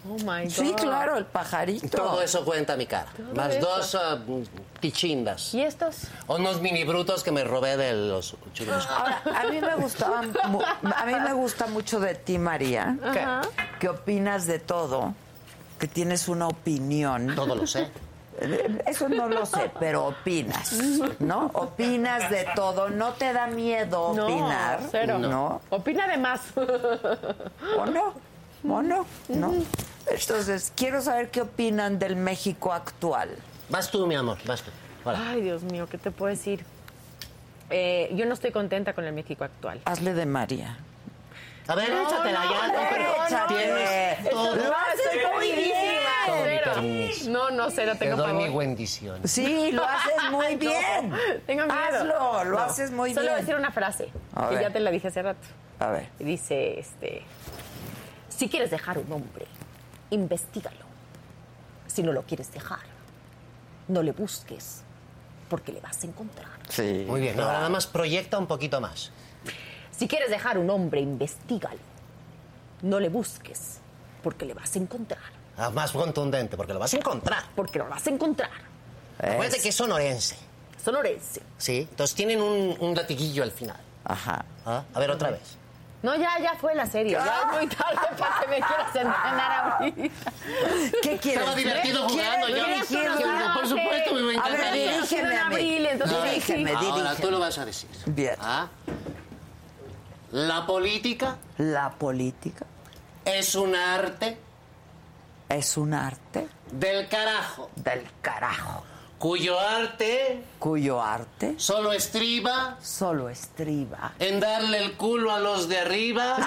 S2: Oh my God.
S1: Sí, claro, el pajarito.
S4: Todo eso cuenta mi cara. Más
S2: eso.
S4: dos ah, pichindas.
S2: ¿Y estos?
S4: O unos mini brutos que me robé de los churrascos.
S1: Ahora, a mí me gustaba, mu- a mí me gusta mucho de ti, María,
S2: Ajá.
S1: que, que opinas de todo, que tienes una opinión.
S4: Todo lo sé.
S1: Eh, Eso no lo sé, pero opinas, ¿no? Opinas de todo, no te da miedo opinar,
S2: No, cero.
S1: ¿no?
S2: Opina de más.
S1: ¿O no? ¿O no? ¿No? Entonces, quiero saber qué opinan del México actual.
S4: Vas tú, mi amor, vas tú. Hola.
S2: Ay, Dios mío, ¿qué te puedo decir? Eh, yo no estoy contenta con el México actual.
S1: Hazle de María.
S4: A ver, échatela ya. no, pero
S1: échate.
S4: Tienes todo.
S1: Lo haces muy bien.
S4: Todo mi
S2: Cero.
S4: permiso.
S2: No, no, cero,
S4: Te
S2: tengo
S4: doy mi
S2: pavor.
S4: bendición.
S1: Sí, lo haces muy bien.
S2: Tengo miedo.
S1: Hazlo, lo
S2: No.
S1: haces muy
S2: Solo voy a
S1: bien.
S2: decir una frase,
S1: A
S2: que
S1: ver.
S2: ya te la dije hace rato.
S1: A ver.
S2: Y dice, este, si quieres dejar un hombre, investigalo. Si no lo quieres dejar, no le busques, porque le vas a encontrar.
S1: Sí.
S4: Muy bien, ahora nada más proyecta un poquito más.
S2: Si quieres dejar un hombre, investigalo. No le busques, porque le vas a encontrar.
S4: Ah, Más contundente, porque lo vas a encontrar.
S2: Porque lo vas a encontrar.
S4: Acuérdate que es sonorense,
S2: Sonorense.
S4: ¿sí? Entonces tienen un, un latiguillo al final.
S1: Ajá.
S4: Ah, A ver, otra vez.
S2: No, ya, ya fue la serie. Ya es muy tarde para que me quieras entrenar a mí.
S1: ¿Qué quieres?
S4: Estaba divertido jugando, yo.
S1: ¿Quieres dirigirla?
S4: Por supuesto, me
S1: A
S4: encantaría.
S1: ver, dirígeme
S2: En
S1: a mí.
S2: abril, entonces,
S1: dirígeme,
S2: sí.
S4: Ahora tú
S1: dirígeme.
S4: lo vas a decir.
S1: Bien.
S4: ¿Ah? La política
S1: La política
S4: es un arte
S1: es un arte
S4: del carajo,
S1: del carajo,
S4: cuyo arte
S1: cuyo arte
S4: solo estriba
S1: solo estriba.
S4: en darle el culo a los de arriba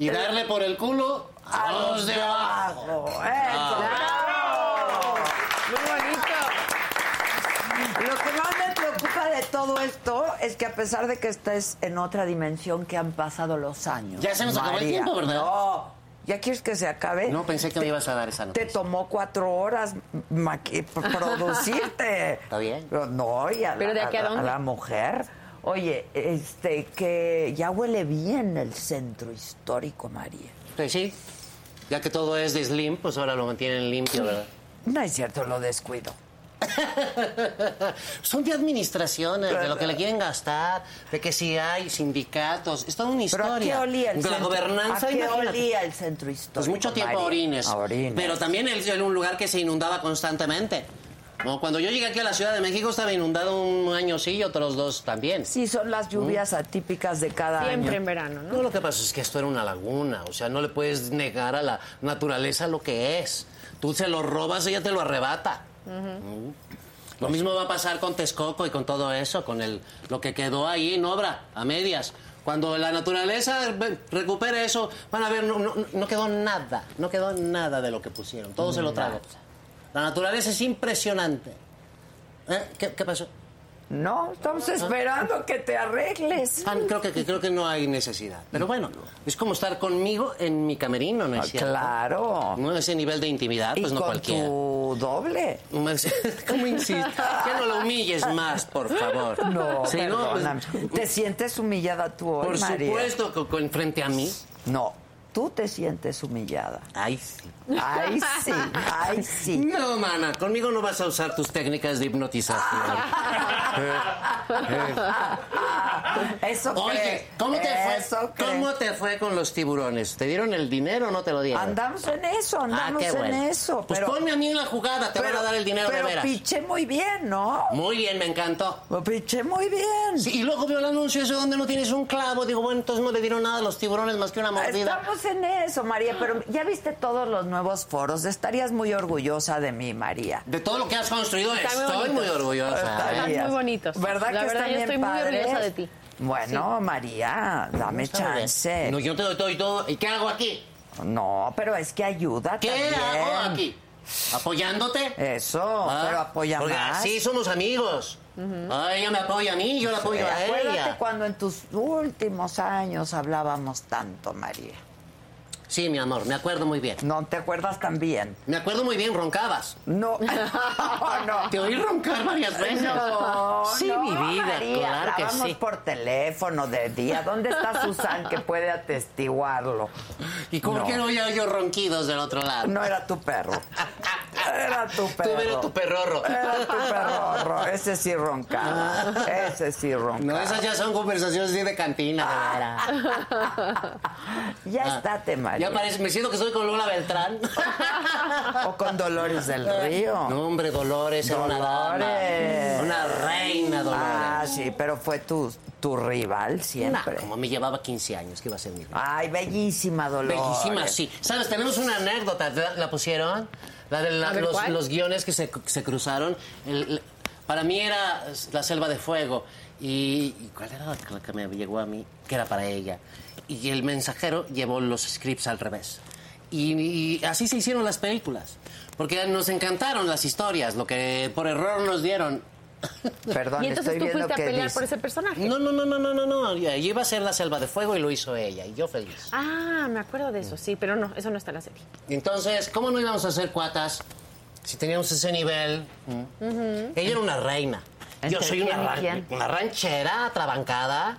S4: y darle por el culo a los de abajo.
S1: Oh,
S4: ¿eh?
S1: eso.
S2: Muy bonito.
S1: Lo que más me preocupa de todo esto es que a pesar de que estés en otra dimensión que han pasado los años.
S4: Ya se nos acabó el
S1: María,
S4: tiempo, ¿verdad?
S1: No. ¿Ya quieres que se acabe?
S4: No pues. pensé que me ibas a dar esa
S1: Te
S4: noticia.
S1: tomó cuatro horas maqui- producirte.
S4: Está bien.
S1: Pero No, y a la,
S2: ¿Pero de aquí a
S1: la-
S2: dónde?
S1: la mujer. Oye, este, que ya huele bien el centro histórico, María.
S4: Pues sí, ya que todo es de slim, pues ahora lo mantienen limpio, ¿verdad?
S1: No es cierto, lo descuido.
S4: Son de administraciones, de lo que le quieren gastar, de que si hay sindicatos, es toda una
S1: Pero ¿a qué
S4: historia.
S1: olía el
S4: de la
S1: centro?
S4: gobernanza,
S1: ¿A qué
S4: imagínate.
S1: olía el centro histórico?
S4: Pues mucho tiempo a
S1: María?
S4: orines.
S1: A orines.
S4: Pero también él era un lugar que se inundaba constantemente. Como cuando yo llegué aquí a la Ciudad de México estaba inundado un año sí y otros dos también.
S1: Sí, son
S4: ¿Mm?
S1: las lluvias atípicas de cada
S2: Siempre en
S1: año.
S2: verano, ¿no?
S4: No, lo que pasa es que esto era una laguna, o sea, no le puedes negar a la naturaleza lo que es. Tú se lo robas, ella te lo arrebata. Mm. Lo mismo va a pasar con Texcoco y con todo eso, con el, lo que quedó ahí en obra, a medias. Cuando la naturaleza ve- recupere eso, van a ver, no, no- no quedó nada, no quedó nada de lo que pusieron, todo se lo trago. La naturaleza es impresionante. ¿Eh? ¿Qué, qué pasó?
S1: No, estamos esperando que te arregles.
S4: Ah, creo que, que- creo que no hay necesidad. Pero bueno, es como estar conmigo en mi camerino, ¿no es
S1: Ah,
S4: cierto?
S1: claro.
S4: No, ese nivel de intimidad,
S1: y
S4: pues no
S1: con
S4: cualquiera.
S1: tu doble.
S4: Más- ¿Cómo insistes? Ya no lo humilles más, por favor.
S1: No,
S4: Si
S1: perdóname.
S4: pues,
S1: ¿Te sientes humillada tú hoy,
S4: por
S1: María?
S4: supuesto, con, con- frente a mí.
S1: No, tú te sientes humillada.
S4: Ay, sí.
S1: Ay, sí, ay, sí.
S4: No, mana, conmigo no
S1: Ah,
S4: vas a usar tus técnicas de hipnotización.
S1: Eso fue.
S4: Oye, ¿cómo te
S1: Eso
S4: fue?
S1: que-
S4: ¿Cómo te fue con los tiburones? ¿Te dieron el dinero o no te lo dieron?
S1: Andamos en eso, andamos
S4: Ah, qué bueno.
S1: en eso.
S4: Pues
S1: pero,
S4: ponme a mí en la jugada, te van a dar el dinero
S1: pero
S4: de veras.
S1: piché muy bien, ¿no?
S4: Muy bien, me encantó.
S1: Lo piché muy bien.
S4: Sí, y luego veo el anuncio ese donde no tienes un clavo. Digo, bueno, entonces no le dieron nada a los tiburones más
S1: Ah,
S4: que una mordida.
S1: Estamos en eso, María, pero ya viste todos los nuevos foros. Estarías muy orgullosa de mí, María.
S4: De todo lo que has construido,
S2: Está muy
S4: estoy
S2: bonito.
S4: muy orgullosa. ¿eh?
S2: Está-
S1: Estarías.
S2: muy bonitos.
S1: ¿Verdad
S2: La
S1: que
S2: verdad,
S1: están
S2: yo
S1: bien
S2: estoy muy
S1: padres?
S2: orgullosa de ti.
S1: Bueno, María, dame chance.
S4: No, yo te doy todo y todo. ¿Y qué hago aquí?
S1: No, pero es que ayuda
S4: ¿Qué
S1: también.
S4: hago aquí? ¿Apoyándote?
S1: Eso,
S4: Ah,
S1: Eh, pero apoya
S4: porque
S1: más.
S4: así somos amigos. Ah, ella me apoya a mí, yo la apoyo
S1: Eh,
S4: a
S1: acuérdate
S4: ella.
S1: cuando en tus últimos años hablábamos tanto, María.
S4: Sí, mi amor, me acuerdo muy bien.
S1: ¿No te acuerdas tan bien?
S4: Me acuerdo muy bien, roncabas.
S1: No, no.
S4: Te oí roncar varias veces.
S1: No,
S4: sí,
S1: no,
S4: mi vida,
S1: María,
S4: claro que
S1: hablábamos
S4: sí.
S1: por teléfono de día. ¿Dónde está Susan que puede atestiguarlo?
S4: ¿Y cómo
S1: No.
S4: que no oía yo ronquidos del otro lado?
S1: No era tu perro. Era tu perro.
S4: Tú eres tu perrorro.
S1: Era tu perro. Ese sí roncaba. Ese sí
S4: No,
S1: roncaba.
S4: esas ya son conversaciones así de
S1: Ah,
S4: cantina, de veras.
S1: Ya estate, María.
S4: Ah. Ya parece, me siento que estoy con Lola Beltrán.
S1: O con Dolores del Río.
S4: No, hombre, Dolores, era una
S1: Dolores.
S4: dama. Una reina,
S1: Ah,
S4: Dolores.
S1: sí, pero fue tu, tu rival
S4: Nah,
S1: siempre.
S4: como me llevaba 15 años, que iba a ser mi vida.
S1: Ay, bellísima Dolores.
S4: Bellísima, sí. ¿Sabes? Tenemos una anécdota, ¿te ¿la, la pusieron? La de la-
S2: A ver,
S4: los,
S2: ¿cuál?
S4: los guiones que se, se cruzaron. El- la- para mí era La Selva de Fuego. Y, y cuál era la, la que me llegó a mí? Que era para ella. Y el mensajero llevó los scripts al revés. Y, y así se hicieron las películas. Porque nos encantaron las historias, lo que por error nos dieron.
S1: Perdón,
S2: Y entonces
S1: estoy
S2: tú
S1: viendo
S2: fuiste a
S1: qué
S2: pelear
S1: dice.
S2: por ese personaje.
S4: No, no, no, no, no, no, no. Yo iba a ser La Selva de Fuego y lo hizo ella. Y yo feliz.
S2: Ah, me acuerdo de eso, sí, pero no, eso no está en la serie.
S4: Entonces, ¿cómo no íbamos a hacer cuatas si teníamos ese nivel? ¿Mm? Ella era una reina. Yo
S1: ¿Entre
S4: soy una,
S1: quién y
S4: ran-
S1: quién?
S4: una ranchera atrabancada.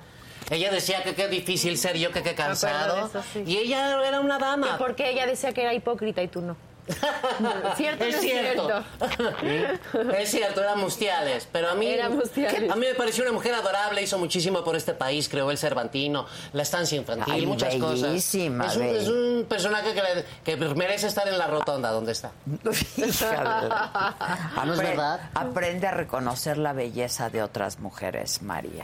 S4: Ella decía que qué difícil ser yo, que qué
S2: de
S4: cansado.
S2: eso, sí.
S4: Y ella era una dama.
S2: Porque ella decía que era hipócrita y tú no. ¿Cierto o no
S4: es
S2: es
S4: cierto. es cierto, era Mustiales. Pero a mí.
S2: Era Mustiales.
S4: A mí me pareció una mujer adorable, hizo muchísimo por este país, creó el Cervantino, la estancia infantil,
S1: Ay,
S4: muchas cosas. Es un,
S1: bellísima, bella.
S4: es un personaje que, le- que merece estar en la rotonda donde está.
S1: Hija de la-
S4: Ah, ¿No es
S1: Apre-
S4: verdad?
S1: Aprende a reconocer la belleza de otras mujeres, María.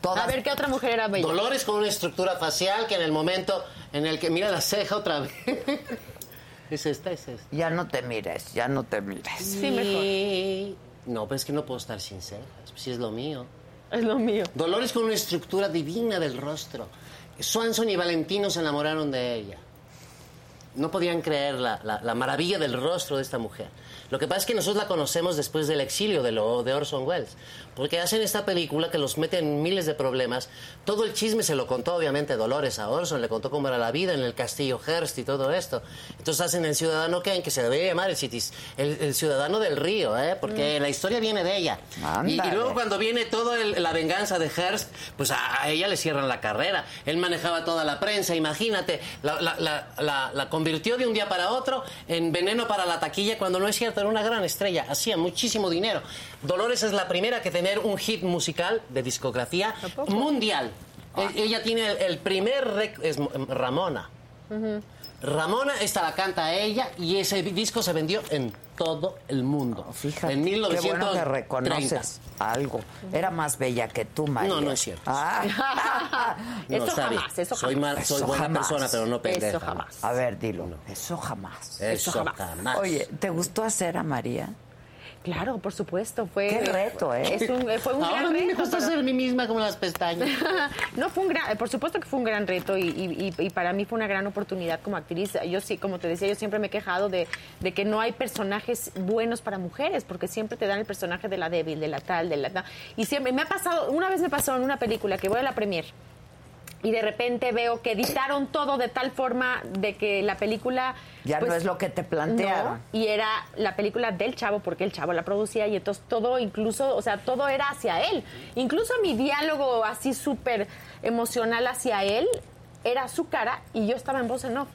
S1: Todas,
S2: A ver, ¿qué otra mujer era bella?
S4: Dolores con una estructura facial que en el momento en el que mira la ceja otra vez. es esta, es esta.
S1: ya no te mires, ya no te mires.
S2: Sí, mejor.
S4: Y- No, pero es que no puedo estar sin cejas, si es lo mío.
S2: Es lo mío.
S4: Dolores con una estructura divina del rostro. Swanson y Valentino se enamoraron de ella. No podían creer la, la- la maravilla del rostro de esta mujer. Lo que pasa es que nosotros la conocemos después del exilio de, lo- de Orson Welles, porque hacen esta película que los mete en miles de problemas. Todo el chisme se lo contó, obviamente, Dolores a Orson, le contó cómo era la vida en el castillo Hearst y todo esto. Entonces hacen el ciudadano Kane, que se debería llamar el, citis- el, el ciudadano del río, ¿eh? porque la historia viene de ella. Y- Y,
S1: Ándale.
S4: luego cuando viene toda el- la venganza de Hearst, pues a, a ella le cierran la carrera. Él manejaba toda la prensa, imagínate. La, la- la- la- la convirtió de un día para otro en veneno para la taquilla, cuando no es cierto, era una gran estrella. Hacía muchísimo dinero. Dolores es la primera que tener un hit musical de discografía mundial.
S1: Ah.
S4: E- Ella tiene el, el primer... rec- es M- Ramona. Ramona, esta la canta ella y ese disco se vendió en todo el mundo.
S1: Oh, Fíjate,
S4: en 1930.
S1: qué bueno que reconoces algo. Era más bella que tú, María.
S4: No, no es cierto.
S1: Ah.
S4: No,
S2: Eso
S4: está bien.
S2: jamás, eso
S4: soy
S2: jamás.
S4: ma- soy
S1: Eso
S4: buena
S1: jamás.
S4: persona, pero no pendeja.
S2: Eso jamás.
S1: a ver, dilo. Eso jamás.
S4: Eso,
S2: Eso jamás.
S4: Eh, jamás.
S1: Oye, ¿te gustó hacer a María?
S2: Claro, por supuesto. Fue,
S1: Qué reto, ¿eh?
S2: es un- fue un
S4: Ahora Ah, a
S2: gran
S4: mí
S2: reto.
S4: me gusta
S2: pero-
S4: ser mí misma como las pestañas.
S2: No fue un gran, por supuesto que fue un gran reto y, y- y- y para mí fue una gran oportunidad como actriz. Yo sí, como te decía, yo siempre me he quejado de, de que no hay personajes buenos para mujeres, porque siempre te dan el personaje de la débil, de la tal, de la tal. Y siempre me ha pasado, una vez me pasó en una película que voy a la premier y de repente veo que editaron todo de tal forma de que la película pues,
S1: Ya no es lo que te plantearon.
S2: no, y era la película del chavo porque el chavo la producía y entonces todo incluso o sea todo era hacia él incluso mi diálogo así súper emocional hacia él era su cara y yo estaba en voz en off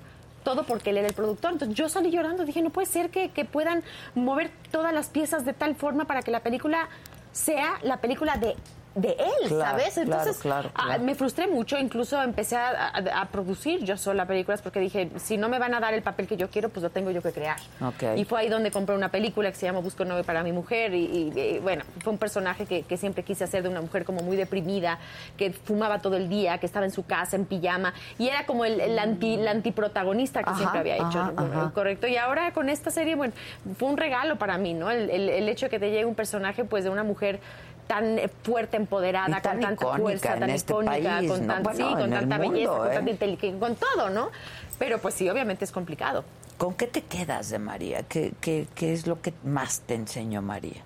S2: todo porque él era el productor. Entonces yo salí llorando, dije, no puede ser que, que puedan mover todas las piezas de tal forma para que la película sea la película de de él,
S1: Claro,
S2: ¿sabes?
S1: claro,
S2: Entonces,
S1: claro,
S2: ah,
S1: claro.
S2: me frustré mucho, incluso empecé a, a- a producir yo sola películas porque dije, si no me van a dar el papel que yo quiero, pues lo tengo yo que crear.
S1: Ok.
S2: Y fue ahí donde compré una película que se llama Busco novio para mi mujer y, y, eh, bueno, fue un personaje que, que siempre quise hacer de una mujer como muy deprimida, que fumaba todo el día, que estaba en su casa en pijama y era como el, el anti, la antiprotagonista que
S1: Ajá,
S2: siempre había hecho,
S1: ajá, ajá.
S2: correcto. Y ahora con esta serie, bueno, fue un regalo para mí, ¿no? El, el- el hecho de que te llegue un personaje pues de una mujer tan eh, fuerte, empoderada,
S1: Y tan
S2: con tanta
S1: icónica
S2: fuerza,
S1: en
S2: tan
S1: este
S2: icónica,
S1: país,
S2: con,
S1: ¿no?
S2: tan-
S1: Bueno,
S2: sí, con
S1: en el
S2: tanta
S1: mundo,
S2: belleza, con
S1: ¿eh?
S2: tanta inteligencia, con todo, ¿no? Pero pues sí, obviamente es complicado.
S1: ¿Con qué te quedas de María? ¿Qué, qué, qué es lo que más te enseñó María?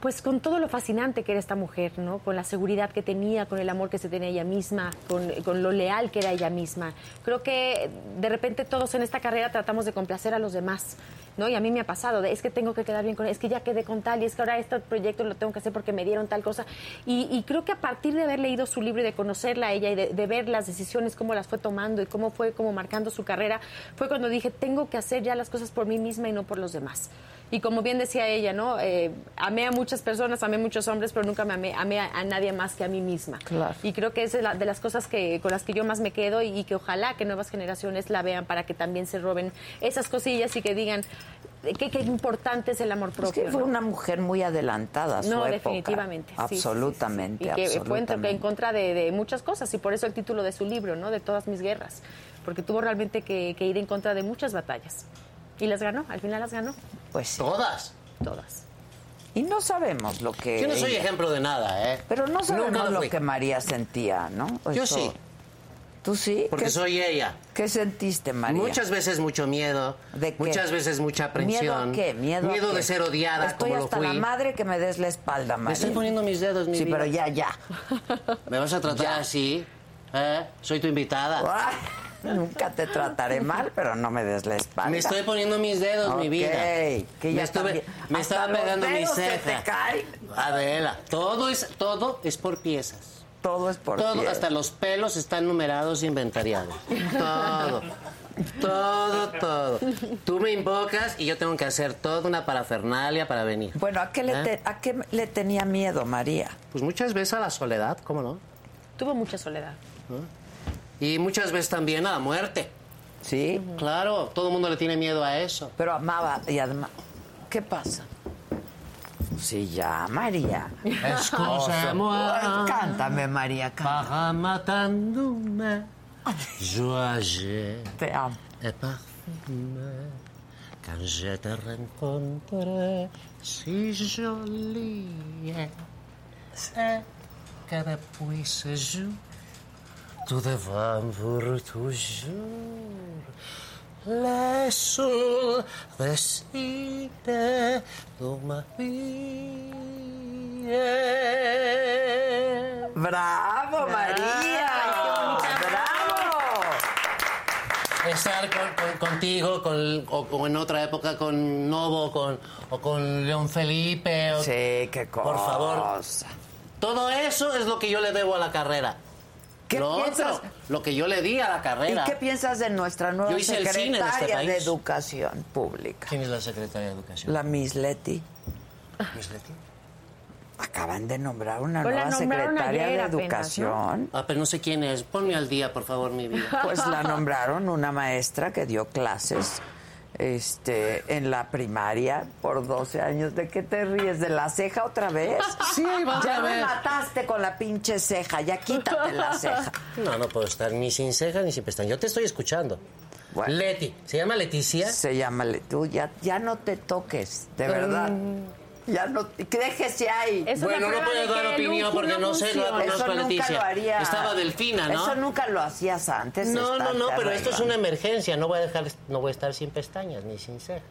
S2: Pues con todo lo fascinante que era esta mujer, ¿no? Con la seguridad que tenía, con el amor que se tenía ella misma, con, con lo leal que era ella misma. Creo que de repente todos en esta carrera tratamos de complacer a los demás, ¿no? Y a mí me ha pasado, de, es que tengo que quedar bien con, es que ya quedé con tal, y es que ahora este proyecto lo tengo que hacer porque me dieron tal cosa. Y, y creo que a partir de haber leído su libro y de conocerla a ella y de, de ver las decisiones, cómo las fue tomando y cómo fue como marcando su carrera, fue cuando dije, tengo que hacer ya las cosas por mí misma y no por los demás. Y como bien decía ella, ¿no? Eh, amé a muchas personas, amé a muchos hombres, pero nunca me amé, amé a, a nadie más que a mí misma.
S1: Claro.
S2: Y creo que esa es la- de las cosas que, con las que yo más me quedo y, y que ojalá que nuevas generaciones la vean para que también se roben esas cosillas y que digan eh, qué qué importante es el amor
S1: Es
S2: propio.
S1: que fue
S2: ¿no?
S1: una mujer muy adelantada a su
S2: No,
S1: época.
S2: definitivamente. sí, sí, sí, sí, sí.
S1: Absolutamente,
S2: Y que fue en-
S1: absolutamente.
S2: en contra de, de muchas cosas y por eso el título de su libro, ¿no? De todas mis guerras. Porque tuvo realmente que, que ir en contra de muchas batallas. Y las ganó, al final las ganó,
S1: Pues sí.
S4: Todas.
S2: todas.
S1: Y no sabemos lo que...
S4: Yo no soy ejemplo de nada, ¿eh?
S1: Pero no
S4: Nunca
S1: sabemos lo
S4: fui.
S1: que María sentía, ¿no?
S4: Yo
S1: Eso-
S4: sí,
S1: ¿Tú sí?
S4: porque
S1: ¿Qué,
S4: soy ella.
S1: qué sentiste, María?
S4: Muchas veces mucho miedo,
S1: ¿De qué?
S4: muchas veces mucha aprensión.
S1: ¿Miedo a qué? Miedo, a qué?
S4: de ser odiada
S1: Estoy
S4: como lo
S1: hasta
S4: fui.
S1: la madre que me des la espalda, María.
S4: Me estoy poniendo mis dedos, mi
S1: Sí,
S4: vida.
S1: pero ya, ya.
S4: ¿Me vas a tratar
S1: Ya.
S4: así? ¿Eh? Soy tu invitada.
S1: Ah, Nunca te trataré mal, pero no me des la espalda.
S4: Me estoy poniendo mis dedos, mi vida.
S1: Ok, que ya
S4: me estuve-
S1: también-
S4: me
S1: hasta
S4: estaba
S1: los
S4: pegando mi
S1: dedos se
S4: ceja.
S1: te caen.
S4: Adela, todo es, todo es por piezas.
S1: Todo es por
S4: todo,
S1: ti.
S4: hasta los pelos están numerados e inventariados. Todo. Todo, todo. Tú me invocas y yo tengo que hacer toda una parafernalia para venir.
S1: Bueno, ¿a qué, le
S4: ¿Eh?
S1: te- ¿a qué le tenía miedo María?
S4: Pues muchas veces a la soledad, ¿cómo no?
S2: Tuvo mucha soledad.
S4: Y muchas veces también a la muerte.
S1: ¿Sí?
S4: Claro, todo el mundo le tiene miedo a eso.
S1: Pero amaba y además... ¿Qué pasa? Sí, ya, María. Ay, Cántame, María, cántame.
S4: Para matándome, yo ayer
S1: Te amo.
S4: te parfumé. Quand je te rencontré, si jolie, c'est que depuis ce jour, tout devant pour toujours. Les jours décident pour ma vie.
S1: ¡Bravo, María! ¡Bravo!
S4: estar con- con- contigo con, o, o en otra época con Novo con, o con León Felipe. o-
S1: Sí, qué cosa.
S4: Por favor. Todo eso es lo que yo le debo a la carrera.
S1: ¿Qué
S4: lo
S1: piensas?
S4: otro, lo que yo le di a la
S1: ¿Y
S4: carrera.
S1: qué piensas de nuestra nueva
S4: Yo hice el cine de este
S1: secretaria de
S4: país.
S1: Educación Pública?
S4: ¿Quién es la secretaria de Educación?
S1: La Miss Leti.
S4: ¿Miss Leti?
S1: Acaban de nombrar una
S2: Pues la
S1: nueva
S2: nombraron
S1: secretaria de
S2: ayer apenas,
S1: Educación.
S4: Ah, pero no sé quién es. Ponme al día, por favor, mi vida.
S1: Pues la nombraron una maestra que dio clases este, en la primaria por 12 años. ¿De qué te ríes? ¿De la ceja otra vez?
S4: Sí, ahí
S1: Ya
S4: va otra
S1: me
S4: vez.
S1: mataste con la pinche ceja. Ya quítate la ceja.
S4: No, no puedo estar ni sin ceja ni sin pestaña. Yo te estoy escuchando.
S1: Bueno.
S4: Leti. ¿Se llama Leticia?
S1: Se llama Le- tú ya, ya no te toques, de verdad. Ya no, te- que déjese ahí.
S2: Eso es la
S4: bueno, no
S2: prueba
S4: puedo
S2: de que
S4: dar
S2: el
S4: opinión
S2: ujú
S4: porque
S2: no
S4: no sé, no
S2: funciona.
S4: conozco
S1: Eso
S4: a
S1: nunca
S4: Leticia.
S1: lo haría.
S4: Estaba Delfina, ¿no?
S1: Eso nunca lo hacías antes.
S4: No, no,
S1: estarte
S4: no, pero esto es una
S1: arreglando.
S4: emergencia. No voy a dejar, no voy a estar sin pestañas ni sin cejas.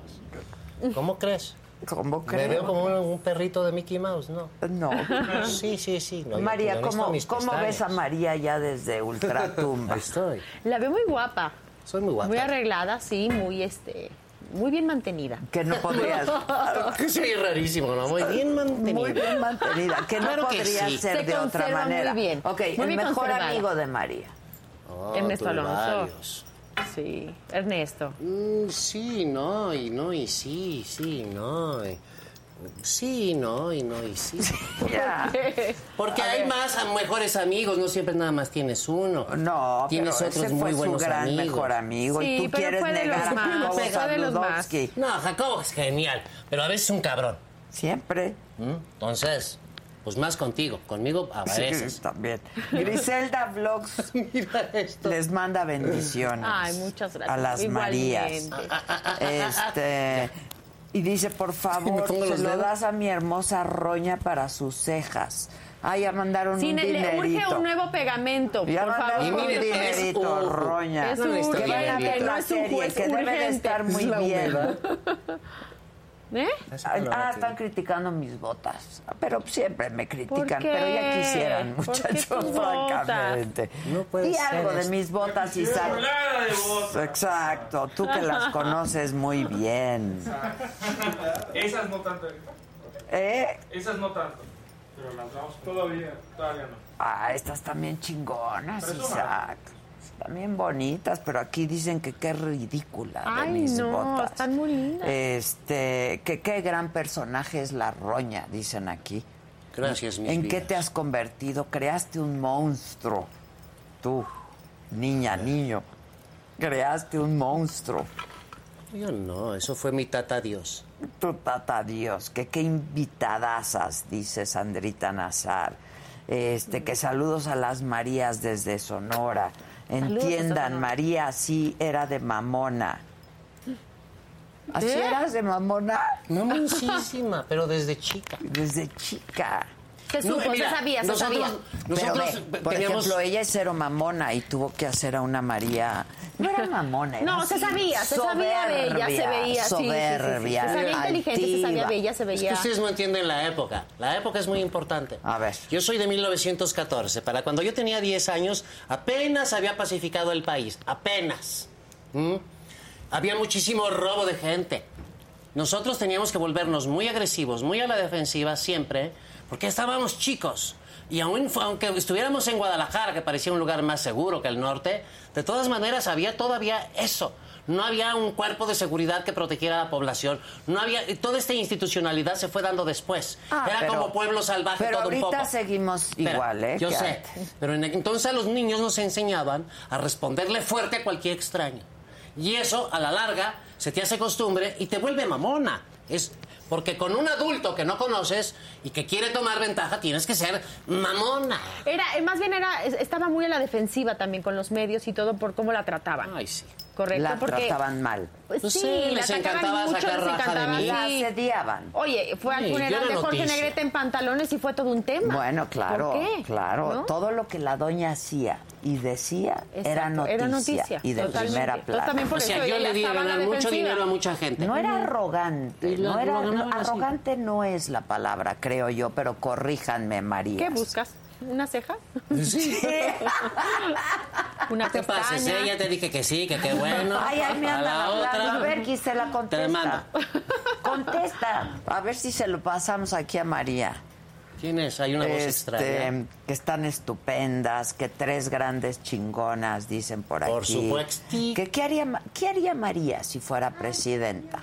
S4: ¿Cómo crees?
S1: ¿Cómo
S4: Me veo
S1: creo?
S4: como un, un perrito de Mickey Mouse, ¿no?
S1: No.
S4: Sí, sí, sí. no, yo- yo
S1: María,
S4: necesito
S1: ¿cómo,
S4: pues mis
S1: ¿cómo ves a
S4: pestañas.
S1: María ya desde Ultratumba?
S4: Ahí estoy.
S2: La veo muy guapa.
S4: Soy muy guapa.
S2: Muy arreglada, sí, muy este, muy bien mantenida.
S1: que no podrías.
S4: Que soy rarísimo, ¿no? Muy bien mantenido.
S1: Muy bien mantenida. Que no
S4: Claro que
S1: podría
S4: sí.
S1: ser
S2: Se
S1: de otra
S2: conserva muy
S1: manera.
S2: bien.
S1: Ok,
S2: Muy
S1: el
S2: bien
S1: mejor
S2: conservada.
S1: amigo de María.
S4: Oh,
S2: Ernesto
S4: tú
S2: Alonso.
S4: varios.
S2: Sí, Ernesto.
S4: Mm, sí, no, y no, y sí, sí, no. y- Sí, y no, y no, y sí.
S1: Ya.
S4: Porque hay más a mejores amigos, no siempre nada más tienes uno.
S1: No,
S4: tienes
S1: pero
S4: otros
S1: ese
S4: muy
S1: fue su
S4: buenos
S1: gran
S4: amigos.
S1: mejor amigo y
S2: Sí,
S1: tú
S2: pero
S1: quieres
S2: fue de los
S1: negar a
S2: más,
S1: Jacobo
S2: fue de los más.
S1: Zabludovsky.
S4: No, Jacobo es genial, pero a veces es un cabrón.
S1: Siempre.
S4: ¿m? Entonces, pues más contigo, conmigo a
S1: Sí,
S4: veces.
S1: también. Griselda Vlogs
S4: Mira esto.
S1: les manda bendiciones.
S2: Ay, muchas gracias.
S1: A las
S2: Igualmente.
S1: Marías. Este. Y dice, por
S4: Me
S1: favor,
S4: pongo
S1: se
S4: los
S1: lo
S4: dedos.
S1: das a mi hermosa roña para sus cejas. Ah, ya mandaron
S2: Sí,
S1: un
S2: le- le urge
S1: dinerito.
S2: un nuevo pegamento,
S1: Ya
S2: por
S1: mandaron
S2: favor.
S4: Y
S1: un
S4: mire, es
S1: dinerito,
S4: un-
S1: roña.
S2: Es
S4: No
S2: un
S4: necesito
S1: que van a ver
S4: dinerito.
S2: no
S1: la
S2: es un
S1: serie,
S2: juez
S1: que debe de
S2: urgente.
S1: estar muy bien.
S2: ¿Eh?
S1: Ah, están criticando mis botas. Pero siempre me critican,
S2: qué?
S1: pero ya quisieran,
S2: ¿Por qué
S1: muchachos,
S2: tus botas?
S1: francamente.
S4: No puede
S1: y
S4: ser
S1: algo de
S4: esto.
S1: mis botas, Isaac. Exacto, tú que las conoces muy bien.
S3: Esas no tanto,
S1: ¿Eh?
S3: esas no tanto. Pero las vamos todavía, todavía no.
S1: Ah, estas también chingonas,
S3: Pero eso no.
S1: Isaac. También bonitas, pero aquí dicen que qué ridícula de
S2: Ay,
S1: mis
S2: no,
S1: botas.
S2: están muy lindas.
S1: Este, que qué gran personaje es la roña, dicen aquí.
S4: Gracias, mis
S1: ¿En qué
S4: vidas.
S1: te has convertido? Creaste un monstruo. Tú, niña, niño. Creaste un monstruo.
S4: Yo no, eso fue mi tata Dios.
S1: Tu tata Dios, que qué invitadasas, dice Sandrita Nazar. Este, que saludos a las Marías desde Sonora. Entiendan,
S2: Sonora.
S1: María sí era de mamona. ¿Así
S2: ¿Eh?
S1: eras de mamona?
S4: No, muchísima, pero desde chica.
S1: Desde chica.
S2: Se supo,
S4: No, mira,
S2: se sabía, se
S4: nosotros-
S2: sabía.
S1: Pero
S4: Nosotros
S1: ve, por
S4: teníamos-
S1: ejemplo, ella es cero mamona y tuvo que hacer a una María. No era mamona. era
S2: No, se
S1: así,
S2: sabía, se sabía bella, se
S1: soberbia,
S2: veía. sí, sí, sí,
S1: Soberbia.
S2: sí, Se sabía inteligente, se sabía
S1: altiva.
S2: bella, se
S4: Es que
S2: veía.
S4: ustedes no entienden la época. La época es muy importante.
S1: A ver.
S4: Yo soy de 1914. Para cuando yo tenía 10 años, apenas había pacificado el país. Apenas. ¿Mm? Había muchísimo robo de gente. Nosotros teníamos que volvernos muy agresivos, muy a la defensiva siempre, porque estábamos chicos. Y aún, fu- aunque estuviéramos en Guadalajara, que parecía un lugar más seguro que el norte, de todas maneras había todavía eso. No había un cuerpo de seguridad que protegiera a la población. No había y toda esta institucionalidad se fue dando después.
S1: Ah,
S4: Era
S1: pero-
S4: como pueblo salvaje
S1: pero
S4: todo un
S1: ahorita
S4: poco.
S1: seguimos igual, ¿eh?
S4: Yo
S1: que
S4: sé.
S1: antes.
S4: Pero en- entonces a los niños nos enseñaban a responderle fuerte a cualquier extraño. Y eso, a la larga, se te hace costumbre y te vuelve mamona. Es porque con un adulto que no conoces y que quiere tomar ventaja, tienes que ser mamona.
S2: Era, eh, más bien era, es- estaba muy a la defensiva también con los medios y todo por cómo la trataban.
S4: Ay, sí.
S2: Correcto,
S1: La
S2: porque
S1: trataban mal.
S2: Pues
S4: Pues
S2: sí,
S4: sí,
S2: la
S4: les
S2: atacaban
S4: encantaba
S2: mucho,
S4: sacar
S2: les
S4: raja de
S2: encantaba,
S4: mí.
S1: La
S2: sí.
S1: asediaban.
S2: Oye, fue al
S4: Sí, yo
S2: funeral
S4: era
S2: de Jorge
S4: noticia.
S2: Negrete en pantalones y fue todo un tema.
S1: Bueno, claro,
S2: ¿Por qué?
S1: claro.
S2: ¿No?
S1: Todo lo que la doña hacía y decía
S2: Exacto,
S1: era, noticia,
S2: era noticia,
S1: Y de
S2: totalmente.
S1: primera plata.
S2: Totalmente por
S4: O sea,
S2: eso
S4: yo
S2: ella
S4: le di a
S2: estaba en la
S4: ganar mucho
S2: defensiva.
S4: dinero a mucha gente.
S1: No era arrogante,
S4: Y lo-
S1: no
S4: lo
S1: era
S4: ganaban así.
S1: arrogante no es la palabra, creo yo, pero corríjanme, María.
S2: ¿Qué buscas? ¿Una ceja?
S4: Sí.
S2: ¿Una
S4: ¿Qué te
S2: pestaña?
S4: pases? eh? Ya te dije que sí, que qué bueno.
S1: Ay, ay, me
S4: a
S1: andan
S4: la
S1: hablando.
S4: otra.
S1: A ver, Gisela, contesta.
S4: Te mando.
S1: Contesta. A ver si se lo pasamos aquí a María.
S4: ¿Quién es? Hay una voz extraña.
S1: Este, que están estupendas, que tres grandes chingonas dicen por aquí.
S4: Por supuesto.
S1: Que, ¿qué, haría, Ma- ¿Qué haría María si fuera presidenta?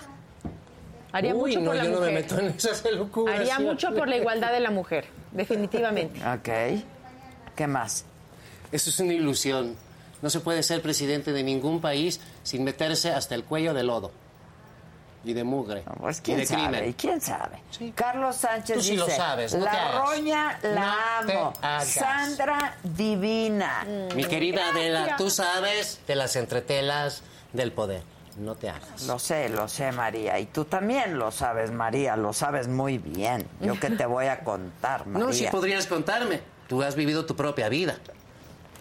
S2: Haría
S4: Uy,
S2: mucho
S4: no,
S2: por la
S4: yo no
S2: mujer.
S4: me meto en esas locuras.
S2: Haría mucho por la igualdad de la mujer, definitivamente.
S1: Ok. ¿Qué más?
S4: Eso es una ilusión. No se puede ser presidente de ningún país sin meterse hasta el cuello de lodo y de mugre
S1: No, Pues
S4: y
S1: quién
S4: de
S1: sabe,
S4: crimen.
S1: ¿y quién sabe?
S4: Sí.
S1: Carlos Sánchez
S4: Tú sí
S1: dice,
S4: lo sabes, no te
S1: la
S4: hagas.
S1: roña la
S4: No te
S1: amo,
S4: hagas".
S1: Sandra divina.
S4: Mi querida Adela,
S2: Gracias.
S4: tú sabes de las entretelas del poder. No te hagas.
S1: Lo sé, lo sé, María. Y tú también lo sabes, María. Lo sabes muy bien. Yo que te voy a contar, María.
S4: No, si podrías contarme. Tú has vivido tu propia vida.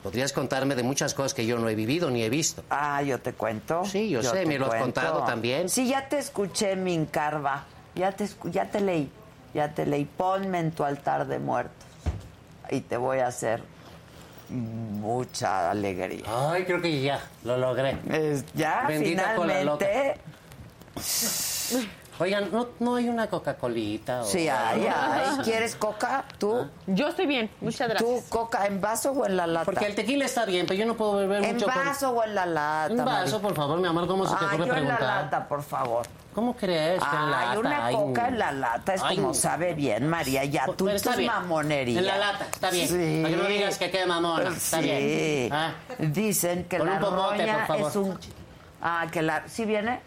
S4: Podrías contarme de muchas cosas que yo no he vivido ni he visto.
S1: Ah, yo te cuento.
S4: Sí, yo sé,
S1: te
S4: me lo has contado también.
S1: Sí, ya te escuché, Mincarva. Ya te, escu- ya te leí, ya te leí. Ponme en tu altar de muertos y te voy a hacer mucha alegría.
S4: Ay, creo que ya lo logré.
S1: Es- ya
S4: Bendita cola
S1: finalmente.
S4: Oigan, ¿no, no hay una Coca-Colita? o
S1: Sí, ay, ay. ¿Quieres coca? ¿Tú?
S2: Yo estoy bien, muchas
S1: ¿Tú
S2: gracias.
S1: coca en vaso o en la lata?
S4: Porque el tequila está bien, pero yo no puedo beber
S1: ¿En
S4: mucho con-
S1: vaso o en la lata?
S4: Un vaso,
S1: Mari?
S4: por favor, mi amor, ¿cómo se te
S1: Ay,
S4: ocurre
S1: yo en la
S4: preguntar?
S1: lata, por favor.
S4: ¿Cómo crees? que en
S1: Ay,
S4: lata?
S1: una
S4: Ay,
S1: coca en la lata es
S4: Ay,
S1: como
S4: no.
S1: sabe bien, María. Ya
S4: Pero
S1: tú
S4: está
S1: tus
S4: bien.
S1: mamonerías.
S4: En la lata, está bien.
S1: Sí.
S4: Para que no digas que quede mamona. Está
S1: Sí.
S4: bien. Ah.
S1: Dicen que
S4: Con
S1: la
S4: un popote,
S1: roña
S4: por favor.
S1: es un... Ah, que la... ¿Sí viene?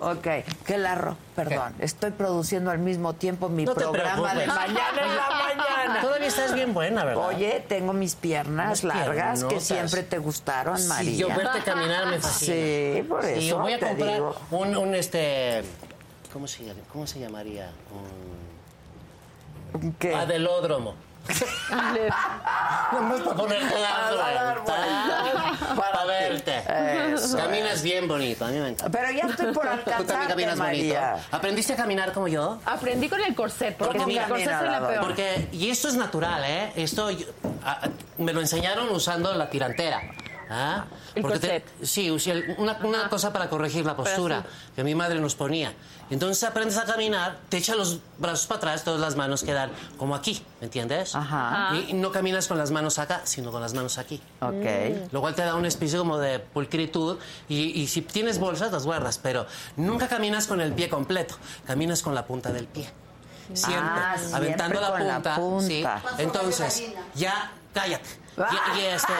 S1: Ok, que la ro... Perdón, estoy produciendo al mismo tiempo mi
S4: No te
S1: programa de
S4: preocupes.
S1: mañana en la mañana.
S4: Todavía estás bien buena, ¿verdad?
S1: Oye, tengo mis piernas
S4: Las
S1: largas que
S4: piernotas.
S1: siempre te gustaron, María.
S4: Si yo verte caminar me fascina.
S1: Sí, por
S4: Sí,
S1: eso
S4: voy a
S1: te
S4: comprar
S1: digo.
S4: un, un, este... ¿Cómo se, llama- cómo se llamaría? Un
S1: ¿Qué?
S4: adelódromo. Nomás para ponerte a dar vueltas, Para verte.
S1: Eso
S4: Caminas bien bonito, a mí me encanta.
S1: Pero ya estoy por
S4: Tú también
S1: alcanzarte,
S4: caminas
S1: María.
S4: bonito. ¿Aprendiste a caminar como yo?
S2: Aprendí con el corset, porque
S4: Porque
S2: con
S4: mira,
S2: el corset
S1: mira,
S2: soy la
S1: la-
S2: peor.
S4: Porque, y esto es natural, ¿eh? Esto yo- a- a- me lo enseñaron usando la tirantera. ¿ah?
S2: El
S4: Porque te-
S2: corset.
S4: sí, usé el- una, una cosa para corregir la postura que mi madre nos ponía. Entonces aprendes a caminar, te echan los brazos para atrás, todas las manos quedan como aquí, ¿me entiendes?
S1: Ajá.
S4: Y y no caminas con las manos acá, sino con las manos aquí.
S1: Ok.
S4: Lo cual te da una especie como de pulcritud y, y si tienes bolsas las guardas, pero nunca caminas con el pie completo, caminas con la punta del pie. Siempre,
S1: Ah, siempre
S4: aventando la
S1: con la
S4: punta.
S1: punta. Ah.
S4: sí.
S1: Más
S5: o menos
S4: Entonces,
S5: gallina.
S4: ya cállate. Y, y este,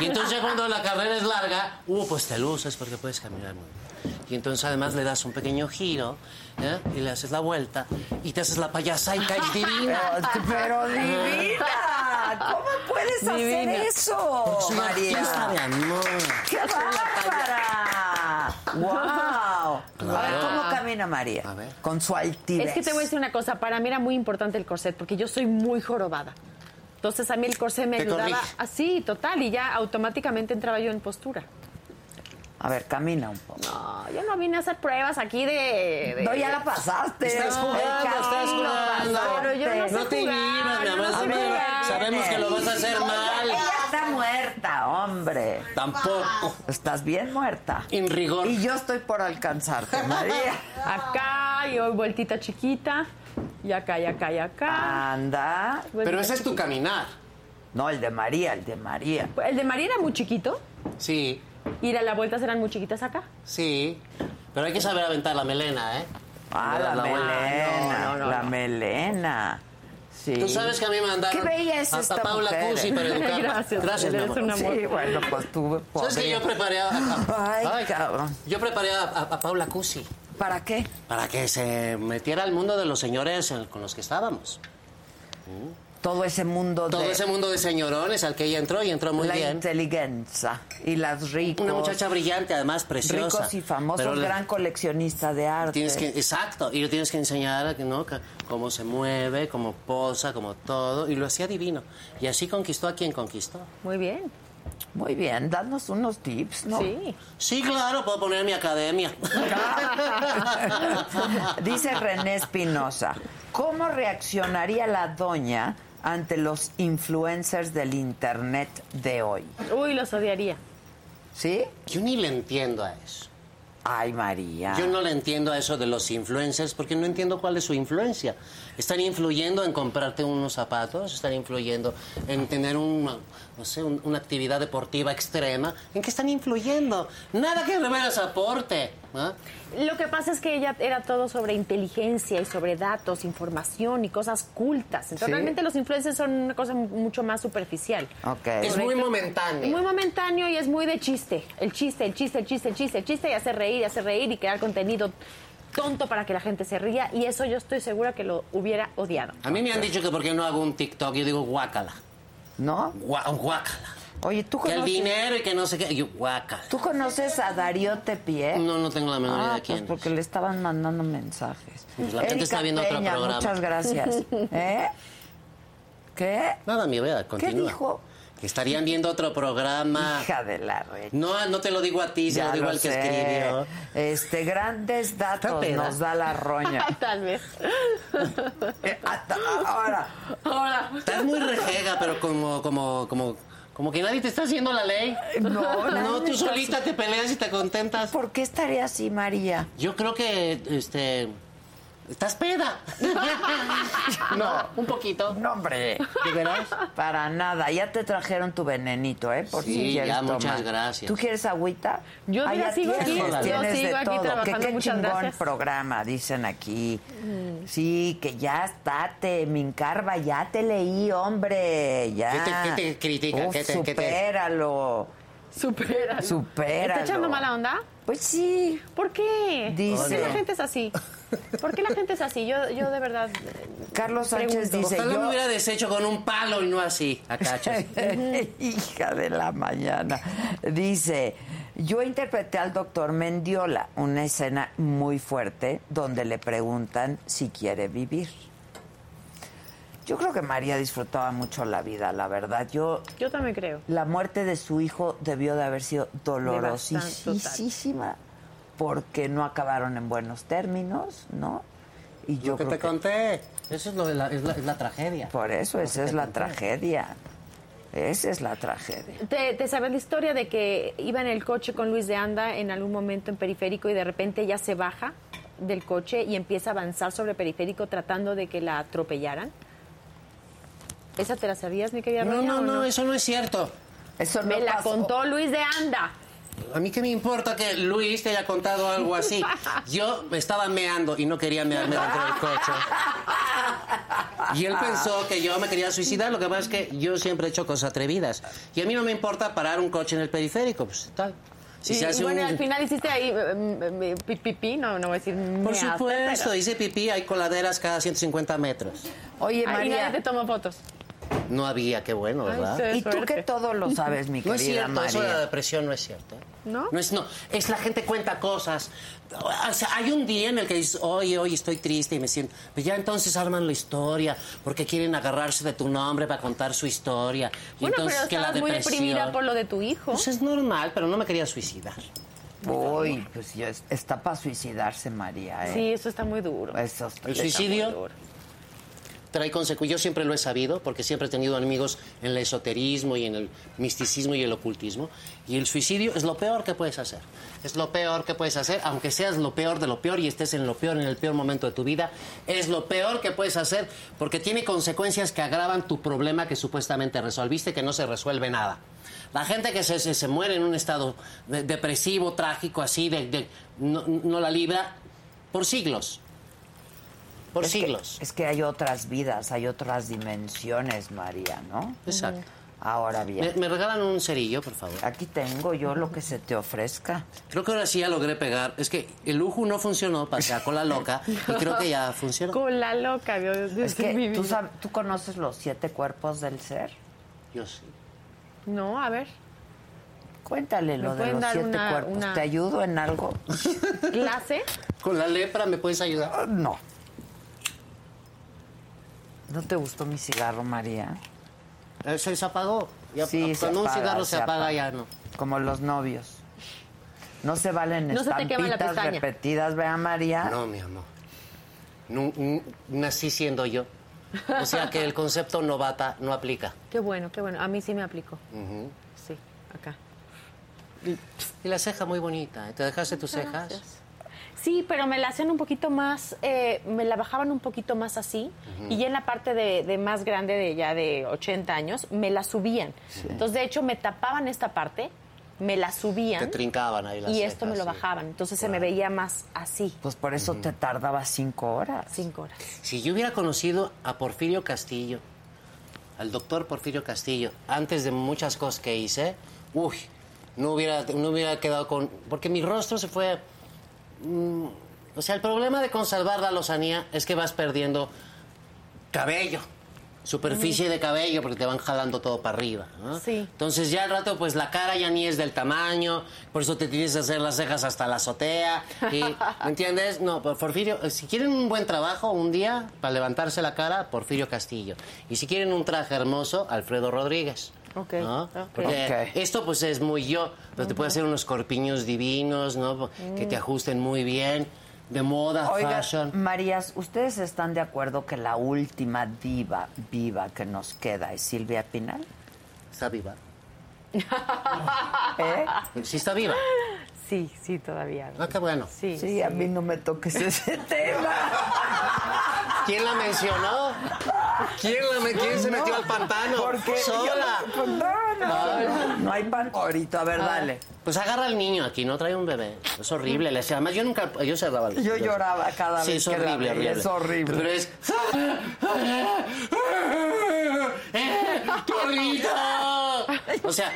S4: y entonces ya cuando la carrera es larga, uh, pues te luces porque puedes caminar muy bien. Y entonces además le das un pequeño giro ¿eh? y le haces la vuelta y te haces la payasa y caes divina.
S1: Pero, pero divina, ¿cómo puedes
S2: Divina.
S1: hacer eso,
S4: Es una fiesta de
S1: Oh, María?
S4: amor.
S1: ¡Qué bárbara! ¡Wow! A ver, ¿cómo camina María?
S4: A ver.
S1: Con su altivez.
S2: Es que te voy a decir una cosa, para mí era muy importante el corset, porque yo soy muy jorobada. Entonces a mí el corset me
S4: Te
S2: ayudaba
S4: corrige.
S2: así, total, y ya automáticamente entraba yo en postura.
S1: A ver, camina un poco.
S2: No, yo no vine a hacer pruebas aquí de... de-
S1: No, ya la pasaste.
S4: Estás jugando,
S1: El
S4: estás
S1: camino
S4: jugando.
S1: pasaste.
S2: Pero yo no sé
S4: No te
S2: jugar,
S4: vivas, mi
S2: yo no
S4: amor.
S2: sé
S4: Sabemos-
S2: jugar.
S4: Sabemos que lo vas a hacer mal.
S1: Ella está muerta, hombre.
S4: Tampoco.
S1: Estás bien muerta.
S4: En rigor.
S1: Y yo estoy por alcanzarte, María.
S2: Acá, y hoy vueltita chiquita, y acá, y acá, y
S1: Ah,
S2: acá.
S1: Anda.
S2: Vueltita
S4: Pero ese es tu caminar.
S1: No, el de María, el de María.
S2: chiquita. El de María era muy chiquito,
S4: Sí,
S2: y la- las vueltas eran muy chiquitas acá.
S4: sí. Pero hay que saber aventar la melena, ¿eh?
S1: Ah,
S4: Le
S1: la,
S4: das vuelta.
S1: melena,
S4: No, no, no,
S1: la
S4: no.
S1: melena. Sí.
S4: Tú sabes que a mí me mandaron
S1: Qué bella es
S4: hasta
S1: esta
S4: Paula
S1: mujer,
S4: Cusi
S1: eh.
S4: para educarme.
S2: Gracias,
S4: Gracias, mi
S2: eres
S4: amor.
S2: una amor.
S1: Sí, bueno, pues tú.
S4: ¿Sabes que
S1: pobre.
S4: yo preparé a, a-
S1: Ay, cabrón.
S4: Yo preparé a, a- a Paula Cusi
S1: ¿Para qué?
S4: para que se metiera al mundo de los señores en- con los que estábamos.
S1: Todo ese mundo
S4: Todo
S1: de
S4: ese mundo de señorones al que ella entró y entró muy
S1: la
S4: bien.
S1: inteligencia y las ricos.
S4: Una muchacha brillante, además preciosa.
S1: Ricos y famosos,
S4: Pero le-
S1: gran coleccionista de arte.
S4: Tienes que, exacto, y le tienes que enseñar ¿no? C- cómo se mueve, cómo posa, cómo todo, y lo hacía divino. Y así conquistó a quien conquistó.
S2: Muy bien,
S1: Muy bien, danos unos tips, ¿no?
S2: sí.
S4: Sí, claro, puedo poner mi academia.
S1: Dice René Espinosa, ¿cómo reaccionaría la doña ante los influencers del Internet de hoy?
S2: Uy, los odiaría.
S1: ¿Sí?
S4: Yo ni le entiendo a eso.
S1: Ay, María.
S4: Yo no le entiendo a eso de los influencers porque no entiendo cuál es su influencia. Están influyendo en comprarte unos zapatos, están influyendo en tener una, no sé, un- una actividad deportiva extrema. ¿En qué están influyendo? Nada que revelas aporte. ¿ah?
S2: Lo que pasa es que ella era todo sobre inteligencia y sobre datos, información y cosas cultas. Entonces,
S1: Sí.
S2: realmente los influencers son una cosa mu- mucho más superficial.
S1: Ok.
S4: Es muy momentáneo.
S2: Muy momentáneo y es muy de chiste. El chiste, el chiste, el chiste, el chiste, el chiste y hacer reír, y hacer reír y crear contenido tonto para que la gente se ría. Y eso yo estoy segura que lo hubiera odiado.
S4: A mí me han dicho que por qué no hago un TikTok. Yo digo, guácala.
S1: ¿No?
S4: Gua- guácala.
S1: Oye, ¿tú
S4: Que el
S1: conoces,
S4: dinero y que no sé qué. Yo, guácala.
S1: ¿tú conoces a Darío Tepié?
S4: No, no tengo la menor idea
S1: Ah,
S4: de quién.
S1: pues
S4: es.
S1: porque le estaban mandando mensajes.
S4: Pues la gente
S1: Erika
S4: está viendo otro
S1: Peña,
S4: programa.
S1: Muchas gracias. ¿Eh? ¿Qué?
S4: Nada, mi vea, continúa.
S1: dijo?
S4: Que estarían viendo otro programa.
S1: Hija de la red.
S4: Ah. No, no te lo digo a ti, se lo digo al que escribió.
S1: Este, grandes datos
S4: peda.
S1: nos da la roña.
S2: Tal vez.
S1: Eh, hasta ahora,
S2: Ahora.
S4: Estás muy rejega, pero como, como, como, como que nadie te está haciendo la ley.
S1: no,
S4: No,
S1: nadie
S4: tú solita te peleas y te contentas.
S1: ¿por qué estaría así, María?
S4: Yo creo que, este, ¿Estás peda? no, un poquito.
S1: No, hombre.
S4: ¿De veras?
S1: Para nada. Ya te trajeron tu venenito, ¿eh? Por
S4: Sí,
S1: si quieres
S4: ya, muchas
S1: tomar.
S4: gracias.
S1: ¿Tú quieres agüita?
S2: Yo,
S1: Ah,
S2: mira,
S1: ya
S2: sigo aquí,
S1: tienes,
S4: yo
S1: tienes
S2: sigo
S1: de
S2: aquí
S1: todo. Que
S2: trabajando,
S1: qué
S2: muchas
S1: chingón
S2: gracias. Mm.
S1: programa, dicen aquí. Sí, que ya está, te mincarba, ya te leí, hombre. Ya.
S4: ¿Qué te- qué te critica?
S1: Uf,
S4: ¿Qué te- qué te-
S1: supéralo.
S2: Supera.
S1: Supéralo.
S2: ¿Está echando mala onda?
S1: Pues sí.
S2: ¿Por qué? ¿Por
S1: Dice.
S2: qué la gente es así? ¿Por qué la gente es así? Yo, yo de verdad.
S1: Carlos Sánchez
S2: Pregunto.
S1: dice
S4: Ojalá
S1: yo.
S4: me hubiera deshecho con un palo y no así, a cachos.
S1: Hija de la mañana. Dice, yo interpreté al doctor Mendiola, una escena muy fuerte donde le preguntan si quiere vivir. Yo creo que María disfrutaba mucho la vida, la verdad. Yo
S2: Yo también creo.
S1: la muerte de su hijo debió de haber sido dolorosísima porque no acabaron en buenos términos, ¿no? Y yo
S4: Lo que
S1: creo
S4: te
S1: que
S4: conté. Eso es, lo de la, es, la, es la tragedia.
S1: por eso
S4: Lo
S1: esa
S4: que
S1: es
S4: te
S1: la
S4: conté.
S1: tragedia. Esa es la tragedia.
S2: ¿Te, te sabes la historia de que iba en el coche con Luis de Anda en algún momento en periférico y de repente ya se baja del coche y empieza a avanzar sobre periférico tratando de que la atropellaran? ¿Esa te la sabías, mi querida
S4: No,
S2: Beña,
S4: no,
S2: o
S4: no, eso no es cierto.
S1: Eso
S2: Me
S1: no
S2: la
S1: pasó.
S2: contó Luis de Anda.
S4: A mí que me importa que Luis te haya contado algo así. Yo estaba meando y no quería mearme dentro del coche. Y él pensó que yo me quería suicidar. Lo que pasa es que yo siempre he hecho cosas atrevidas. Y a mí no me importa parar un coche en el periférico. Pues tal. Si
S2: y,
S4: se hace
S2: y bueno,
S4: un-
S2: al final hiciste ahí mm, mm, mm, pipí, no, no voy a decir
S4: Por
S2: measte,
S4: supuesto,
S2: pero-
S4: hice pipí, hay coladeras cada 150 metros.
S1: Oye,
S2: Ahí nadie te
S1: María,
S2: toma fotos.
S4: No había, qué bueno,
S2: Ay,
S4: ¿verdad?
S2: sí. Qué
S1: y tú
S2: suerte.
S1: que todo lo sabes, mi
S4: No es
S1: querida
S4: cierto, eso de la
S1: María.
S4: depresión no es cierto.
S2: ¿No?
S4: es, no, es la gente cuenta cosas. O sea, hay un día en el que dices, oye, hoy estoy triste y me siento. Pues ya entonces arman la historia, porque quieren agarrarse de tu nombre para contar su historia. Y
S2: Bueno,
S4: entonces
S2: pero
S4: que la
S2: estabas muy
S4: depresión-
S2: deprimida por lo de tu hijo.
S4: Pues es normal, pero no me quería suicidar.
S1: Uy, pues ya es- está para suicidarse, María. ¿eh?
S2: Sí, eso está muy duro.
S1: Eso está-
S4: El
S1: está muy
S4: suicidio
S1: duro.
S4: trae consecuencias. Yo siempre lo he sabido, porque siempre he tenido amigos en el esoterismo y en el misticismo y el ocultismo. Y el suicidio es lo peor que puedes hacer. Es lo peor que puedes hacer, aunque seas lo peor de lo peor y estés en lo peor, en el peor momento de tu vida. Es lo peor que puedes hacer porque tiene consecuencias que agravan tu problema que supuestamente resolviste, que no se resuelve nada. La gente que se, se- se muere en un estado de- depresivo, trágico, así, de, de- no, no la libra por siglos. Por
S1: Es que-
S4: siglos.
S1: es que hay otras vidas, hay otras dimensiones, María, ¿no?
S4: Exacto.
S1: Ahora
S4: ¿Me,
S1: bien,
S4: me regalan un cerillo, por favor?
S1: aquí tengo yo lo que se te ofrezca.
S4: Creo que ahora sí ya logré pegar. Es que el lujo no funcionó, pasé a cola loca y creo que ya funcionó.
S2: Con la loca, Dios, Dios
S1: Es que
S2: mi
S1: tú,
S2: vida.
S1: sab- tú conoces los siete cuerpos del ser.
S4: Yo sí.
S2: No, a ver.
S1: Cuéntale
S2: ¿Me
S1: lo de
S2: pueden
S1: los
S2: dar
S1: siete
S2: una-
S1: cuerpos.
S2: una-
S1: ¿Te ayudo en algo?
S2: Clase.
S4: ¿Con la lepra me puedes ayudar?
S1: Ah, No. ¿No te gustó mi cigarro, María?
S4: Eh, Se, se apagó. Ya, cuando un cigarro se, apaga, ya no.
S1: Como los novios. No se valen
S2: No se te quema la
S1: estampitas
S2: pestaña.
S1: repetidas, vea María.
S4: No, mi amor. Nu- n- nací siendo yo. O sea que el concepto novata no aplica.
S2: Qué bueno, qué bueno. A mí sí me aplicó. Sí, acá.
S4: Y la ceja muy bonita. ¿eh? ¿Te dejaste tus cejas?
S2: Sí, pero me la hacían un poquito más, eh, me la bajaban un poquito más así y ya en la parte de, de más grande de ya de 80 años me la subían. Entonces, de hecho, me tapaban esta parte, me la
S4: Te
S2: subían
S4: trincaban ahí las
S2: y
S4: cejas,
S2: esto me lo
S4: sí.
S2: bajaban. Entonces se me veía más así,
S1: Pues por eso te tardaba cinco horas.
S2: cinco horas.
S4: Si yo hubiera conocido a Porfirio Castillo, al doctor Porfirio Castillo, antes de muchas cosas que hice, uy, no hubiera, no hubiera quedado con... Porque mi rostro se fue... mm, o sea, el problema de conservar la lozanía es que vas perdiendo cabello, superficie de cabello, porque te van jalando todo para arriba. ¿no?
S2: Sí.
S4: Entonces ya al rato, pues la cara ya ni es del tamaño, por eso te tienes que hacer las cejas hasta la azotea. Y, ¿Me entiendes? No, por- Porfirio, eh, si quieren un buen trabajo un día para levantarse la cara, Porfirio Castillo. Y si quieren un traje hermoso, Alfredo Rodríguez.
S2: Ok,
S4: ¿no?
S2: ok.
S4: Porque
S1: Ok.
S4: esto pues es muy yo, pero te puede hacer unos corpiños divinos, ¿no? Que te ajusten muy bien, de moda,
S1: Mm. Oiga, Mm.
S4: fashion.
S1: Marías, ¿ustedes están de acuerdo que la última diva viva que nos queda es Silvia Pinal?
S4: Está viva.
S1: ¿Eh?
S4: Sí está viva.
S2: Sí, sí, todavía.
S4: Ah, qué bueno.
S2: Sí,
S1: Sí, a mí no me toques ese tema.
S4: ¿Quién la mencionó? ¿Quién, la me- quién se metió al pantano?
S1: Porque
S4: Sola.
S1: No, no, no, no hay pan ahorita, a ver, dale.
S4: Pues agarra al niño aquí, no trae un bebé. Es horrible. le decía, Además, yo nunca. Yo cerraba los
S1: Yo
S4: ojos.
S1: lloraba cada
S4: Sí,
S1: vez
S4: es
S1: que la
S4: horrible,
S1: veía,
S4: horrible.
S1: es horrible.
S4: Pero es. "Ah, ¡Torrito! eh, O sea.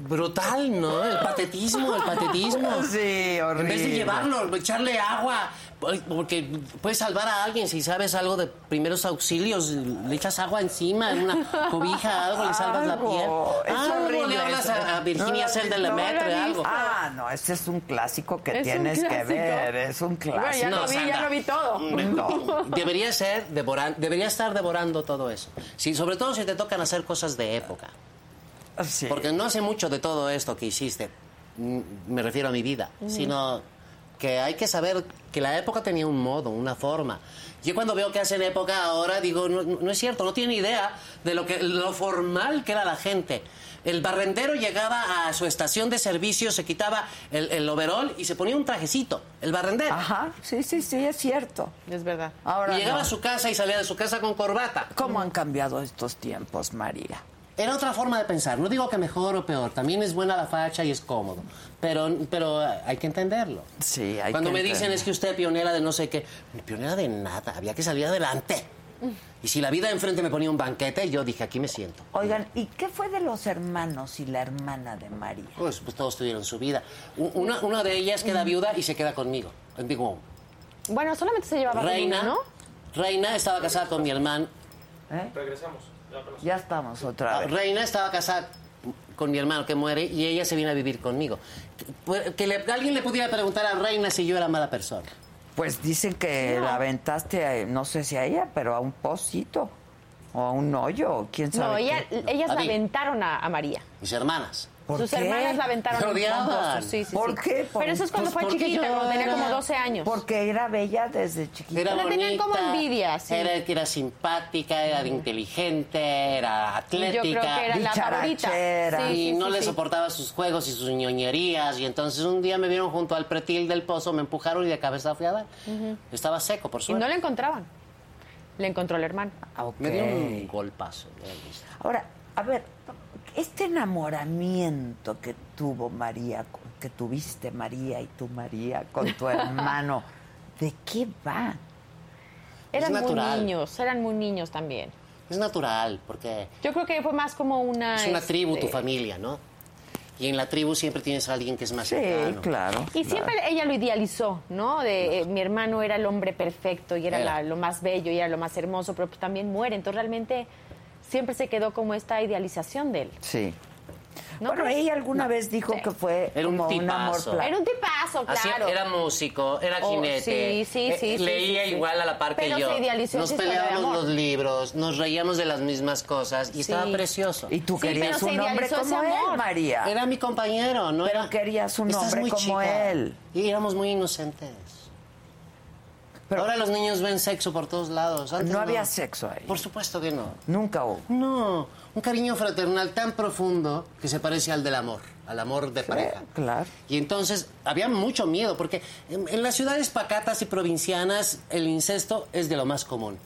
S4: Brutal, ¿no? El patetismo, el patetismo.
S1: Sí, horrible.
S4: En vez de llevarlo, echarle agua, porque puedes salvar a alguien si sabes algo de primeros auxilios, le echas agua encima, en una cobija, algo, le salvas la
S1: Algo.
S4: piel.
S1: Es
S4: Algo,
S1: horrible
S4: le hablas a, a Virginia
S1: No,
S4: Cell de
S1: no
S4: la
S1: lo
S4: Metre, algo.
S1: Ah, no, este es un clásico que
S2: Es un
S1: tienes que
S2: clásico.
S1: ver, es un
S2: Bueno,
S1: clásico.
S2: ya
S4: No,
S2: lo vi,
S4: Sandra. Mm.
S2: ya lo vi todo.
S4: No. Debería ser devoran- debería estar devorando todo eso. Sí, sobre todo si te tocan hacer cosas de época.
S1: Sí.
S4: Porque no hace mucho de todo esto que hiciste, mm, me refiero a mi vida, sino que hay que saber que la época tenía un modo, una forma. Yo cuando veo que hacen época ahora digo, no, no es cierto, no tiene idea de lo, que, lo formal que era la gente. El barrendero llegaba a su estación de servicio, se quitaba el, el overol y se ponía un trajecito, el barrendero.
S1: Ajá, sí, sí, sí, es cierto.
S2: Es verdad.
S1: Ahora
S4: y llegaba
S1: no.
S4: a su casa y salía de su casa con corbata.
S1: ¿Cómo han cambiado estos tiempos, María?
S4: Era otra forma de pensar. No digo que mejor o peor. También es buena la facha y es cómodo. Pero, pero eh, hay que entenderlo.
S1: Sí, hay
S4: Cuando
S1: que
S4: me dicen
S1: entender.
S4: es que usted pionera de no sé qué. Pionera de nada. Había que salir adelante. Y si la vida de enfrente me ponía un banquete, yo dije, aquí me siento.
S1: Oigan, ¿y qué fue de los hermanos y la hermana de María?
S4: Pues, pues todos tuvieron su vida. U- Una, una de ellas queda viuda y se queda conmigo. Digo,
S2: Bueno, solamente se llevaba con
S4: reina.
S2: uno, ¿no?
S4: Reina estaba casada con mi hermano.
S1: ¿Eh?
S3: Regresamos. Ya, pero-
S1: Ya estamos otra vez.
S4: Reina estaba casada con mi hermano que muere y ella se viene a vivir conmigo. Pues, Que, que le- alguien le pudiera preguntar a Reina si yo era mala persona.
S1: Pues dicen que la aventaste, a- no sé si a ella, pero a un pocito o a un hoyo, o quién sabe.
S2: No, ella,
S1: qué.
S2: ellas
S4: A
S2: la
S4: mí.
S2: aventaron a, a María.
S4: Mis hermanas.
S1: ¿Por
S2: Sus
S1: qué?
S2: hermanas la aventaron.
S4: Se
S2: en
S4: odiaban.
S2: bambos, Sí, sí, sí.
S1: ¿Por qué? Por-
S2: Pero eso es cuando
S4: pues,
S2: fue
S4: ¿por qué
S2: chiquita, cuando tenía
S4: llora?
S2: como 12 años.
S1: Porque era bella desde chiquita.
S4: Era
S2: Le tenían
S4: bonita,
S2: como envidia, sí.
S4: Era, era simpática, era inteligente, era
S2: Y
S4: atlética.
S2: Yo creo que era la favorita.
S1: dicharachera.
S2: Sí,
S4: y
S2: sí,
S4: no
S2: sí,
S4: le
S2: sí.
S4: soportaba sus juegos y sus ñoñerías. Y entonces un día me vieron junto al pretil del pozo, me empujaron y de cabeza fui a dar. Estaba seco, por
S2: Y no
S4: suerte.
S2: la encontraban. Le encontró el hermano.
S1: Ah, ok.
S4: Me dio un golpazo. de la vista.
S1: Ahora, a ver, este enamoramiento que tuvo María, con- que tuviste María y tu María con tu hermano, ¿de qué va?
S2: Eran muy
S4: natural.
S2: niños, eran muy niños también.
S4: Es natural, porque
S2: Yo creo que fue más como una...
S4: es una tribu tu
S2: este,
S4: familia, ¿no? Y en la tribu siempre tienes a alguien que es más
S1: Sí,
S4: cercano.
S1: claro.
S2: Y siempre ella lo idealizó, ¿no? De eh, mi hermano era el hombre perfecto y era
S4: Era.
S2: la- lo más bello y era lo más hermoso, pero pues también muere. Entonces realmente siempre se quedó como esta idealización de él.
S1: Sí.
S2: ¿no?
S1: bueno, ella alguna vez dijo que fue
S4: Era un
S1: como un
S4: tipazo.
S1: amor pla-
S2: Era un tipazo,
S4: Así
S2: claro.
S4: Ah, era músico, era
S2: Oh,
S4: jinete. Eh,
S2: sí, sí, sí, sí,
S4: leía
S2: sí, sí.
S4: igual a la par
S2: Pero
S4: que yo.
S2: se idealizó
S4: nos
S2: esa historia de
S4: peleábamos
S2: amor.
S4: los libros, nos reíamos de las mismas cosas y estaba precioso.
S1: Y tú
S2: Sí,
S1: querías
S2: pero se
S1: un hombre
S2: idealizó
S1: como
S2: ese
S1: él,
S2: amor.
S1: María.
S4: Era mi compañero, ¿no?
S1: Pero
S4: era...
S1: querías un
S4: Estás
S1: hombre
S4: muy
S1: como
S4: chica.
S1: él.
S4: Y éramos muy inocentes.
S1: Pero-
S4: Pero ahora los niños ven sexo por todos lados. Antes
S1: No había sexo ahí.
S4: Por supuesto que no.
S1: Nunca hubo.
S4: No, un cariño fraternal tan profundo que se parece al del amor, al amor de pareja.
S1: claro.
S4: Y entonces había mucho miedo, porque en, en las ciudades pacatas y provincianas el incesto es de lo más común.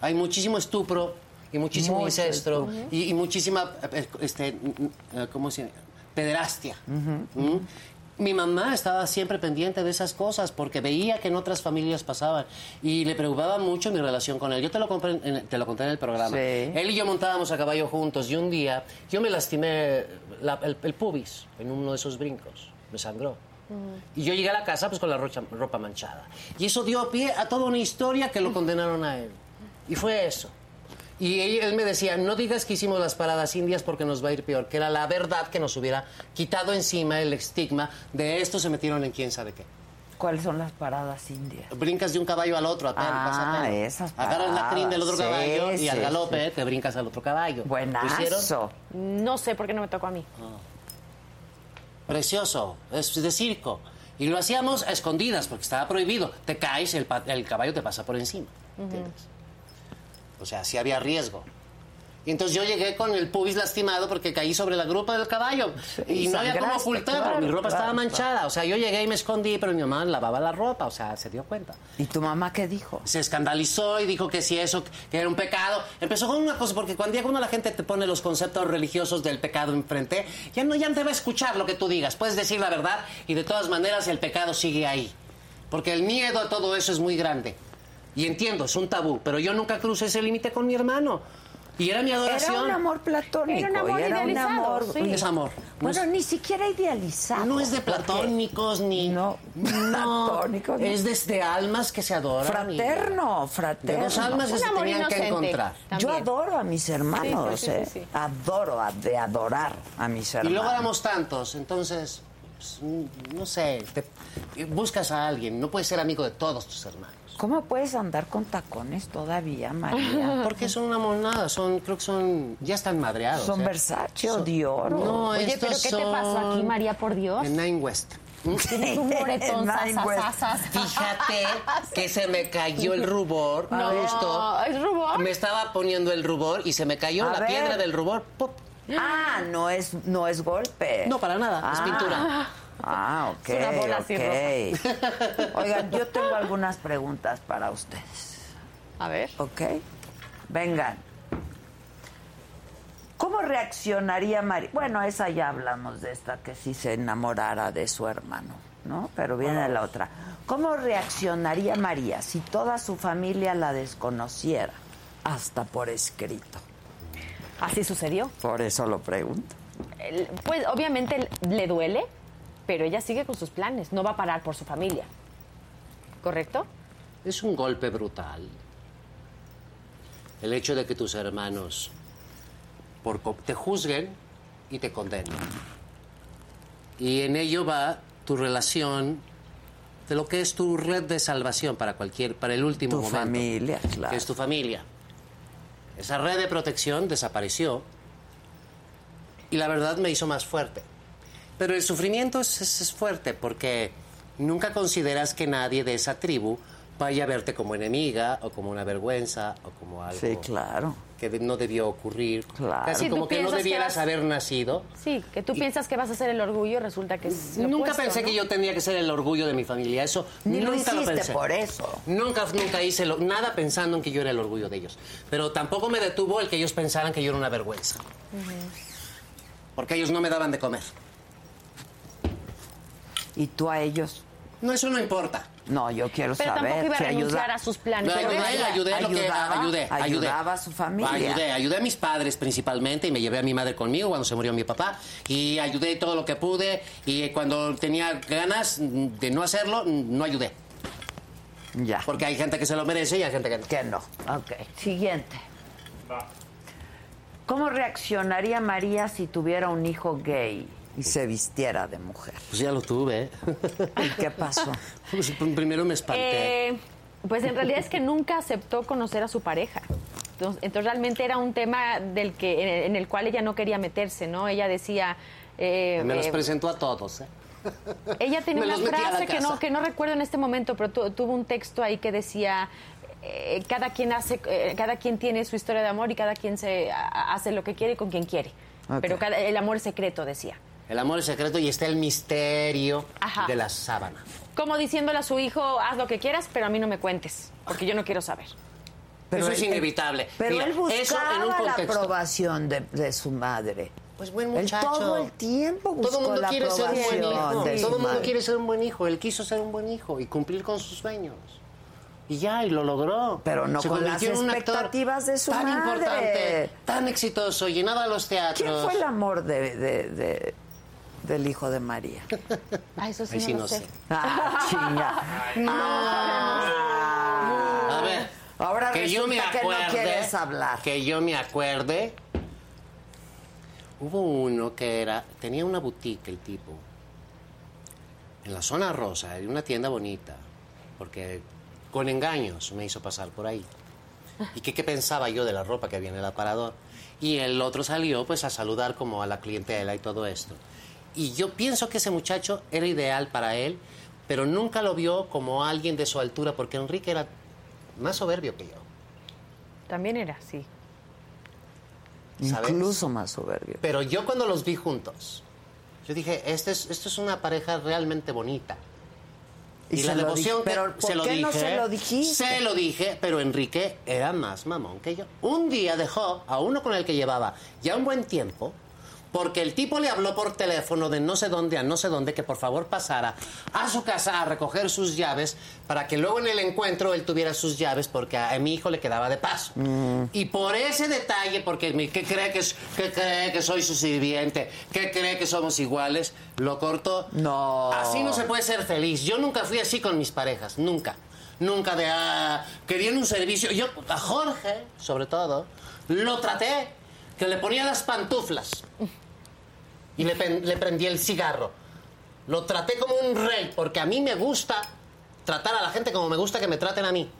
S4: Hay muchísimo estupro y muchísimo
S1: Mucho
S4: incesto y, y muchísima, eh, este, mm, mm, eh, ¿cómo se llama? Pederastia. ¿Mm? Mi mamá estaba siempre pendiente de esas cosas porque veía que en otras familias pasaban y le preocupaba mucho mi relación con él. Yo te lo, compré en- te lo conté en el programa.
S1: Sí.
S4: Él y yo montábamos a caballo juntos y un día yo me lastimé la- el, el pubis en uno de esos brincos. Me sangró. Y yo llegué a la casa pues con la rocha- ropa manchada. Y eso dio pie a toda una historia que lo condenaron a él. Y fue eso. Y él, él me decía, no digas que hicimos las paradas indias porque nos va a ir peor, que era la verdad que nos hubiera quitado encima el estigma de esto se metieron en quién sabe qué.
S1: ¿Cuáles son las paradas indias?
S4: Brincas de un caballo al otro, a pelo,
S1: Ah,
S4: pasa a pelo.
S1: esas
S4: Agarras la crin del otro
S1: paradas.
S4: caballo
S1: Sí,
S4: y al
S1: sí,
S4: galope te brincas al otro caballo. ¿Lo hicieron?
S1: Buenazo.
S2: No sé por qué no me tocó a mí.
S4: precioso, es de circo. Y lo hacíamos a escondidas porque estaba prohibido. Te caes, el, pa- el caballo te pasa por encima. ¿entiendes? O sea, sí había riesgo. Y entonces yo llegué con el pubis lastimado porque caí sobre la grupa del caballo.
S1: y
S4: y no había cómo
S1: sangraste,
S4: ocultarlo.
S1: claro,
S4: mi ropa
S1: claro,
S4: estaba
S1: claro.
S4: manchada. O sea, yo llegué y me escondí, pero mi mamá lavaba la ropa. O sea, se dio cuenta.
S1: ¿Y tu mamá qué dijo?
S4: se escandalizó y dijo que si eso que era un pecado. Empezó con una cosa, porque cuando, ya cuando la gente te pone los conceptos religiosos del pecado enfrente, ya no, ya te va a escuchar lo que tú digas. Puedes decir la verdad y de todas maneras el pecado sigue ahí. Porque el miedo a todo eso es muy grande. Y entiendo, es un tabú, pero yo nunca crucé ese límite con mi hermano. Y era mi adoración.
S1: Era un amor platónico.
S2: Era un amor
S1: y era un
S2: idealizado,
S1: amor.
S2: sí.
S4: Es amor. No
S1: Bueno,
S4: es-
S1: ni siquiera idealizado.
S4: No es de
S1: porque
S4: platónicos ni.
S1: No, platónicos, no.
S4: Es desde almas que se adoran. y-
S1: Fraterno,
S4: De
S1: fraterno.
S4: dos almas que
S2: Un
S4: se
S2: amor
S4: tenían que
S2: inocente.
S4: encontrar.
S2: También.
S1: Yo adoro a mis hermanos,
S2: Sí, sí, sí,
S1: ¿eh?
S2: sí, sí.
S1: Adoro a- de adorar a mis hermanos.
S4: Y luego éramos tantos, entonces, pues, mm, no sé, te- eh, buscas a alguien, no puedes ser amigo de todos tus hermanos.
S1: ¿Cómo puedes andar con tacones todavía, María?
S4: Porque son una monada, son, creo que son, ya están madreados.
S1: Son
S4: ¿eh?
S1: Versace o
S4: Son-
S1: Dior. o-
S4: No,
S2: Oye,
S4: estos
S2: pero ¿qué te pasó aquí,
S4: son
S2: María, por Dios?
S4: En Nine West.
S2: Tu moretón,
S1: Nine
S2: sas,
S1: West.
S2: sas, sas, sas.
S4: Fíjate que se me cayó el rubor.
S2: No,
S4: esto.
S2: ¿es rubor?
S4: Me estaba poniendo el rubor y se me cayó
S1: A
S4: la
S1: ver.
S4: piedra del rubor. ¡Pop!
S1: Ah, no es, no es golpe.
S4: No, para nada, es
S1: Ah.
S4: pintura.
S1: Ah, ok.
S2: Es una bola sin
S1: ok. Oigan, yo tengo algunas preguntas para ustedes.
S2: A ver.
S1: ¿Ok? Vengan. ¿Cómo reaccionaría María? Bueno, esa ya hablamos de esta, que si se enamorara de su hermano, ¿no? Pero viene la otra. ¿Cómo reaccionaría María si toda su familia la desconociera? Hasta por escrito.
S2: Así sucedió.
S1: Por eso lo pregunto.
S2: El- Pues obviamente le duele, pero ella sigue con sus planes. No va a parar por su familia. ¿Correcto?
S4: Es un golpe brutal. El hecho de que tus hermanos por co- te juzguen y te condenen. Y en ello va tu relación de lo que es tu red de salvación para cualquier para el último
S1: Tu
S4: momento,
S1: familia,
S4: que
S1: claro.
S4: es tu familia. Esa red de protección desapareció y la verdad me hizo más fuerte. Pero el sufrimiento es, es- es fuerte porque nunca consideras que nadie de esa tribu vaya a verte como enemiga o como una vergüenza o como algo
S1: Sí, claro.
S4: que de- no debió ocurrir.
S1: Claro.
S4: Casi
S2: Sí, tú
S4: como que no
S2: piensas que
S4: debieras
S2: vas-
S4: haber nacido.
S2: Sí, que tú piensas que vas a ser el orgullo, resulta que es lo
S4: nunca
S2: opuesto,
S4: pensé
S2: ¿no?
S4: que yo tendría que ser el orgullo de mi familia. Eso
S1: Ni lo
S4: nunca
S1: hiciste
S4: pensé.
S1: por eso.
S4: Nunca, nunca hice lo- nada pensando en que yo era el orgullo de ellos. Pero tampoco me detuvo el que ellos pensaran que yo era una vergüenza. Porque ellos no me daban de comer.
S1: ¿Y tú a ellos?
S4: No, eso no importa.
S1: No, yo quiero
S2: Pero
S1: saber.
S2: tampoco iba a
S1: si ayuda-
S2: renunciar a sus
S1: Ah,
S2: planes.
S4: La
S2: Pero
S4: ayudé,
S2: ella-
S4: la ayudé, lo que-
S1: ayudaba,
S4: ayudé, ayudé.
S1: ayudaba a su familia.
S4: Ayudé, ayudé a mis padres principalmente y me llevé a mi madre conmigo cuando se murió mi papá y ayudé todo lo que pude y cuando tenía ganas mm, de no hacerlo, mm, no ayudé.
S1: Ya.
S4: Porque hay gente que se lo merece y hay gente que no.
S1: Que no. Ok. Siguiente.
S3: Va.
S1: ¿Cómo reaccionaría María si tuviera un hijo gay y se vistiera de mujer?
S4: Pues ya lo tuve.
S1: ¿Y qué pasó?
S4: Pues primero me espanté.
S2: Eh, pues en realidad es que nunca aceptó conocer a su pareja. Entonces, entonces realmente era un tema del que, en el cual ella no quería meterse, ¿no? Ella decía... eh,
S4: me los
S2: eh,
S4: presentó a todos. ¿eh?
S2: Ella tenía
S4: Me
S2: una
S4: los metí a la
S2: frase que no,
S4: casa.
S2: que no recuerdo en este momento, pero tu- tuvo un texto ahí que decía eh, cada quien hace, eh, cada quien tiene su historia de amor y cada quien se a- hace lo que quiere y con quien quiere.
S1: Ok.
S2: Pero cada- el amor es secreto decía.
S4: El amor es secreto y está el misterio
S2: Ajá.
S4: de la sábana.
S2: Como diciéndole a su hijo, haz lo que quieras, pero a mí no me cuentes, porque yo no quiero saber.
S4: eso
S1: él-
S4: es inevitable.
S1: Pero
S4: Mira,
S1: él
S4: eso
S1: buscaba
S4: en un
S1: la
S4: contexto.
S1: aprobación de, de su madre.
S4: Pues buen
S1: Él
S4: muchacho.
S1: todo el tiempo buscó
S4: Todo el mundo
S1: la
S4: quiere ser un buen
S1: aprobación
S4: hijo.
S1: de su
S4: Todo el mundo
S1: madre.
S4: quiere ser un buen hijo. Él quiso ser un buen hijo y cumplir con sus sueños. Y ya, y lo logró.
S1: Pero no
S4: Se
S1: con las
S4: convirtió en un actor
S1: expectativas de su
S4: tan
S1: madre.
S4: importante, tan exitoso, llenaba los teatros.
S1: ¿Quién fue el amor de, de- de- del hijo de María?
S2: Ah, eso sí,
S4: Ahí sí
S2: no, lo
S4: no
S2: sé.
S4: sé.
S1: Ah, chinga. Ah.
S4: A ver.
S1: Ahora
S4: que yo me
S1: resulta que no
S4: acuerde,
S1: quieres hablar.
S4: Que yo me acuerde. Hubo uno que era. Tenía una boutique el tipo. En la zona rosa, en una tienda bonita. Porque con engaños me hizo pasar por ahí. ¿Y qué, qué pensaba yo de la ropa que había en el aparador? Y el otro salió pues a saludar como a la clientela y todo esto. Y yo pienso que ese muchacho era ideal para él, pero nunca lo vio como alguien de su altura, porque Enrique era más soberbio que yo.
S2: También era así.
S4: ¿sabes?
S1: Incluso más soberbio.
S4: Pero yo cuando los vi juntos, yo dije, este es, esto es una pareja realmente bonita. Y, la
S1: se lo
S4: devoción
S1: dije,
S4: que
S1: pero ¿por
S4: se lo
S1: qué
S4: dije, eh?
S1: no se lo dijiste?
S4: Se lo dije, pero Enrique era más mamón que yo. Un día dejó a uno con el que llevaba ya un buen tiempo, porque el tipo le habló por teléfono de no sé dónde a no sé dónde que por favor pasara a su casa a recoger sus llaves para que luego en el encuentro él tuviera sus llaves porque a, a mi hijo le quedaba de paso. Y por ese detalle, porque mi- que cree que, es- que cree que soy su sirviente, que cree que somos iguales, lo cortó.
S1: No.
S4: Así no se puede ser feliz. Yo nunca fui así con mis parejas, nunca. Nunca de, ah, querían un servicio. Yo, a Jorge, sobre todo, lo traté, que le ponía las pantuflas y le, pen- le prendí el cigarro. Lo traté como un rey, porque a mí me gusta tratar a la gente como me gusta que me traten a mí.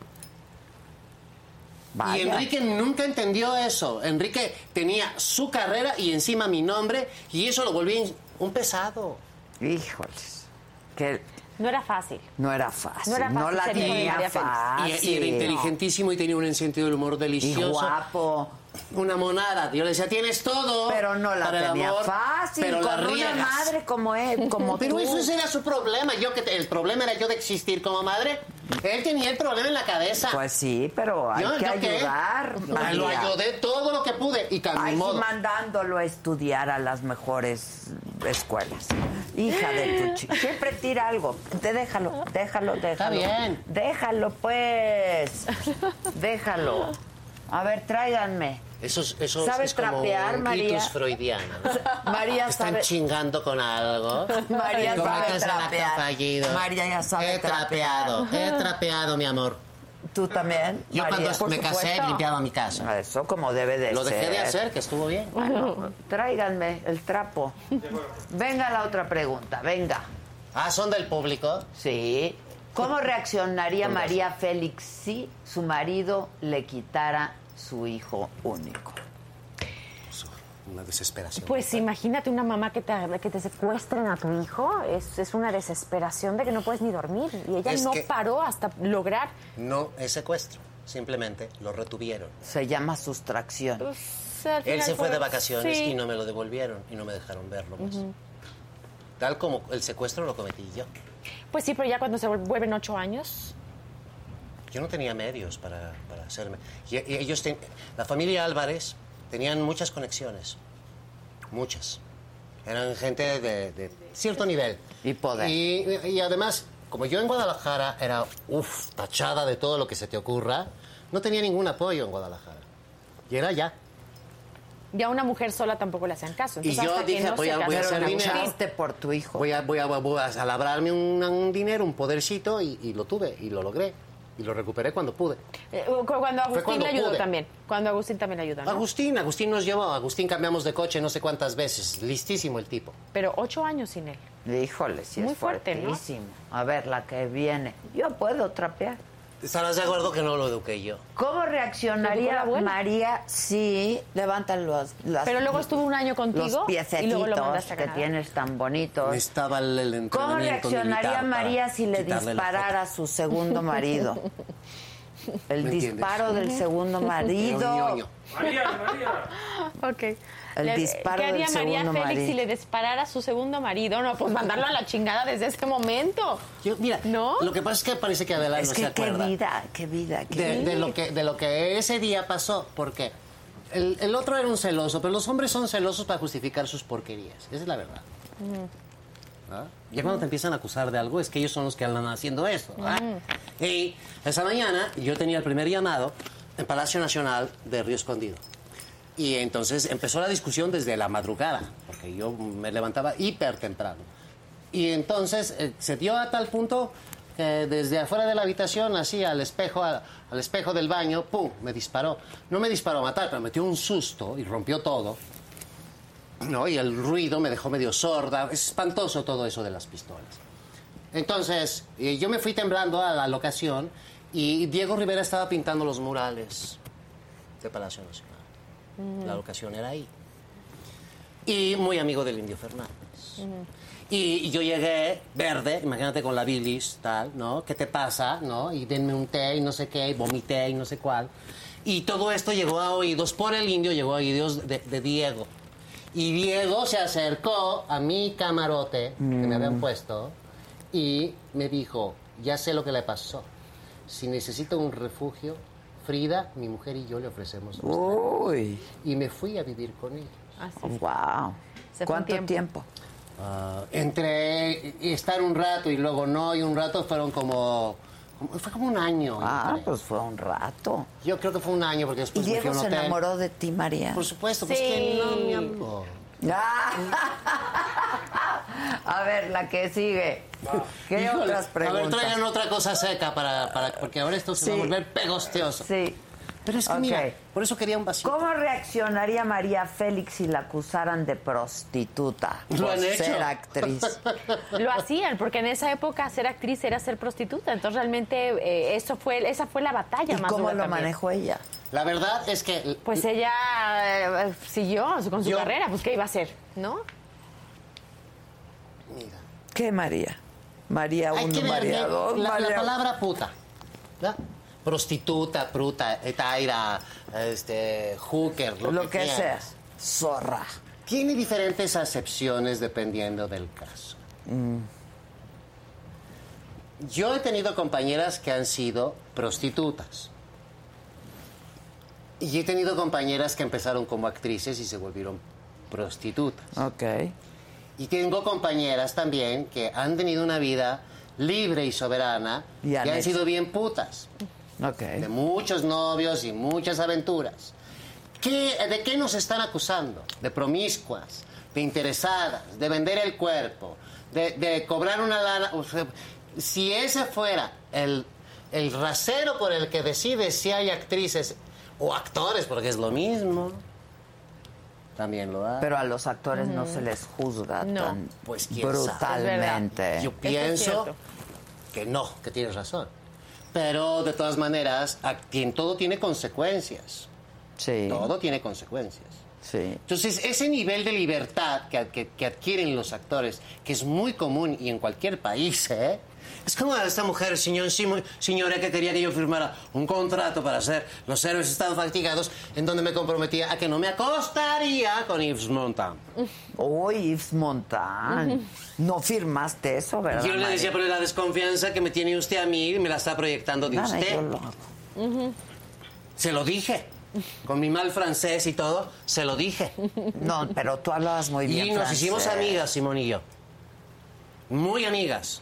S1: Vaya.
S4: Y Enrique nunca entendió eso. Enrique tenía su carrera y encima mi nombre, y eso lo volví in- un pesado.
S1: Híjoles. Que
S2: No era fácil.
S1: no era fácil.
S2: No era fácil
S1: la
S2: ser hijo de
S1: tenía
S2: María Félix.
S4: Y-
S1: fácil.
S4: y, era inteligentísimo y tenía un sentido del humor
S1: Ah, Y
S4: delicioso.
S1: guapo.
S4: Una monada. Yo le decía, tienes todo.
S1: Pero no la
S4: para el
S1: tenía
S4: amor,
S1: fácil.
S4: Pero la
S1: con una
S4: riegas".
S1: madre como él, como
S4: Pero
S1: tú.
S4: eso ese era su problema. Yo que te- el problema era yo de existir como madre. Él tenía el problema en la cabeza.
S1: Pues sí, pero hay
S4: Yo-
S1: que
S4: yo qué.
S1: ayudar. María.
S4: Lo ayudé todo lo que pude y cambió
S1: Ay,
S4: modo.
S1: mandándolo a estudiar a las mejores escuelas. Hija de tu chi- Siempre tira algo. Te déjalo, déjalo, déjalo.
S4: bien.
S1: Déjalo, pues. Déjalo. A ver, tráiganme.
S4: Eso, es- eso es-
S1: ¿Sabes
S4: es como
S1: trapear,
S4: un
S1: María?
S4: ictus freudiano. ¿no?
S1: María
S4: Están
S1: sabe.
S4: chingando con algo.
S1: María
S4: Como
S1: sabe
S4: casa de acto
S1: trapear.
S4: fallido.
S1: María ya sabe
S4: He trapeado, he trapeado, mi amor.
S1: ¿Tú también?
S4: Yo
S1: María?
S4: cuando
S1: Por
S4: me casé
S1: supuesto.
S4: limpiaba mi casa.
S1: Eso como debe de
S4: Lo
S1: ser.
S4: dejé de hacer, que estuvo bien.
S1: Tráiganme el trapo. Venga la otra pregunta, venga.
S4: Ah, son del público.
S1: Sí. ¿Cómo reaccionaría María Félix si su marido le quitara su hijo único?
S4: Una desesperación.
S2: Pues imagínate una mamá que te, que te secuestren a tu hijo. Es, es una desesperación de que no puedes ni dormir. Y ella
S4: Es
S2: no
S4: que-
S2: paró hasta lograr.
S4: No es secuestro. Simplemente lo retuvieron.
S1: Se llama sustracción.
S4: Él se fue de vacaciones y no me lo devolvieron y no me dejaron verlo más. Tal como el secuestro lo cometí yo.
S2: Pues sí, pero ya cuando se vuelven ocho años.
S4: Yo no tenía medios para, para hacerme. Y, y ellos ten- la familia Álvarez tenían muchas conexiones. Muchas. Eran gente de, de cierto nivel.
S1: Y poder.
S4: Y, y además, como yo en Guadalajara era, uff, tachada de todo lo que se te ocurra, no tenía ningún apoyo en Guadalajara. Y era ya.
S2: Ya una mujer sola tampoco le hacían caso.
S4: Y
S2: Entonces,
S4: yo
S2: hasta que
S4: dije,
S2: no
S4: voy
S2: se
S4: a- voy a
S2: casaron
S4: hacer
S2: mujer.
S4: dinero.
S1: Luchaste por tu hijo.
S4: Voy a, voy a, voy a labrarme un, un dinero, un podercito, y, y lo tuve, y lo logré. Y lo recuperé cuando pude.
S2: Eh, cu- Cuando Agustín
S4: cuando
S2: le ayudó
S4: pude.
S2: también. Cuando Agustín también le
S4: Ah,
S2: ayudó. ¿no?
S4: Agustín, Agustín nos llevó. Agustín cambiamos de coche no sé cuántas veces. Listísimo el tipo.
S2: Pero ocho años sin él.
S1: Híjole, sí
S2: Muy
S1: es
S2: fuerte, ¿no?
S1: fuertísimo. A ver, la que viene. Yo puedo trapear.
S4: Estarás de acuerdo que no lo eduqué yo.
S1: ¿Cómo
S2: Lo dijo la
S1: reaccionaría
S2: abuela.
S1: María si levantan los, las-
S2: Pero luego estuvo un año
S1: los
S2: contigo y luego lo
S1: piececitos
S2: mandaste a
S1: que
S2: Canadá.
S1: tienes tan bonitos?
S4: Estaba el, el
S1: ¿Cómo
S4: entrenamiento
S1: reaccionaría
S4: militar para
S1: María si le
S4: quitarle la
S1: disparara a su segundo marido? El
S4: ¿Me entiendes?
S1: disparo del segundo
S4: foto. Era un ñoño.
S1: marido.
S3: María, María.
S2: Ok.
S1: El disparo
S2: ¿Qué haría
S1: del
S2: María
S1: segundo
S2: Félix
S1: marido?
S2: si le disparara a su segundo marido? No, pues mandarlo a la chingada desde este momento.
S4: Yo- mira,
S2: ¿No?
S4: lo que pasa es que parece que Adela
S1: Es
S4: no
S1: que
S4: se
S1: qué
S4: acuerda.
S1: vida, qué vida, qué
S4: de,
S1: vida.
S4: de lo que, de lo que ese día pasó, porque el, el otro era un celoso, pero los hombres son celosos para justificar sus porquerías. Esa es la verdad. ¿Ah? Ya cuando te empiezan a acusar de algo, es que ellos son los que andan haciendo eso. ¿ah? Y esa mañana yo tenía el primer llamado en Palacio Nacional de Río Escondido. Y entonces empezó la discusión desde la madrugada, porque yo me levantaba hiper temprano. Y entonces eh, se dio a tal punto que desde afuera de la habitación, así al espejo, a- al espejo del baño, ¡pum! me disparó. No me disparó a matar, pero metió un susto y rompió todo. ¿no? Y el ruido me dejó medio sorda. Es espantoso todo eso de las pistolas. Entonces, eh, yo me fui temblando a la locación y Diego Rivera estaba pintando los murales de Palacio Nacional. La locación era ahí. Y muy amigo del Indio Fernández. Y yo llegué verde, imagínate con la bilis, tal, ¿no? ¿Qué te pasa, no? Y denme un té y no sé qué, y vomité y no sé cuál. Y todo esto llegó a oídos por el indio, llegó a oídos de, de Diego. Y Diego se acercó a mi camarote que me habían puesto y me dijo, ya sé lo que le pasó. Si necesita un refugio, Frida, mi mujer y yo le ofrecemos. un
S1: Uy,
S4: y me fui a vivir con ellos.
S1: wow.
S5: Se fue un
S1: ¿Cuánto tiempo?
S5: tiempo.
S4: Ah, entre estar un rato y luego no, y un rato fueron como. como- fue como un año. yo
S1: Ah,
S4: creo.
S1: pues fue un rato.
S4: Yo creo que fue un año porque
S1: ¿Y
S4: después me fui a
S1: Diego
S4: un
S1: se
S4: hotel.
S1: enamoró de ti, María?
S4: Por supuesto, pues
S5: Sí.
S4: que no, mi amor.
S1: Ah. A ver, la que sigue. ¿Qué
S4: Híjole,
S1: otras
S4: A ver,
S1: preguntas?
S4: traigan otra cosa seca para, para- porque ahora esto se va a
S1: Sí.
S4: volver pegosteoso.
S1: Sí.
S4: Pero es que
S1: Ok.
S4: mira, por eso quería un vasito.
S1: ¿Cómo reaccionaría María Félix si la acusaran de prostituta
S4: Lo
S1: por
S4: han hecho.
S1: ser actriz?
S2: Lo hacían, porque en esa época ser actriz era ser prostituta. Entonces realmente eh, eso fue, esa fue la batalla
S1: ¿Y
S2: más
S1: cómo
S2: dura
S1: lo
S2: también.
S1: manejó ella?
S4: La verdad es que.
S2: Pues ella eh, siguió su- con su
S4: Yo-
S2: carrera, pues ¿qué iba a hacer? ¿No?
S4: Mira.
S1: ¿Qué María? María
S4: Hay
S1: 1,
S4: que ver
S1: María
S4: que
S1: 2,
S4: la, la
S1: María...
S4: palabra puta. ¿verdad? Prostituta, pruta, etaira, este, hooker, lo,
S1: lo que
S4: quieras.
S1: sea. Zorra.
S4: Tiene diferentes acepciones dependiendo del caso.
S1: Mm.
S4: Yo he tenido compañeras que han sido prostitutas. Y he tenido compañeras que empezaron como actrices y se volvieron prostitutas.
S1: Ok.
S4: Y tengo compañeras también que han tenido una vida libre y soberana
S1: Y
S4: y
S1: han
S4: han,
S1: hecho.
S4: sido bien putas,
S1: Ok.
S4: de muchos novios y muchas aventuras. ¿Qué- ¿De qué nos están acusando? De promiscuas, de interesadas, de vender el cuerpo, de, de cobrar una lana. o sea, si ese fuera el, el rasero por el que decide si hay actrices o actores, porque es lo mismo, también lo hay.
S1: Pero a los actores no se les juzga
S2: No.
S1: tan
S4: Pues, quién sabe.
S1: brutalmente.
S4: Yo
S2: es
S4: pienso
S2: cierto.
S4: que no, que tienes razón. Pero de todas maneras, a quien todo tiene consecuencias.
S1: Sí,
S4: Todo tiene consecuencias.
S1: sí.
S4: Entonces, ese nivel de libertad que, que- que adquieren los actores, que es muy común y en cualquier país, ¿eh? Es como esta mujer, señor, Simo- señora, que quería que yo firmara un contrato para hacer Los héroes están fatigados, en donde me comprometía a que no me acostaría con Yves Montan.
S1: Uy, Yves Montan. No firmaste eso, ¿verdad?
S4: Yo le
S1: María?
S4: decía, pero la desconfianza que me tiene usted a mí me la está proyectando de
S1: Nada,
S4: usted.
S1: yo lo hago.
S4: Se lo dije. Con mi mal francés y todo, se lo dije.
S1: No, pero tú hablabas muy bien.
S4: Y nos hicimos
S1: francés.
S4: amigas, Simón y yo. Muy amigas.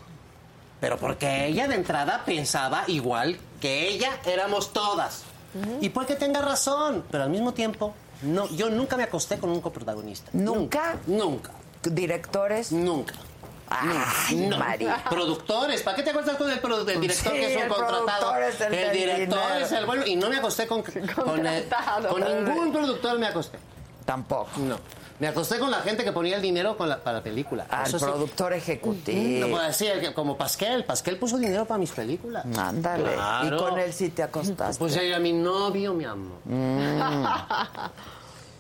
S4: Pero porque ella de entrada pensaba igual que ella éramos todas. Y puede que tenga razón, pero al mismo tiempo, no, yo nunca me acosté con un coprotagonista.
S1: ¿Nunca?
S4: Nunca.
S1: Directores.
S4: Nunca.
S1: Ay,
S4: Mm. No.
S1: María.
S4: Productores. ¿Para qué te acuerdas con el, produ- del director
S1: Sí,
S4: que es un
S1: el
S4: contratado?
S1: productor es el del
S4: director
S1: dinero.
S4: es el bueno. Y no me acosté con, con, el-
S2: Contratado.
S4: con ningún productor me acosté.
S1: Tampoco.
S4: No. Me acosté con la gente que ponía el dinero con la- para la película.
S1: Al
S4: Eso sí.
S1: productor
S4: No,
S1: ejecutivo.
S4: pues así, el que- como Pascal. Pascal puso dinero para mis películas.
S1: Ándale.
S4: Claro.
S1: Y con él sí te Mm. acostaste.
S4: Pues era mi novio, mi amor.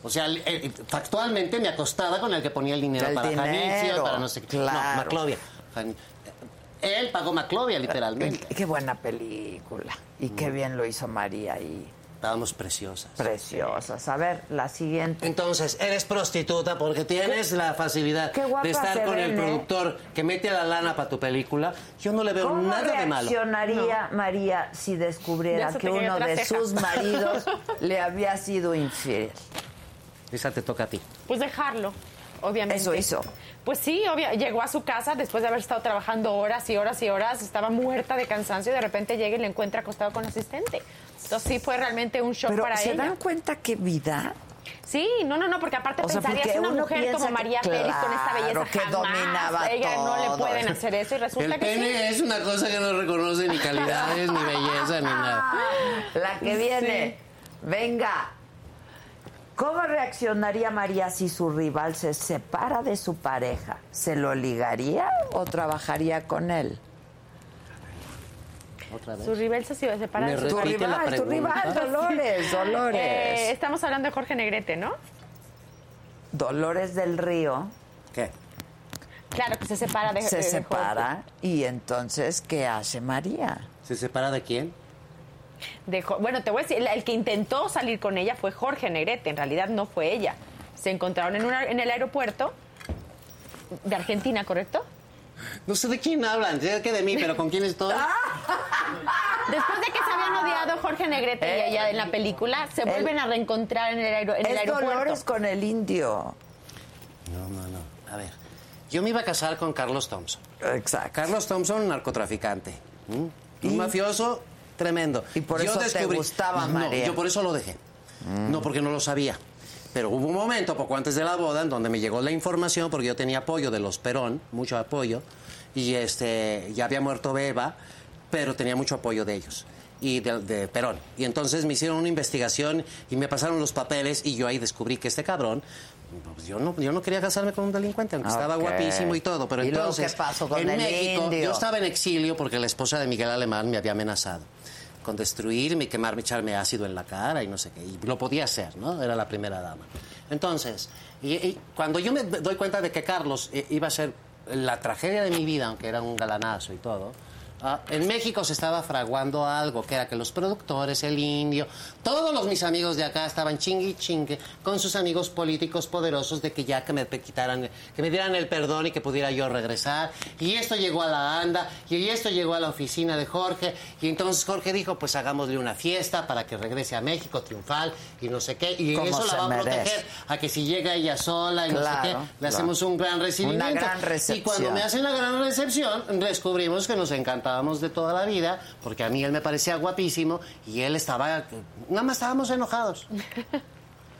S4: O sea, el- el- factualmente me acostaba con el que ponía el dinero
S1: El
S4: para
S1: dinero,
S4: Janicio, para no sé qué.
S1: claro.
S4: No, Maclovia. Jan- Él pagó Maclovia, literalmente.
S1: Qué- Qué buena película. Y
S4: Mm.
S1: qué bien lo hizo María ahí.
S4: Estábamos preciosas.
S1: Preciosas. A ver, la siguiente.
S4: Entonces, eres prostituta porque tienes la facilidad
S1: qué guapa
S4: de estar
S1: se
S4: con el
S1: ven, ¿eh?
S4: productor que mete la lana para tu película. Yo no le veo
S1: ¿Cómo
S4: nada de malo.
S1: reaccionaría María si descubriera
S2: Ya se te
S1: que
S2: cayó
S1: uno
S2: otra
S1: de
S2: ceja.
S1: sus maridos le había sido infiel?
S4: Esa te toca a ti.
S2: Pues dejarlo, obviamente.
S1: Eso hizo.
S2: Pues sí, obvio, llegó a su casa después de haber estado trabajando horas y horas y horas, estaba muerta de cansancio y de repente llega y le encuentra acostado con la asistente. Entonces sí fue realmente un shock
S1: Pero
S2: para
S1: se
S2: ella.
S1: dan cuenta qué vida.
S2: Sí, no, no, no, porque aparte
S1: O sea,
S2: pensarías
S1: porque
S2: una
S1: uno
S2: mujer
S1: piensa
S2: como
S1: que-
S2: María Félix con esta
S1: claro,
S2: belleza
S1: que
S2: jamás,
S1: dominaba
S2: ella no
S1: todo.
S2: le pueden hacer eso y resulta Pues
S4: el
S2: que sí.
S4: pene es una cosa que no reconoce ni calidades, ni belleza, ni nada.
S1: La que viene. Venga. ¿Cómo reaccionaría María si su rival se separa de su pareja? ¿Se lo ligaría o trabajaría con él?
S4: Otra vez.
S2: Su rival se separa
S4: Me
S2: de su
S4: re-
S1: Tu
S4: Repite la
S1: rival, tu
S4: pregunta.
S1: rival, Dolores, Dolores.
S2: Eh, estamos hablando de Jorge Negrete, ¿no?
S1: Dolores del Río
S4: ¿Qué?
S2: Claro que se separa de
S1: se
S2: de eh, Jorge.
S1: separa y entonces, ¿qué hace María?
S4: ¿Se separa de quién?
S2: de Jo- bueno, te voy a decir, el- el que intentó salir con ella fue Jorge Negrete, en realidad no fue ella. Se encontraron en, un aer- en el aeropuerto de Argentina, ¿correcto?
S4: No sé de quién hablan, sé que de mí, pero ¿con quién estoy?
S1: Ah.
S2: Después de que se habían odiado Jorge Negrete y ella en la película, se vuelven a reencontrar en el, aer- en el
S1: Eh, Es
S2: aeropuerto.
S1: Dolores con el indio.
S4: No, no, no. A ver, yo me iba a casar con Carlos Thompson.
S1: Exacto.
S4: Carlos Thompson, narcotraficante. ¿m? Un mafioso tremendo.
S1: Y por eso te gustaba,
S4: No,
S1: María. Mm.
S4: yo por eso lo dejé. No, porque no lo sabía. Pero hubo un momento, poco antes de la boda, en donde me llegó la información, porque yo tenía apoyo de los Perón, mucho apoyo, y este, ya había muerto Beba, pero tenía mucho apoyo de ellos, y de, de Perón. Y entonces me hicieron una investigación y me pasaron los papeles, y yo ahí descubrí que este cabrón, pues, yo, no, yo no quería casarme con un delincuente, aunque estaba
S1: Ok.
S4: guapísimo y todo, pero
S1: ¿Y luego
S4: entonces...
S1: qué pasó con
S4: en
S1: el
S4: México,
S1: indio?
S4: yo estaba en exilio porque la esposa de Miguel Alemán me había amenazado con destruirme y quemarme, echarme ácido en la cara y no sé qué. Y lo podía hacer, ¿no? Era la primera dama. Entonces, y, y cuando yo me doy cuenta de que Carlos eh, iba a ser la tragedia de mi vida, aunque era un galanazo y todo, ah, en México se estaba fraguando algo, que era que los productores, el indio, todos los mis amigos de acá estaban chingui chingue con sus amigos políticos poderosos de que ya que me pe- quitaran, que me dieran el perdón y que pudiera yo regresar. Y esto llegó a la ANDA y esto llegó a la oficina de Jorge. Y entonces Jorge dijo, pues hagámosle una fiesta para que regrese a México triunfal y no sé qué. Y
S1: Como
S4: eso
S1: se
S4: la va a
S1: merece.
S4: proteger a que si llega ella sola y no
S1: Claro,
S4: sé qué, le
S1: claro.
S4: hacemos un gran recibimiento.
S1: Una gran
S4: Y cuando
S1: recepción.
S4: me hacen la gran recepción, descubrimos que nos encantábamos de toda la vida, porque a mí él me parecía guapísimo y él estaba... Nada más estábamos enojados.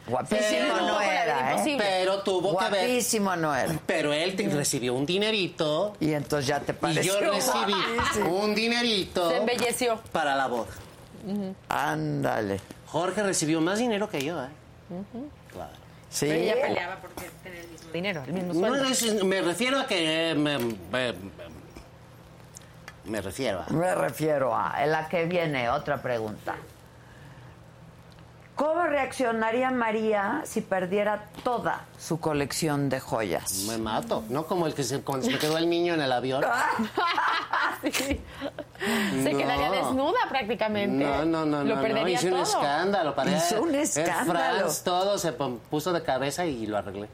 S1: Guapísimo
S4: Pero-
S1: no era, ¿eh?
S2: Imposible.
S4: Pero tuvo que ver...
S1: Guapísimo no era.
S4: Pero él te- recibió un dinerito
S1: Y entonces ya te
S4: y
S1: pareció.
S4: yo recibí un dinerito
S2: Se embelleció.
S4: para la boda.
S1: Ándale.
S4: Jorge recibió más dinero que yo, ¿eh? Claro.
S1: Sí.
S2: Pero ella peleaba porque tenía el mismo dinero, el mismo
S4: No,
S2: sueldo.
S4: es- me refiero a que... eh, Me, me- me refiero a...
S1: Me refiero a en la que viene otra pregunta. ¿Cómo reaccionaría María si perdiera toda su colección de joyas?
S4: Me mato, ¿no? Como el que se, cuando se me quedó el niño en el avión.
S2: Sí. Se
S4: No.
S2: quedaría desnuda prácticamente.
S4: No, no, no,
S2: Lo
S4: no, no.
S2: perdería
S4: Hice un
S2: todo.
S4: escándalo. Para
S1: Hizo un
S4: en
S1: escándalo.
S4: France, todo se pon- puso de cabeza y lo arreglé.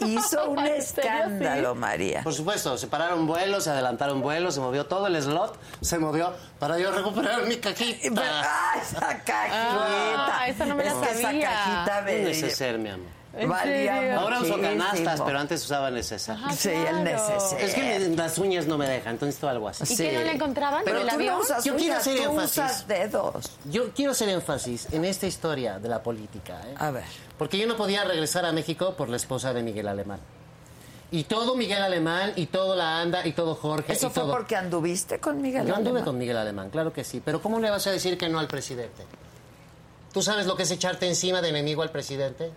S1: Hizo un
S2: ¿En serio? Pues,
S1: escándalo, María.
S4: Por supuesto, se pararon vuelos, se adelantaron vuelos, se movió todo el slot, se movió para yo recuperar mi
S1: Y me-
S4: cajita.
S1: ¡Ah, esa cajita!
S2: Ah, esa no me la
S1: es que Esa
S2: sabía.
S1: cajita ve-
S4: Neceser, mi amor.
S2: ¿En
S1: valía
S2: serio?
S4: Ahora uso
S1: muchísimo.
S4: canastas, pero antes usaba neceser.
S2: Ajá,
S1: Sí,
S2: claro.
S1: el neceser.
S4: Es que me- las uñas no me dejan, entonces todo algo así.
S2: ¿Y qué no la encontraban?
S4: Pero
S2: ¿En el
S4: tú no
S2: avión?
S1: usas
S4: Yo quiero
S1: uñas,
S4: hacer
S1: tú
S4: énfasis.
S1: usas dedos.
S4: Yo quiero hacer énfasis en esta historia de la política. ¿eh?
S1: A ver.
S4: Porque yo no podía regresar a México por la esposa de Miguel Alemán. Y todo Miguel Alemán, y todo la anda, y todo Jorge,
S1: Eso
S4: y
S1: fue
S4: todo.
S1: porque anduviste con Miguel
S4: Yo anduve
S1: Alemán.
S4: con Miguel Alemán, claro que sí. Pero ¿cómo le vas a decir que no al presidente? ¿Tú sabes lo que es echarte encima de enemigo al presidente?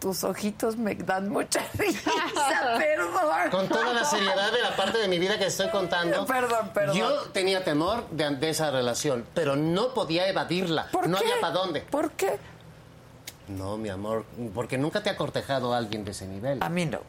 S1: Tus ojitos me dan mucha risa, perdón.
S4: Con toda la seriedad de la parte de mi vida que estoy contando.
S1: Perdón, perdón.
S4: Yo tenía temor de, de esa relación, pero no podía evadirla.
S1: ¿Por
S4: no
S1: qué?
S4: había para dónde.
S1: ¿Por qué?
S4: No, mi amor, porque nunca te ha cortejado alguien de ese nivel.
S1: A mí no.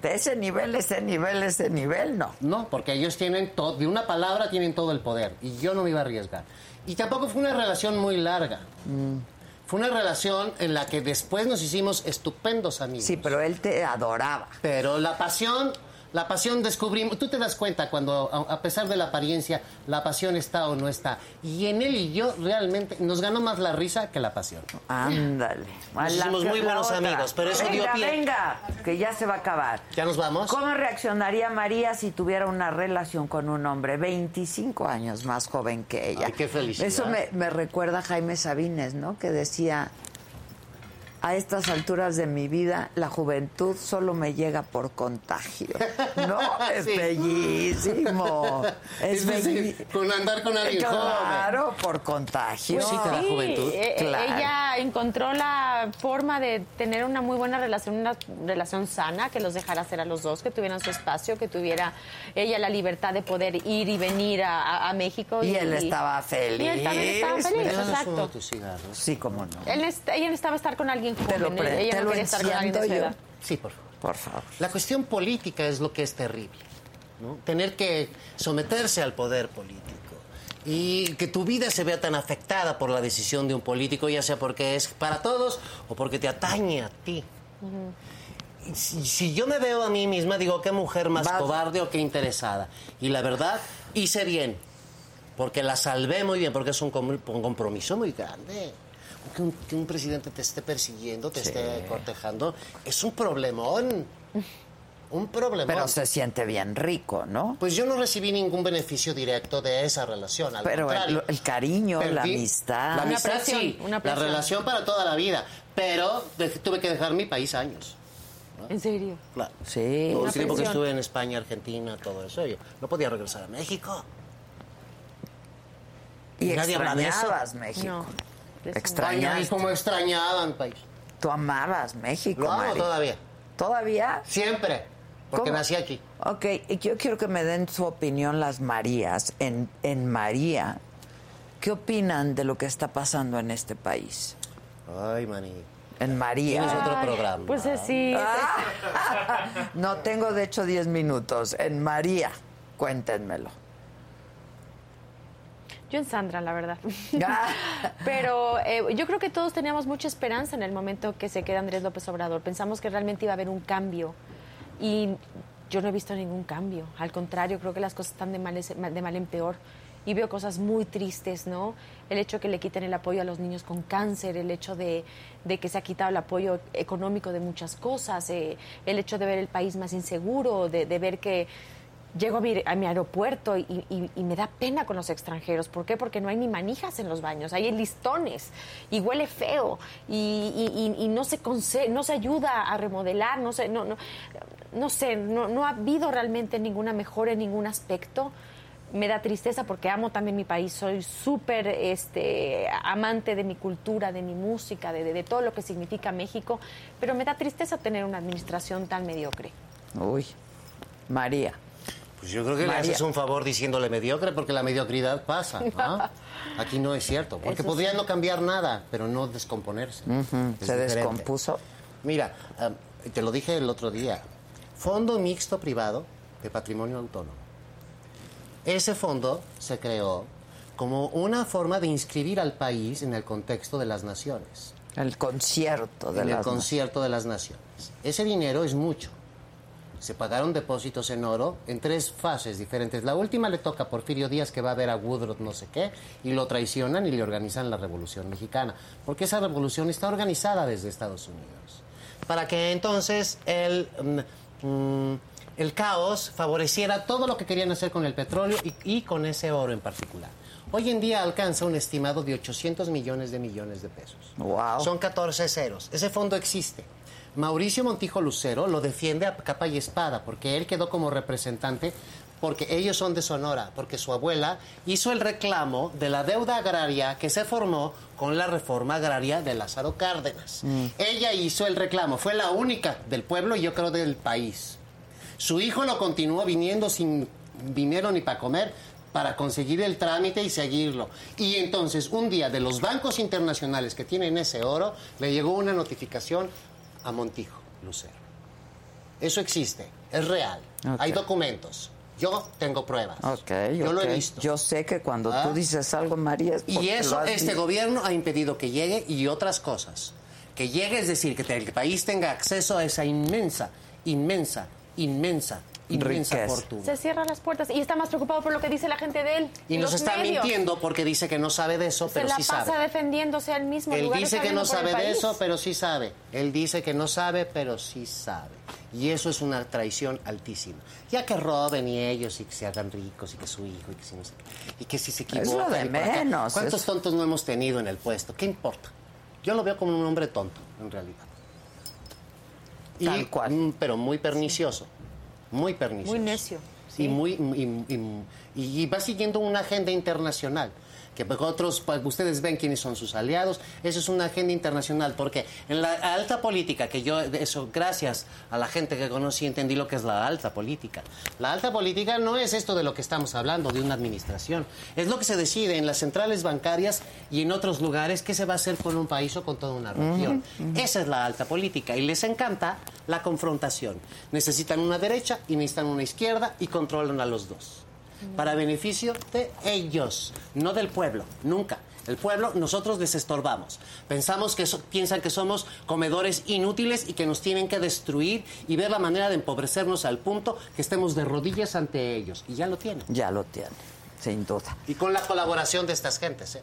S1: De ese nivel, ese nivel, ese nivel, no.
S4: No, porque ellos tienen todo, de una palabra tienen todo el poder. Y yo no me iba a arriesgar. Y tampoco fue una relación muy larga.
S1: Mm.
S4: Fue una relación en la que después nos hicimos estupendos amigos.
S1: Sí, pero él te adoraba.
S4: Pero la pasión, la pasión descubrimos. Tú te das cuenta cuando, a a pesar de la apariencia, la pasión está o no está. Y en él y yo realmente nos ganó más la risa que la pasión.
S1: Ándale. A la-
S4: hicimos muy
S1: la
S4: buenos amigos, pero eso
S1: venga,
S4: dio pie.
S1: Venga, que ya se va a acabar.
S4: ¿Ya nos vamos?
S1: ¿Cómo reaccionaría María si tuviera una relación con un hombre 25 años más joven que ella?
S4: Ay, qué felicidad.
S1: Eso me, me recuerda a Jaime Sabines, ¿no? Que decía, a estas alturas de mi vida, la juventud solo me llega por contagio. No, es
S4: Sí.
S1: bellísimo. Es,
S4: Es decir,
S1: belli-
S4: con andar con alguien joven.
S1: Claro, por contagio.
S4: Pues sí, te da
S2: Sí,
S4: juventud.
S2: e- e-
S1: Claro.
S2: Ella encontró la forma de tener una muy buena relación, una relación sana, que los dejara hacer a los dos, que tuvieran su espacio, que tuviera ella la libertad de poder ir y venir a, a- a México.
S1: Y él estaba feliz.
S2: Y él también estaba
S4: ¿Me
S2: feliz,
S4: das uno de
S2: exacto.
S4: pues, tus cigarros?
S1: Sí, cómo no.
S2: Él est- ella necesitaba estar con alguien
S1: Te
S2: joven,
S1: lo, pre-
S2: ella
S1: te
S2: no
S1: lo
S2: quería estar con alguien de
S1: enciendo
S2: su
S1: yo.
S2: edad.
S4: Sí, por favor.
S1: Por favor.
S4: La cuestión política es lo que es terrible. ¿no? Tener que someterse al poder político. y que tu vida se vea tan afectada por la decisión de un político, ya sea porque es para todos o porque te atañe a ti. Y Si, si yo me veo a mí misma, digo, qué mujer más
S1: Vas.
S4: cobarde o qué interesada. Y la verdad, hice bien, porque la salvé muy bien, porque es un, com- un compromiso muy grande. Que un, que un presidente te esté persiguiendo, te esté cortejando, es un problemón. Un problemón.
S1: Pero se siente bien rico, ¿no?
S4: Pues yo no recibí ningún beneficio directo de esa relación. Al
S1: Pero el,
S4: contrario.
S1: el cariño, la
S4: Perdí-
S1: amistad.
S4: La
S2: Una
S4: amistad
S2: presión,
S4: sí,
S2: una
S4: la
S2: presión.
S4: relación para toda la vida. Pero de- tuve que dejar mi país años.
S2: ¿En serio?
S4: Claro.
S1: Sí.
S4: Todo el
S2: Una
S4: tiempo que
S2: presión.
S4: estuve en España, Argentina, todo eso. Yo no podía regresar a México.
S1: Y
S4: Nadie habla de eso.
S1: extrañabas México.
S2: No.
S1: Extrañaste.
S4: Ay, como extrañaba mi país.
S1: Tú amabas México,
S4: Lo amo
S1: Mari.
S4: todavía.
S1: ¿Todavía?
S4: Siempre. Porque
S1: ¿Cómo?
S4: nací aquí.
S1: Ok, y yo quiero que me den su opinión las Marías. En, en María, ¿qué opinan de lo que está pasando en este país?
S4: Ay, maní.
S1: En
S4: Tienes
S1: María.
S4: otro programa.
S2: Pues eh, sí.
S1: No tengo, de hecho, 10 minutos. En María, cuéntenmelo.
S2: este, Yo en Sandra, la verdad.
S1: Ah.
S2: Pero eh, yo creo que todos teníamos mucha esperanza en el momento que se queda Andrés López Obrador. Pensamos que realmente iba a haber un cambio. Y yo no he visto ningún cambio. Al contrario, creo que las cosas están de mal, es- de mal en peor. Y veo cosas muy tristes, ¿no? El hecho que le quiten el apoyo a los niños con cáncer, el hecho de, de que se ha quitado el apoyo económico de muchas cosas, eh, el hecho de ver el país más inseguro, de, de ver que Llego a mi, a mi aeropuerto y, y- y me da pena con los extranjeros. ¿Por qué? Porque no hay ni manijas en los baños, hay listones y huele feo y, y- y- y no, se conse- no se ayuda a remodelar, no sé, no, no, no sé, no, no ha habido realmente ninguna mejora en ningún aspecto. Me da tristeza porque amo también mi país, soy súper este, amante de mi cultura, de mi música, de- de- de todo lo que significa México, pero me da tristeza tener una administración tan mediocre.
S1: Uy, María.
S4: Pues yo creo que
S1: María.
S4: le haces un favor diciéndole mediocre porque la mediocridad pasa. ¿ah? Aquí no es cierto. Porque
S2: Eso
S4: podría no cambiar nada, pero no descomponerse. Es
S1: Se
S4: diferente.
S1: descompuso.
S4: Mira, am, te lo dije el otro día. Fondo mixto privado de patrimonio autónomo. Ese fondo se creó como una forma de inscribir al país en el contexto de las naciones
S1: El concierto de
S4: en
S1: la
S4: el concierto de las naciones. Ese dinero es mucho. Se pagaron depósitos en oro en tres fases diferentes. La última le toca a Porfirio Díaz que va a ver a Woodrow no sé qué y lo traicionan y le organizan la Revolución Mexicana, porque esa revolución está organizada desde Estados Unidos. Para que entonces el mm, mm, el caos favoreciera todo lo que querían hacer con el petróleo y, y con ese oro en particular. Hoy en día alcanza un estimado de 800 millones de millones de pesos.
S1: Wow.
S4: Son 14 ceros. Ese fondo existe. Mauricio Montijo Lucero lo defiende a capa y espada porque él quedó como representante porque ellos son de Sonora, porque su abuela hizo el reclamo de la deuda agraria que se formó con la reforma agraria de Lázaro Cárdenas. Ella hizo el reclamo, fue la única del pueblo y yo creo del país. Su hijo lo continuó viniendo sin dinero ni para comer para conseguir el trámite y seguirlo. Y entonces un día de los bancos internacionales que tienen ese oro, le llegó una notificación a Montijo, Lucero. Eso existe, es real,
S1: Ok.
S4: hay documentos, yo tengo pruebas,
S1: Ok,
S4: yo lo
S1: ok.
S4: he visto.
S1: Yo sé que cuando
S4: Ah.
S1: tú dices algo, María, es
S4: Y
S1: porque lo
S4: eso
S1: has
S4: este
S1: visto.
S4: gobierno ha impedido que llegue y otras cosas. Que llegue es decir, que te- el país tenga acceso a esa inmensa, inmensa, inmensa, inmensa
S1: Riqueza.
S4: fortuna.
S2: Se cierran las puertas y está más preocupado por lo que dice la gente de él.
S4: Y nos
S2: los
S4: está
S2: medios.
S4: mintiendo porque dice que no sabe de eso,
S2: Se
S4: pero
S2: la
S4: sí
S2: pasa
S4: sabe.
S2: defendiéndose al mismo
S4: Él
S2: lugar
S4: dice que
S2: saliendo
S4: no
S2: por el
S4: sabe de
S2: país.
S4: eso, pero sí sabe. Él dice que no sabe, pero sí sabe. Y eso es una traición altísima. Ya que roben y ellos y que se hagan ricos y que su hijo y que si no sé qué. Y que si se
S1: lo
S4: equivoca.
S1: de
S4: y por acá.
S1: menos,
S4: ¿Cuántos
S1: es-
S4: tontos no hemos tenido en el puesto? ¿Qué importa? Yo lo veo como un hombre tonto, en realidad.
S1: Tal cual.
S4: mm, Pero muy pernicioso. Muy pernicioso.
S2: Muy necio, sí.
S4: Y muy y, y- y- y va siguiendo una agenda internacional. Que otros, pues, ustedes ven quiénes son sus aliados. Eso es una agenda internacional, porque en la alta política, que yo, eso gracias a la gente que conocí, entendí lo que es la alta política. La alta política no es esto de lo que estamos hablando, de una administración. Es lo que se decide en las centrales bancarias y en otros lugares, qué se va a hacer con un país o con toda una región. Esa es la alta política. Y les encanta la confrontación. Necesitan una derecha y necesitan una izquierda y controlan a los dos. para beneficio de ellos, no del pueblo, nunca. El pueblo nosotros les estorbamos. Pensamos que so- piensan que somos comedores inútiles y que nos tienen que destruir y ver la manera de empobrecernos al punto que estemos de rodillas ante ellos. Y ya lo tienen.
S1: Ya lo tiene, sin duda.
S4: Y con la colaboración de estas gentes, ¿eh?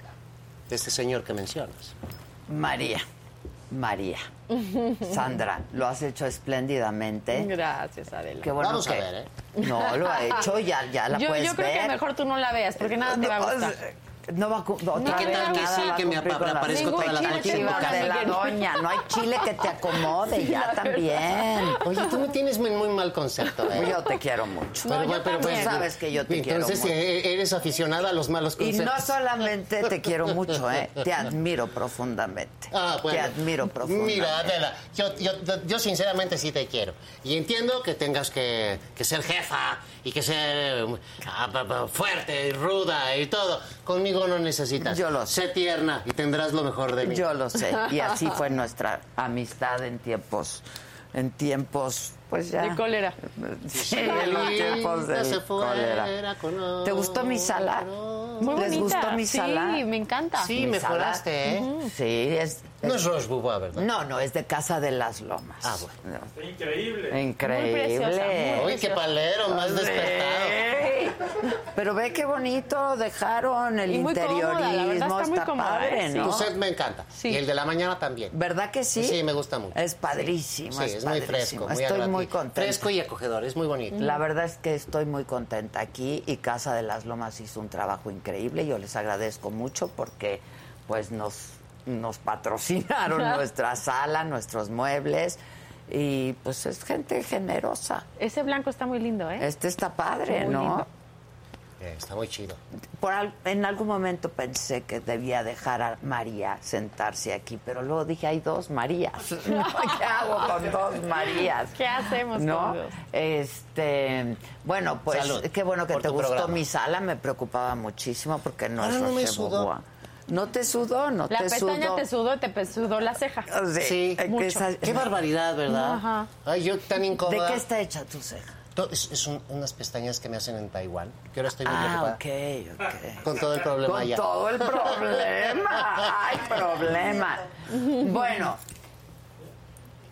S4: de este señor que mencionas.
S1: María, María, Sandra, lo has hecho espléndidamente.
S2: Gracias, Adela.
S1: Qué bueno
S4: Vamos a
S1: que-
S4: ver, ¿eh?
S1: No, lo ha hecho, ya, ya la
S2: yo,
S1: puedes
S2: yo creo
S1: ver.
S2: que mejor tú no la veas, porque nada te va a
S1: No, pues,
S2: gustar.
S1: No va a cu- otra
S2: ¿qué
S1: vez
S2: tal que
S1: nada
S2: sí,
S1: va a
S4: que me
S1: cumplir con
S4: apa-
S1: las
S4: aparezco
S2: Ningún todas las chile noches en
S1: expectativas
S2: Boca
S1: de la
S2: Chica.
S1: doña. No hay chile que te acomode ya también.
S4: Oye, tú me tienes muy, muy mal concepto, ¿eh?
S1: Yo te quiero mucho.
S4: Pero bueno, pero
S1: Tú
S4: bueno.
S1: sabes que yo te
S4: Entonces
S1: quiero mucho.
S4: eh, eres aficionada a los malos
S1: Y
S4: conceptos.
S1: no solamente te quiero mucho, ¿eh? te admiro profundamente.
S4: Ah, bueno.
S1: Te admiro profundamente.
S4: Mira, Adela, yo, yo, yo sinceramente sí te quiero. Y entiendo que tengas que, que ser jefa y que ser eh, ah, pa- pa- fuerte y ruda y todo. Conmigo no necesitas.
S1: Yo lo sé.
S4: Sé tierna y tendrás lo mejor de mí.
S1: Yo lo sé. Y así fue nuestra amistad en tiempos, en tiempos, pues ya.
S2: De cólera.
S1: Sí, en los tiempos de
S4: Se fuera
S1: cólera.
S4: con
S1: ¿Te gustó mi sala?
S2: Muy
S1: ¿Les
S2: bonita.
S1: gustó mi
S2: sí,
S1: sala?
S2: me encanta.
S4: Sí,
S1: Mi
S4: mejoraste, ¿eh?
S1: sala. Sí, es,
S4: No es Roche Bobois, ¿verdad?
S1: No, no, es de Casa de las Lomas.
S4: Ah, bueno.
S3: Está increíble.
S1: Increíble.
S2: Muy preciosa,
S1: Mm,
S2: muy
S4: Uy, qué palero, más despertado.
S1: Sí. Pero ve qué bonito dejaron el
S2: Y muy
S1: interiorismo,
S2: cómoda, la verdad está muy cómoda,
S1: padre,
S2: ¿eh? Sí.
S1: ¿no? Pues,
S4: Tu set me encanta.
S2: Sí.
S4: Y el de la mañana también.
S1: ¿Verdad que sí?
S4: Sí, me gusta mucho.
S1: Es padrísimo,
S4: Sí,
S1: es,
S4: es muy
S1: padrísimo.
S4: fresco. Muy
S1: estoy
S4: agradable.
S1: muy contenta.
S4: Fresco y acogedor, es muy bonito.
S1: La verdad es que estoy muy contenta aquí y Casa de las Lomas hizo un trabajo increíble. Yo les agradezco mucho porque pues nos, nos patrocinaron nuestra sala, nuestros muebles y pues es gente generosa.
S2: Ese blanco está muy lindo, ¿eh?
S1: Este está padre,
S2: Muy
S1: ¿no?
S2: lindo.
S4: Eh, Está muy chido.
S1: Por al- en algún momento pensé que debía dejar a María sentarse aquí, pero luego dije, hay dos Marías. No, ¿Qué hago con dos Marías?
S2: ¿Qué hacemos con
S1: ¿No?
S2: dos?
S1: Este, bueno, pues
S4: Salud
S1: qué bueno que
S4: por
S1: te
S4: tu
S1: gustó
S4: programa.
S1: mi sala, me preocupaba muchísimo porque no
S4: Ahora
S1: es
S4: no me
S1: Roche
S4: sudó.
S1: Boboa. No te sudó, no
S2: La
S1: te
S2: pestaña
S1: sudó.
S2: te sudó, te pe- sudó la ceja.
S1: Sí,
S4: Sí,
S1: eh, que
S4: mucho.
S1: esa-
S4: Qué barbaridad, ¿verdad?
S2: Ajá.
S4: Ay, yo tan
S1: ¿De
S4: incómoda.
S1: qué está hecha tu ceja?
S4: To- Es, es un- unas pestañas que me hacen en Taiwán, que ahora estoy muy
S1: Ah,
S4: preocupada
S1: ok, ok.
S4: con todo el problema
S1: Con
S4: ya.
S1: todo el problema. Hay problema. Bueno,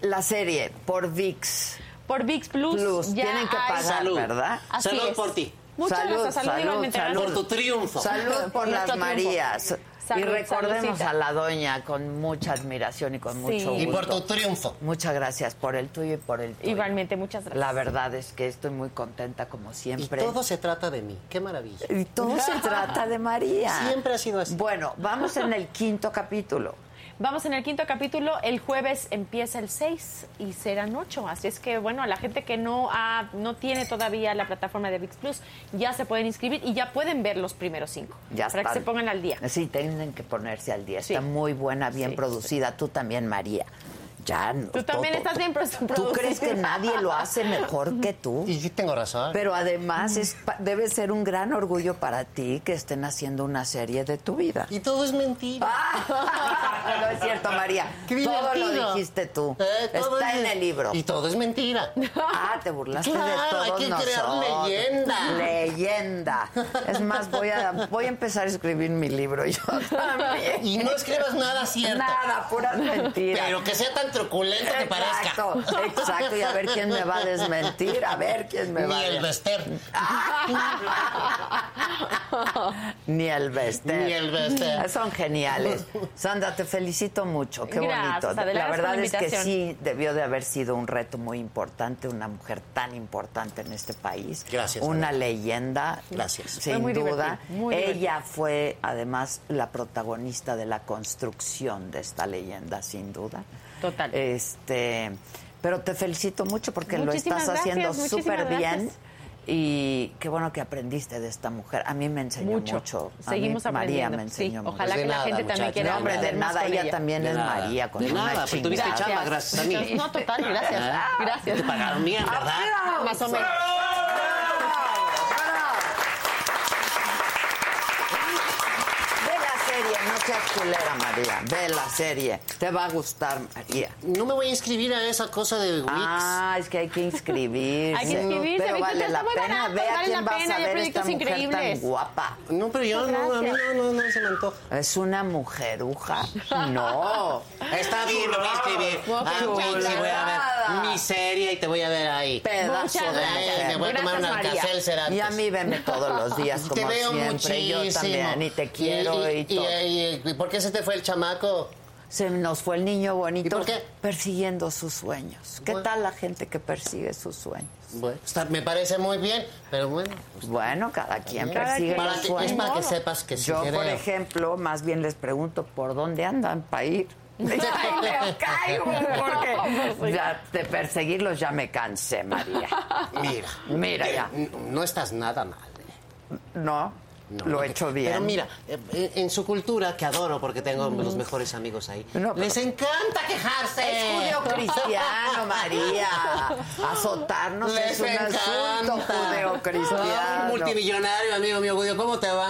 S1: la serie por VIX
S2: Por VIX Plus,
S1: Plus.
S2: ya
S1: Tienen que
S2: hay-
S1: pagar, ¿verdad?
S2: Así
S4: Salud
S2: es.
S4: por ti.
S2: Muchas
S1: Salud,
S2: gracias, salud,
S1: salud,
S2: igualmente.
S1: salud.
S4: Por tu triunfo.
S1: Salud por
S2: Por
S1: las
S2: nuestro triunfo.
S1: Marías. y
S2: Salud,
S1: recordemos
S2: saludcita.
S1: a la doña con mucha admiración y con mucho gusto.
S4: Y por tu triunfo.
S1: Muchas gracias por el tuyo y por el tuyo.
S2: Igualmente, muchas gracias.
S1: La verdad es que estoy muy contenta como
S4: Y
S1: siempre.
S4: todo se trata de mí. Qué maravilla.
S1: Y todo se trata de María.
S4: Siempre ha sido así.
S1: Bueno, vamos en el quinto capítulo.
S2: Vamos en el quinto capítulo. El jueves empieza el 6 y serán 8. Así es que, bueno, a la gente que no, ha, no tiene todavía la plataforma de VIX Plus, ya se pueden inscribir y ya pueden ver los primeros cinco.
S1: Ya
S2: para
S1: están.
S2: que se pongan al día.
S1: Sí, tienen que ponerse al día.
S2: Sí.
S1: Está muy buena, bien
S2: Sí,
S1: producida. Tú también, María. Ya. no-
S2: Tú también estás bien pro-
S1: ¿Tú
S2: producida.
S1: crees que nadie lo hace mejor que tú?
S4: Y yo tengo razón.
S1: Pero además es pa- debe ser un gran orgullo para ti que estén haciendo una serie de tu vida.
S4: Y todo es mentira.
S1: Ah, no es cierto, María.
S4: Qué
S1: Todo lo
S4: divertido.
S1: dijiste tú.
S4: Eh, todo
S1: Está
S4: es-
S1: en el libro.
S4: Y todo es mentira.
S1: Ah, te burlaste de
S4: Claro,
S1: todos
S4: hay que crear
S1: nosotros.
S4: leyenda.
S1: Leyenda. Es más, voy a, voy a empezar a escribir mi libro yo también.
S4: Y no escribas nada cierto.
S1: Nada, puras mentiras.
S4: Pero que sea tan truculento que parezca.
S1: Exacto, exacto. Y a ver quién me va a desmentir, a ver quién me va
S4: Ni
S1: a...
S4: el Bester.
S1: Ni el Bester. Ah,
S4: Ni el Bester.
S1: Son geniales. Sandra, te felicito mucho. Qué
S2: Gracias,
S1: bonito. la
S2: Adela, gracias por
S1: verdad
S2: la
S1: es que
S2: invitación.
S1: sí debió de haber sido un reto muy importante, una mujer tan importante en este país.
S4: Gracias,
S1: Una
S4: Adela.
S1: leyenda.
S4: Gracias.
S1: Sin
S2: Fue muy
S1: duda.
S2: divertido, muy
S1: Ella fue además la protagonista de la construcción de esta leyenda, sin duda.
S2: Total.
S1: Este, pero te felicito mucho porque lo
S2: Muchísimas
S1: estás haciendo
S2: gracias, muchísimas
S1: súper bien.
S2: gracias.
S1: Y qué bueno que aprendiste de esta mujer. A mí me enseñó mucho.
S2: Mucho.
S1: A mí
S2: Seguimos
S1: María
S2: aprendiendo.
S1: me enseñó
S2: sí,
S1: mucho.
S2: ojalá
S4: Pues de
S2: que
S4: nada,
S2: la gente también
S4: muchachos.
S2: quiera
S1: No, hombre, de
S2: aprender más
S1: nada,
S2: con
S1: ella también
S4: De
S1: es
S4: nada.
S1: María. Con
S4: De
S1: una
S4: nada, pues tuviste
S1: chingada.
S4: chamba, gracias a mí.
S2: Entonces, No, total, gracias.
S4: Ah,
S2: Gracias.
S4: Te pagaron bien, ¿verdad?
S2: Más o menos.
S1: ¡Bravo! ¡Bravo! De la serie no seas culera, María. Ve la serie. Te va a gustar, María.
S4: No me voy a inscribir a esa cosa de Wix.
S1: Ah, es que hay que inscribirse.
S2: Hay que inscribirse,
S1: Pero
S2: ve,
S1: vale
S2: está
S1: la
S2: muy
S1: pena.
S2: barato,
S1: Ve a
S2: vale
S1: quién
S2: la
S1: vas
S2: pena,
S1: a
S2: hay
S1: ver esta
S2: proyectos
S1: mujer tan
S2: increíbles.
S1: guapa.
S4: No, pero yo no, a mí no, no, no se me antoja.
S1: ¿Es una mujeruja? No.
S4: Está bien, me voy a inscribir.
S2: Guapa,
S4: Ah, Wix, y voy a
S1: chulada.
S4: ver mi serie y te voy a ver ahí.
S1: Pedazo de
S2: Muchas
S4: Eh, me
S1: mujer.
S4: voy a tomar un
S2: Gracias, María.
S4: alcacel
S1: Y a mí veme todos los días como
S4: te veo
S1: siempre.
S4: muchísimo.
S1: Yo también y te quiero y,
S4: y,
S1: todo.
S4: y- y- ¿Por qué se te fue el chamaco?
S1: Se nos fue el niño bonito
S4: ¿Y por qué?
S1: persiguiendo sus sueños. ¿Qué
S4: Bueno.
S1: tal la gente que persigue sus sueños?
S4: Bueno, está- me parece muy bien, pero bueno.
S1: Bueno, cada quien
S4: Pues Cada
S1: persigue sus
S4: quien. Para que- es
S1: sueños.
S4: para que sepas que sí
S1: Yo, por
S4: creo.
S1: ejemplo, más bien les pregunto por dónde andan para ir. Ay, me caigo,
S4: pues
S1: porque ya de perseguirlos ya me cansé, María.
S4: Mira. Eh,
S1: Mira ya.
S4: n- No estás nada mal. ¿eh?
S1: No,
S4: No.
S1: lo he hecho bien. Mm.
S4: Pero mira, eh, en su cultura, que adoro porque tengo los mejores amigos ahí,
S1: No, pero-
S4: les encanta quejarse.
S1: Es judeocristiano, María. Azotarnos
S4: Les
S1: es un asunto
S4: encanta.
S1: judeocristiano.
S4: Un multimillonario, amigo mío, judío, ¿cómo te va?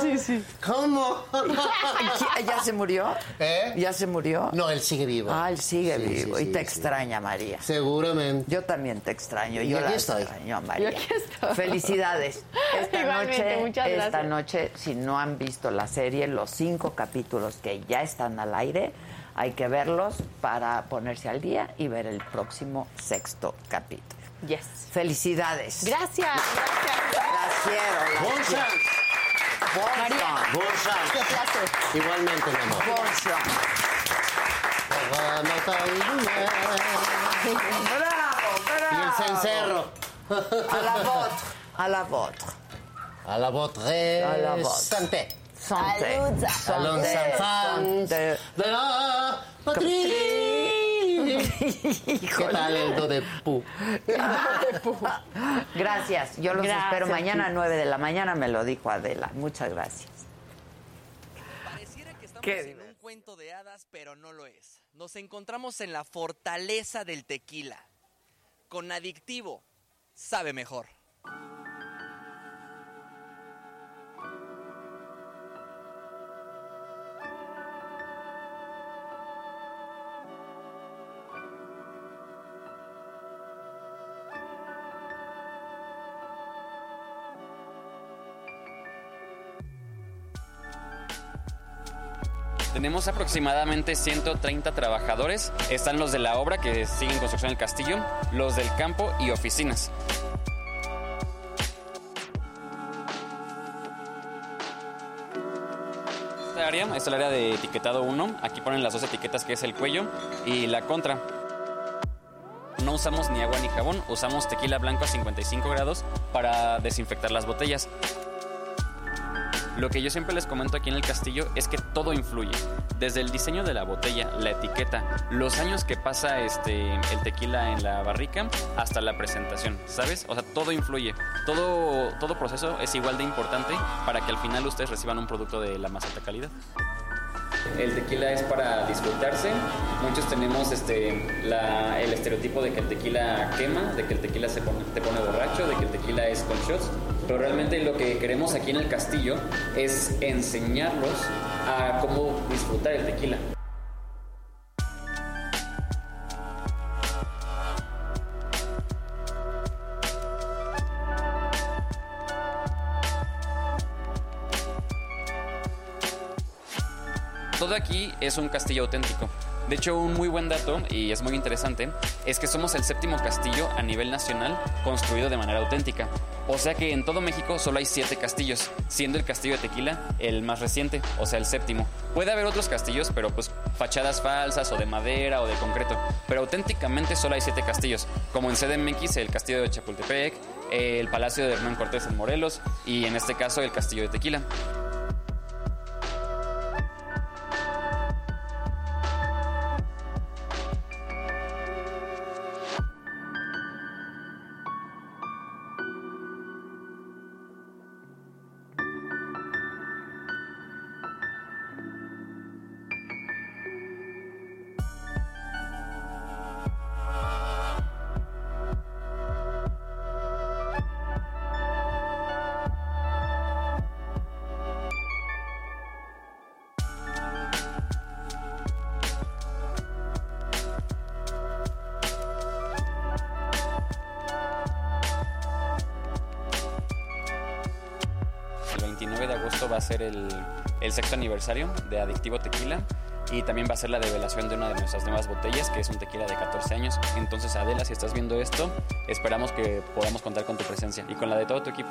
S2: Sí, sí.
S4: ¿Cómo?
S1: ¿Qui- ¿Ya se murió?
S4: ¿Eh?
S1: ¿Ya se murió?
S4: No, él sigue vivo.
S1: Ah, él sigue
S4: Sí,
S1: vivo.
S4: sí,
S1: y te
S4: sí,
S1: extraña, María.
S4: sí. Seguramente.
S1: Yo también te extraño.
S4: Y
S1: Yo
S4: aquí
S1: la
S4: estoy.
S1: extraño, María.
S2: Y aquí estoy.
S1: Felicidades. Esta
S2: Igualmente,
S1: noche,
S2: muchas
S1: esta
S2: gracias.
S1: noche, si no han visto la serie, los cinco capítulos que ya están al aire, hay que verlos para ponerse al día y ver el próximo sexto capítulo.
S2: Yes.
S1: Felicidades.
S2: Gracias. Gracias.
S1: Las quiero. Las
S4: Bolsa,
S1: quiero. Bolsa.
S4: bolsa. Igualmente, mi amor.
S1: Bolsa. Ah. Bravo,
S4: Y
S1: bravo.
S4: el cencerro.
S1: A la vôtre. A la vôtre.
S4: A la botre.
S1: A la botre.
S4: Santé.
S1: Santé.
S4: Salón
S1: Santé,
S4: San San.
S1: santé.
S4: De la patria. ¿Qué tal el do de pu?
S1: Gracias. Yo los
S2: Gracias
S1: espero
S2: a
S1: mañana a
S2: ti.
S1: 9 de la mañana, me lo dijo Adela. Muchas gracias.
S5: Pareciera que estamos
S1: Qué
S5: en un
S1: divertido.
S5: cuento de hadas, pero no lo es. Nos encontramos en la fortaleza del tequila. Con adictivo, sabe mejor.
S6: Tenemos aproximadamente 130 trabajadores. Están los de la obra que siguen construcción del castillo, los del campo y oficinas. Esta área es el área de etiquetado 1. Aquí ponen las dos etiquetas que es el cuello y la contra. No usamos ni agua ni jabón, usamos tequila blanco a 55 grados para desinfectar las botellas. Lo que yo siempre les comento aquí en el castillo es que todo influye. Desde el diseño de la botella, la etiqueta, los años que pasa este, el tequila en la barrica, hasta la presentación, ¿sabes? O sea, todo influye. Todo, todo proceso es igual de importante para que al final ustedes reciban un producto de la más alta calidad. El tequila es para disfrutarse. Muchos tenemos este, la- el estereotipo de que el tequila quema, de que el tequila se pone- te pone borracho, de que el tequila es con shots. Pero realmente lo que queremos aquí en el castillo es enseñarlos a cómo disfrutar el tequila. Todo aquí es un castillo auténtico. De hecho, un muy buen dato, y es muy interesante, es que somos el séptimo castillo a nivel nacional construido de manera auténtica. O sea que en todo México solo hay siete castillos, siendo el castillo de Tequila el más reciente, o sea, el séptimo. Puede haber otros castillos, pero pues fachadas falsas o de madera o de concreto. Pero auténticamente solo hay siete castillos, como en CDMX el castillo de Chapultepec, el palacio de Hernán Cortés en Morelos y en este caso el castillo de Tequila. va a ser el, el sexto aniversario de Adictivo Tequila y también va a ser la develación de una de nuestras nuevas botellas, que es un tequila de 14 años. Entonces, Adela, si estás viendo esto, esperamos que podamos contar con tu presencia y con la de todo tu equipo.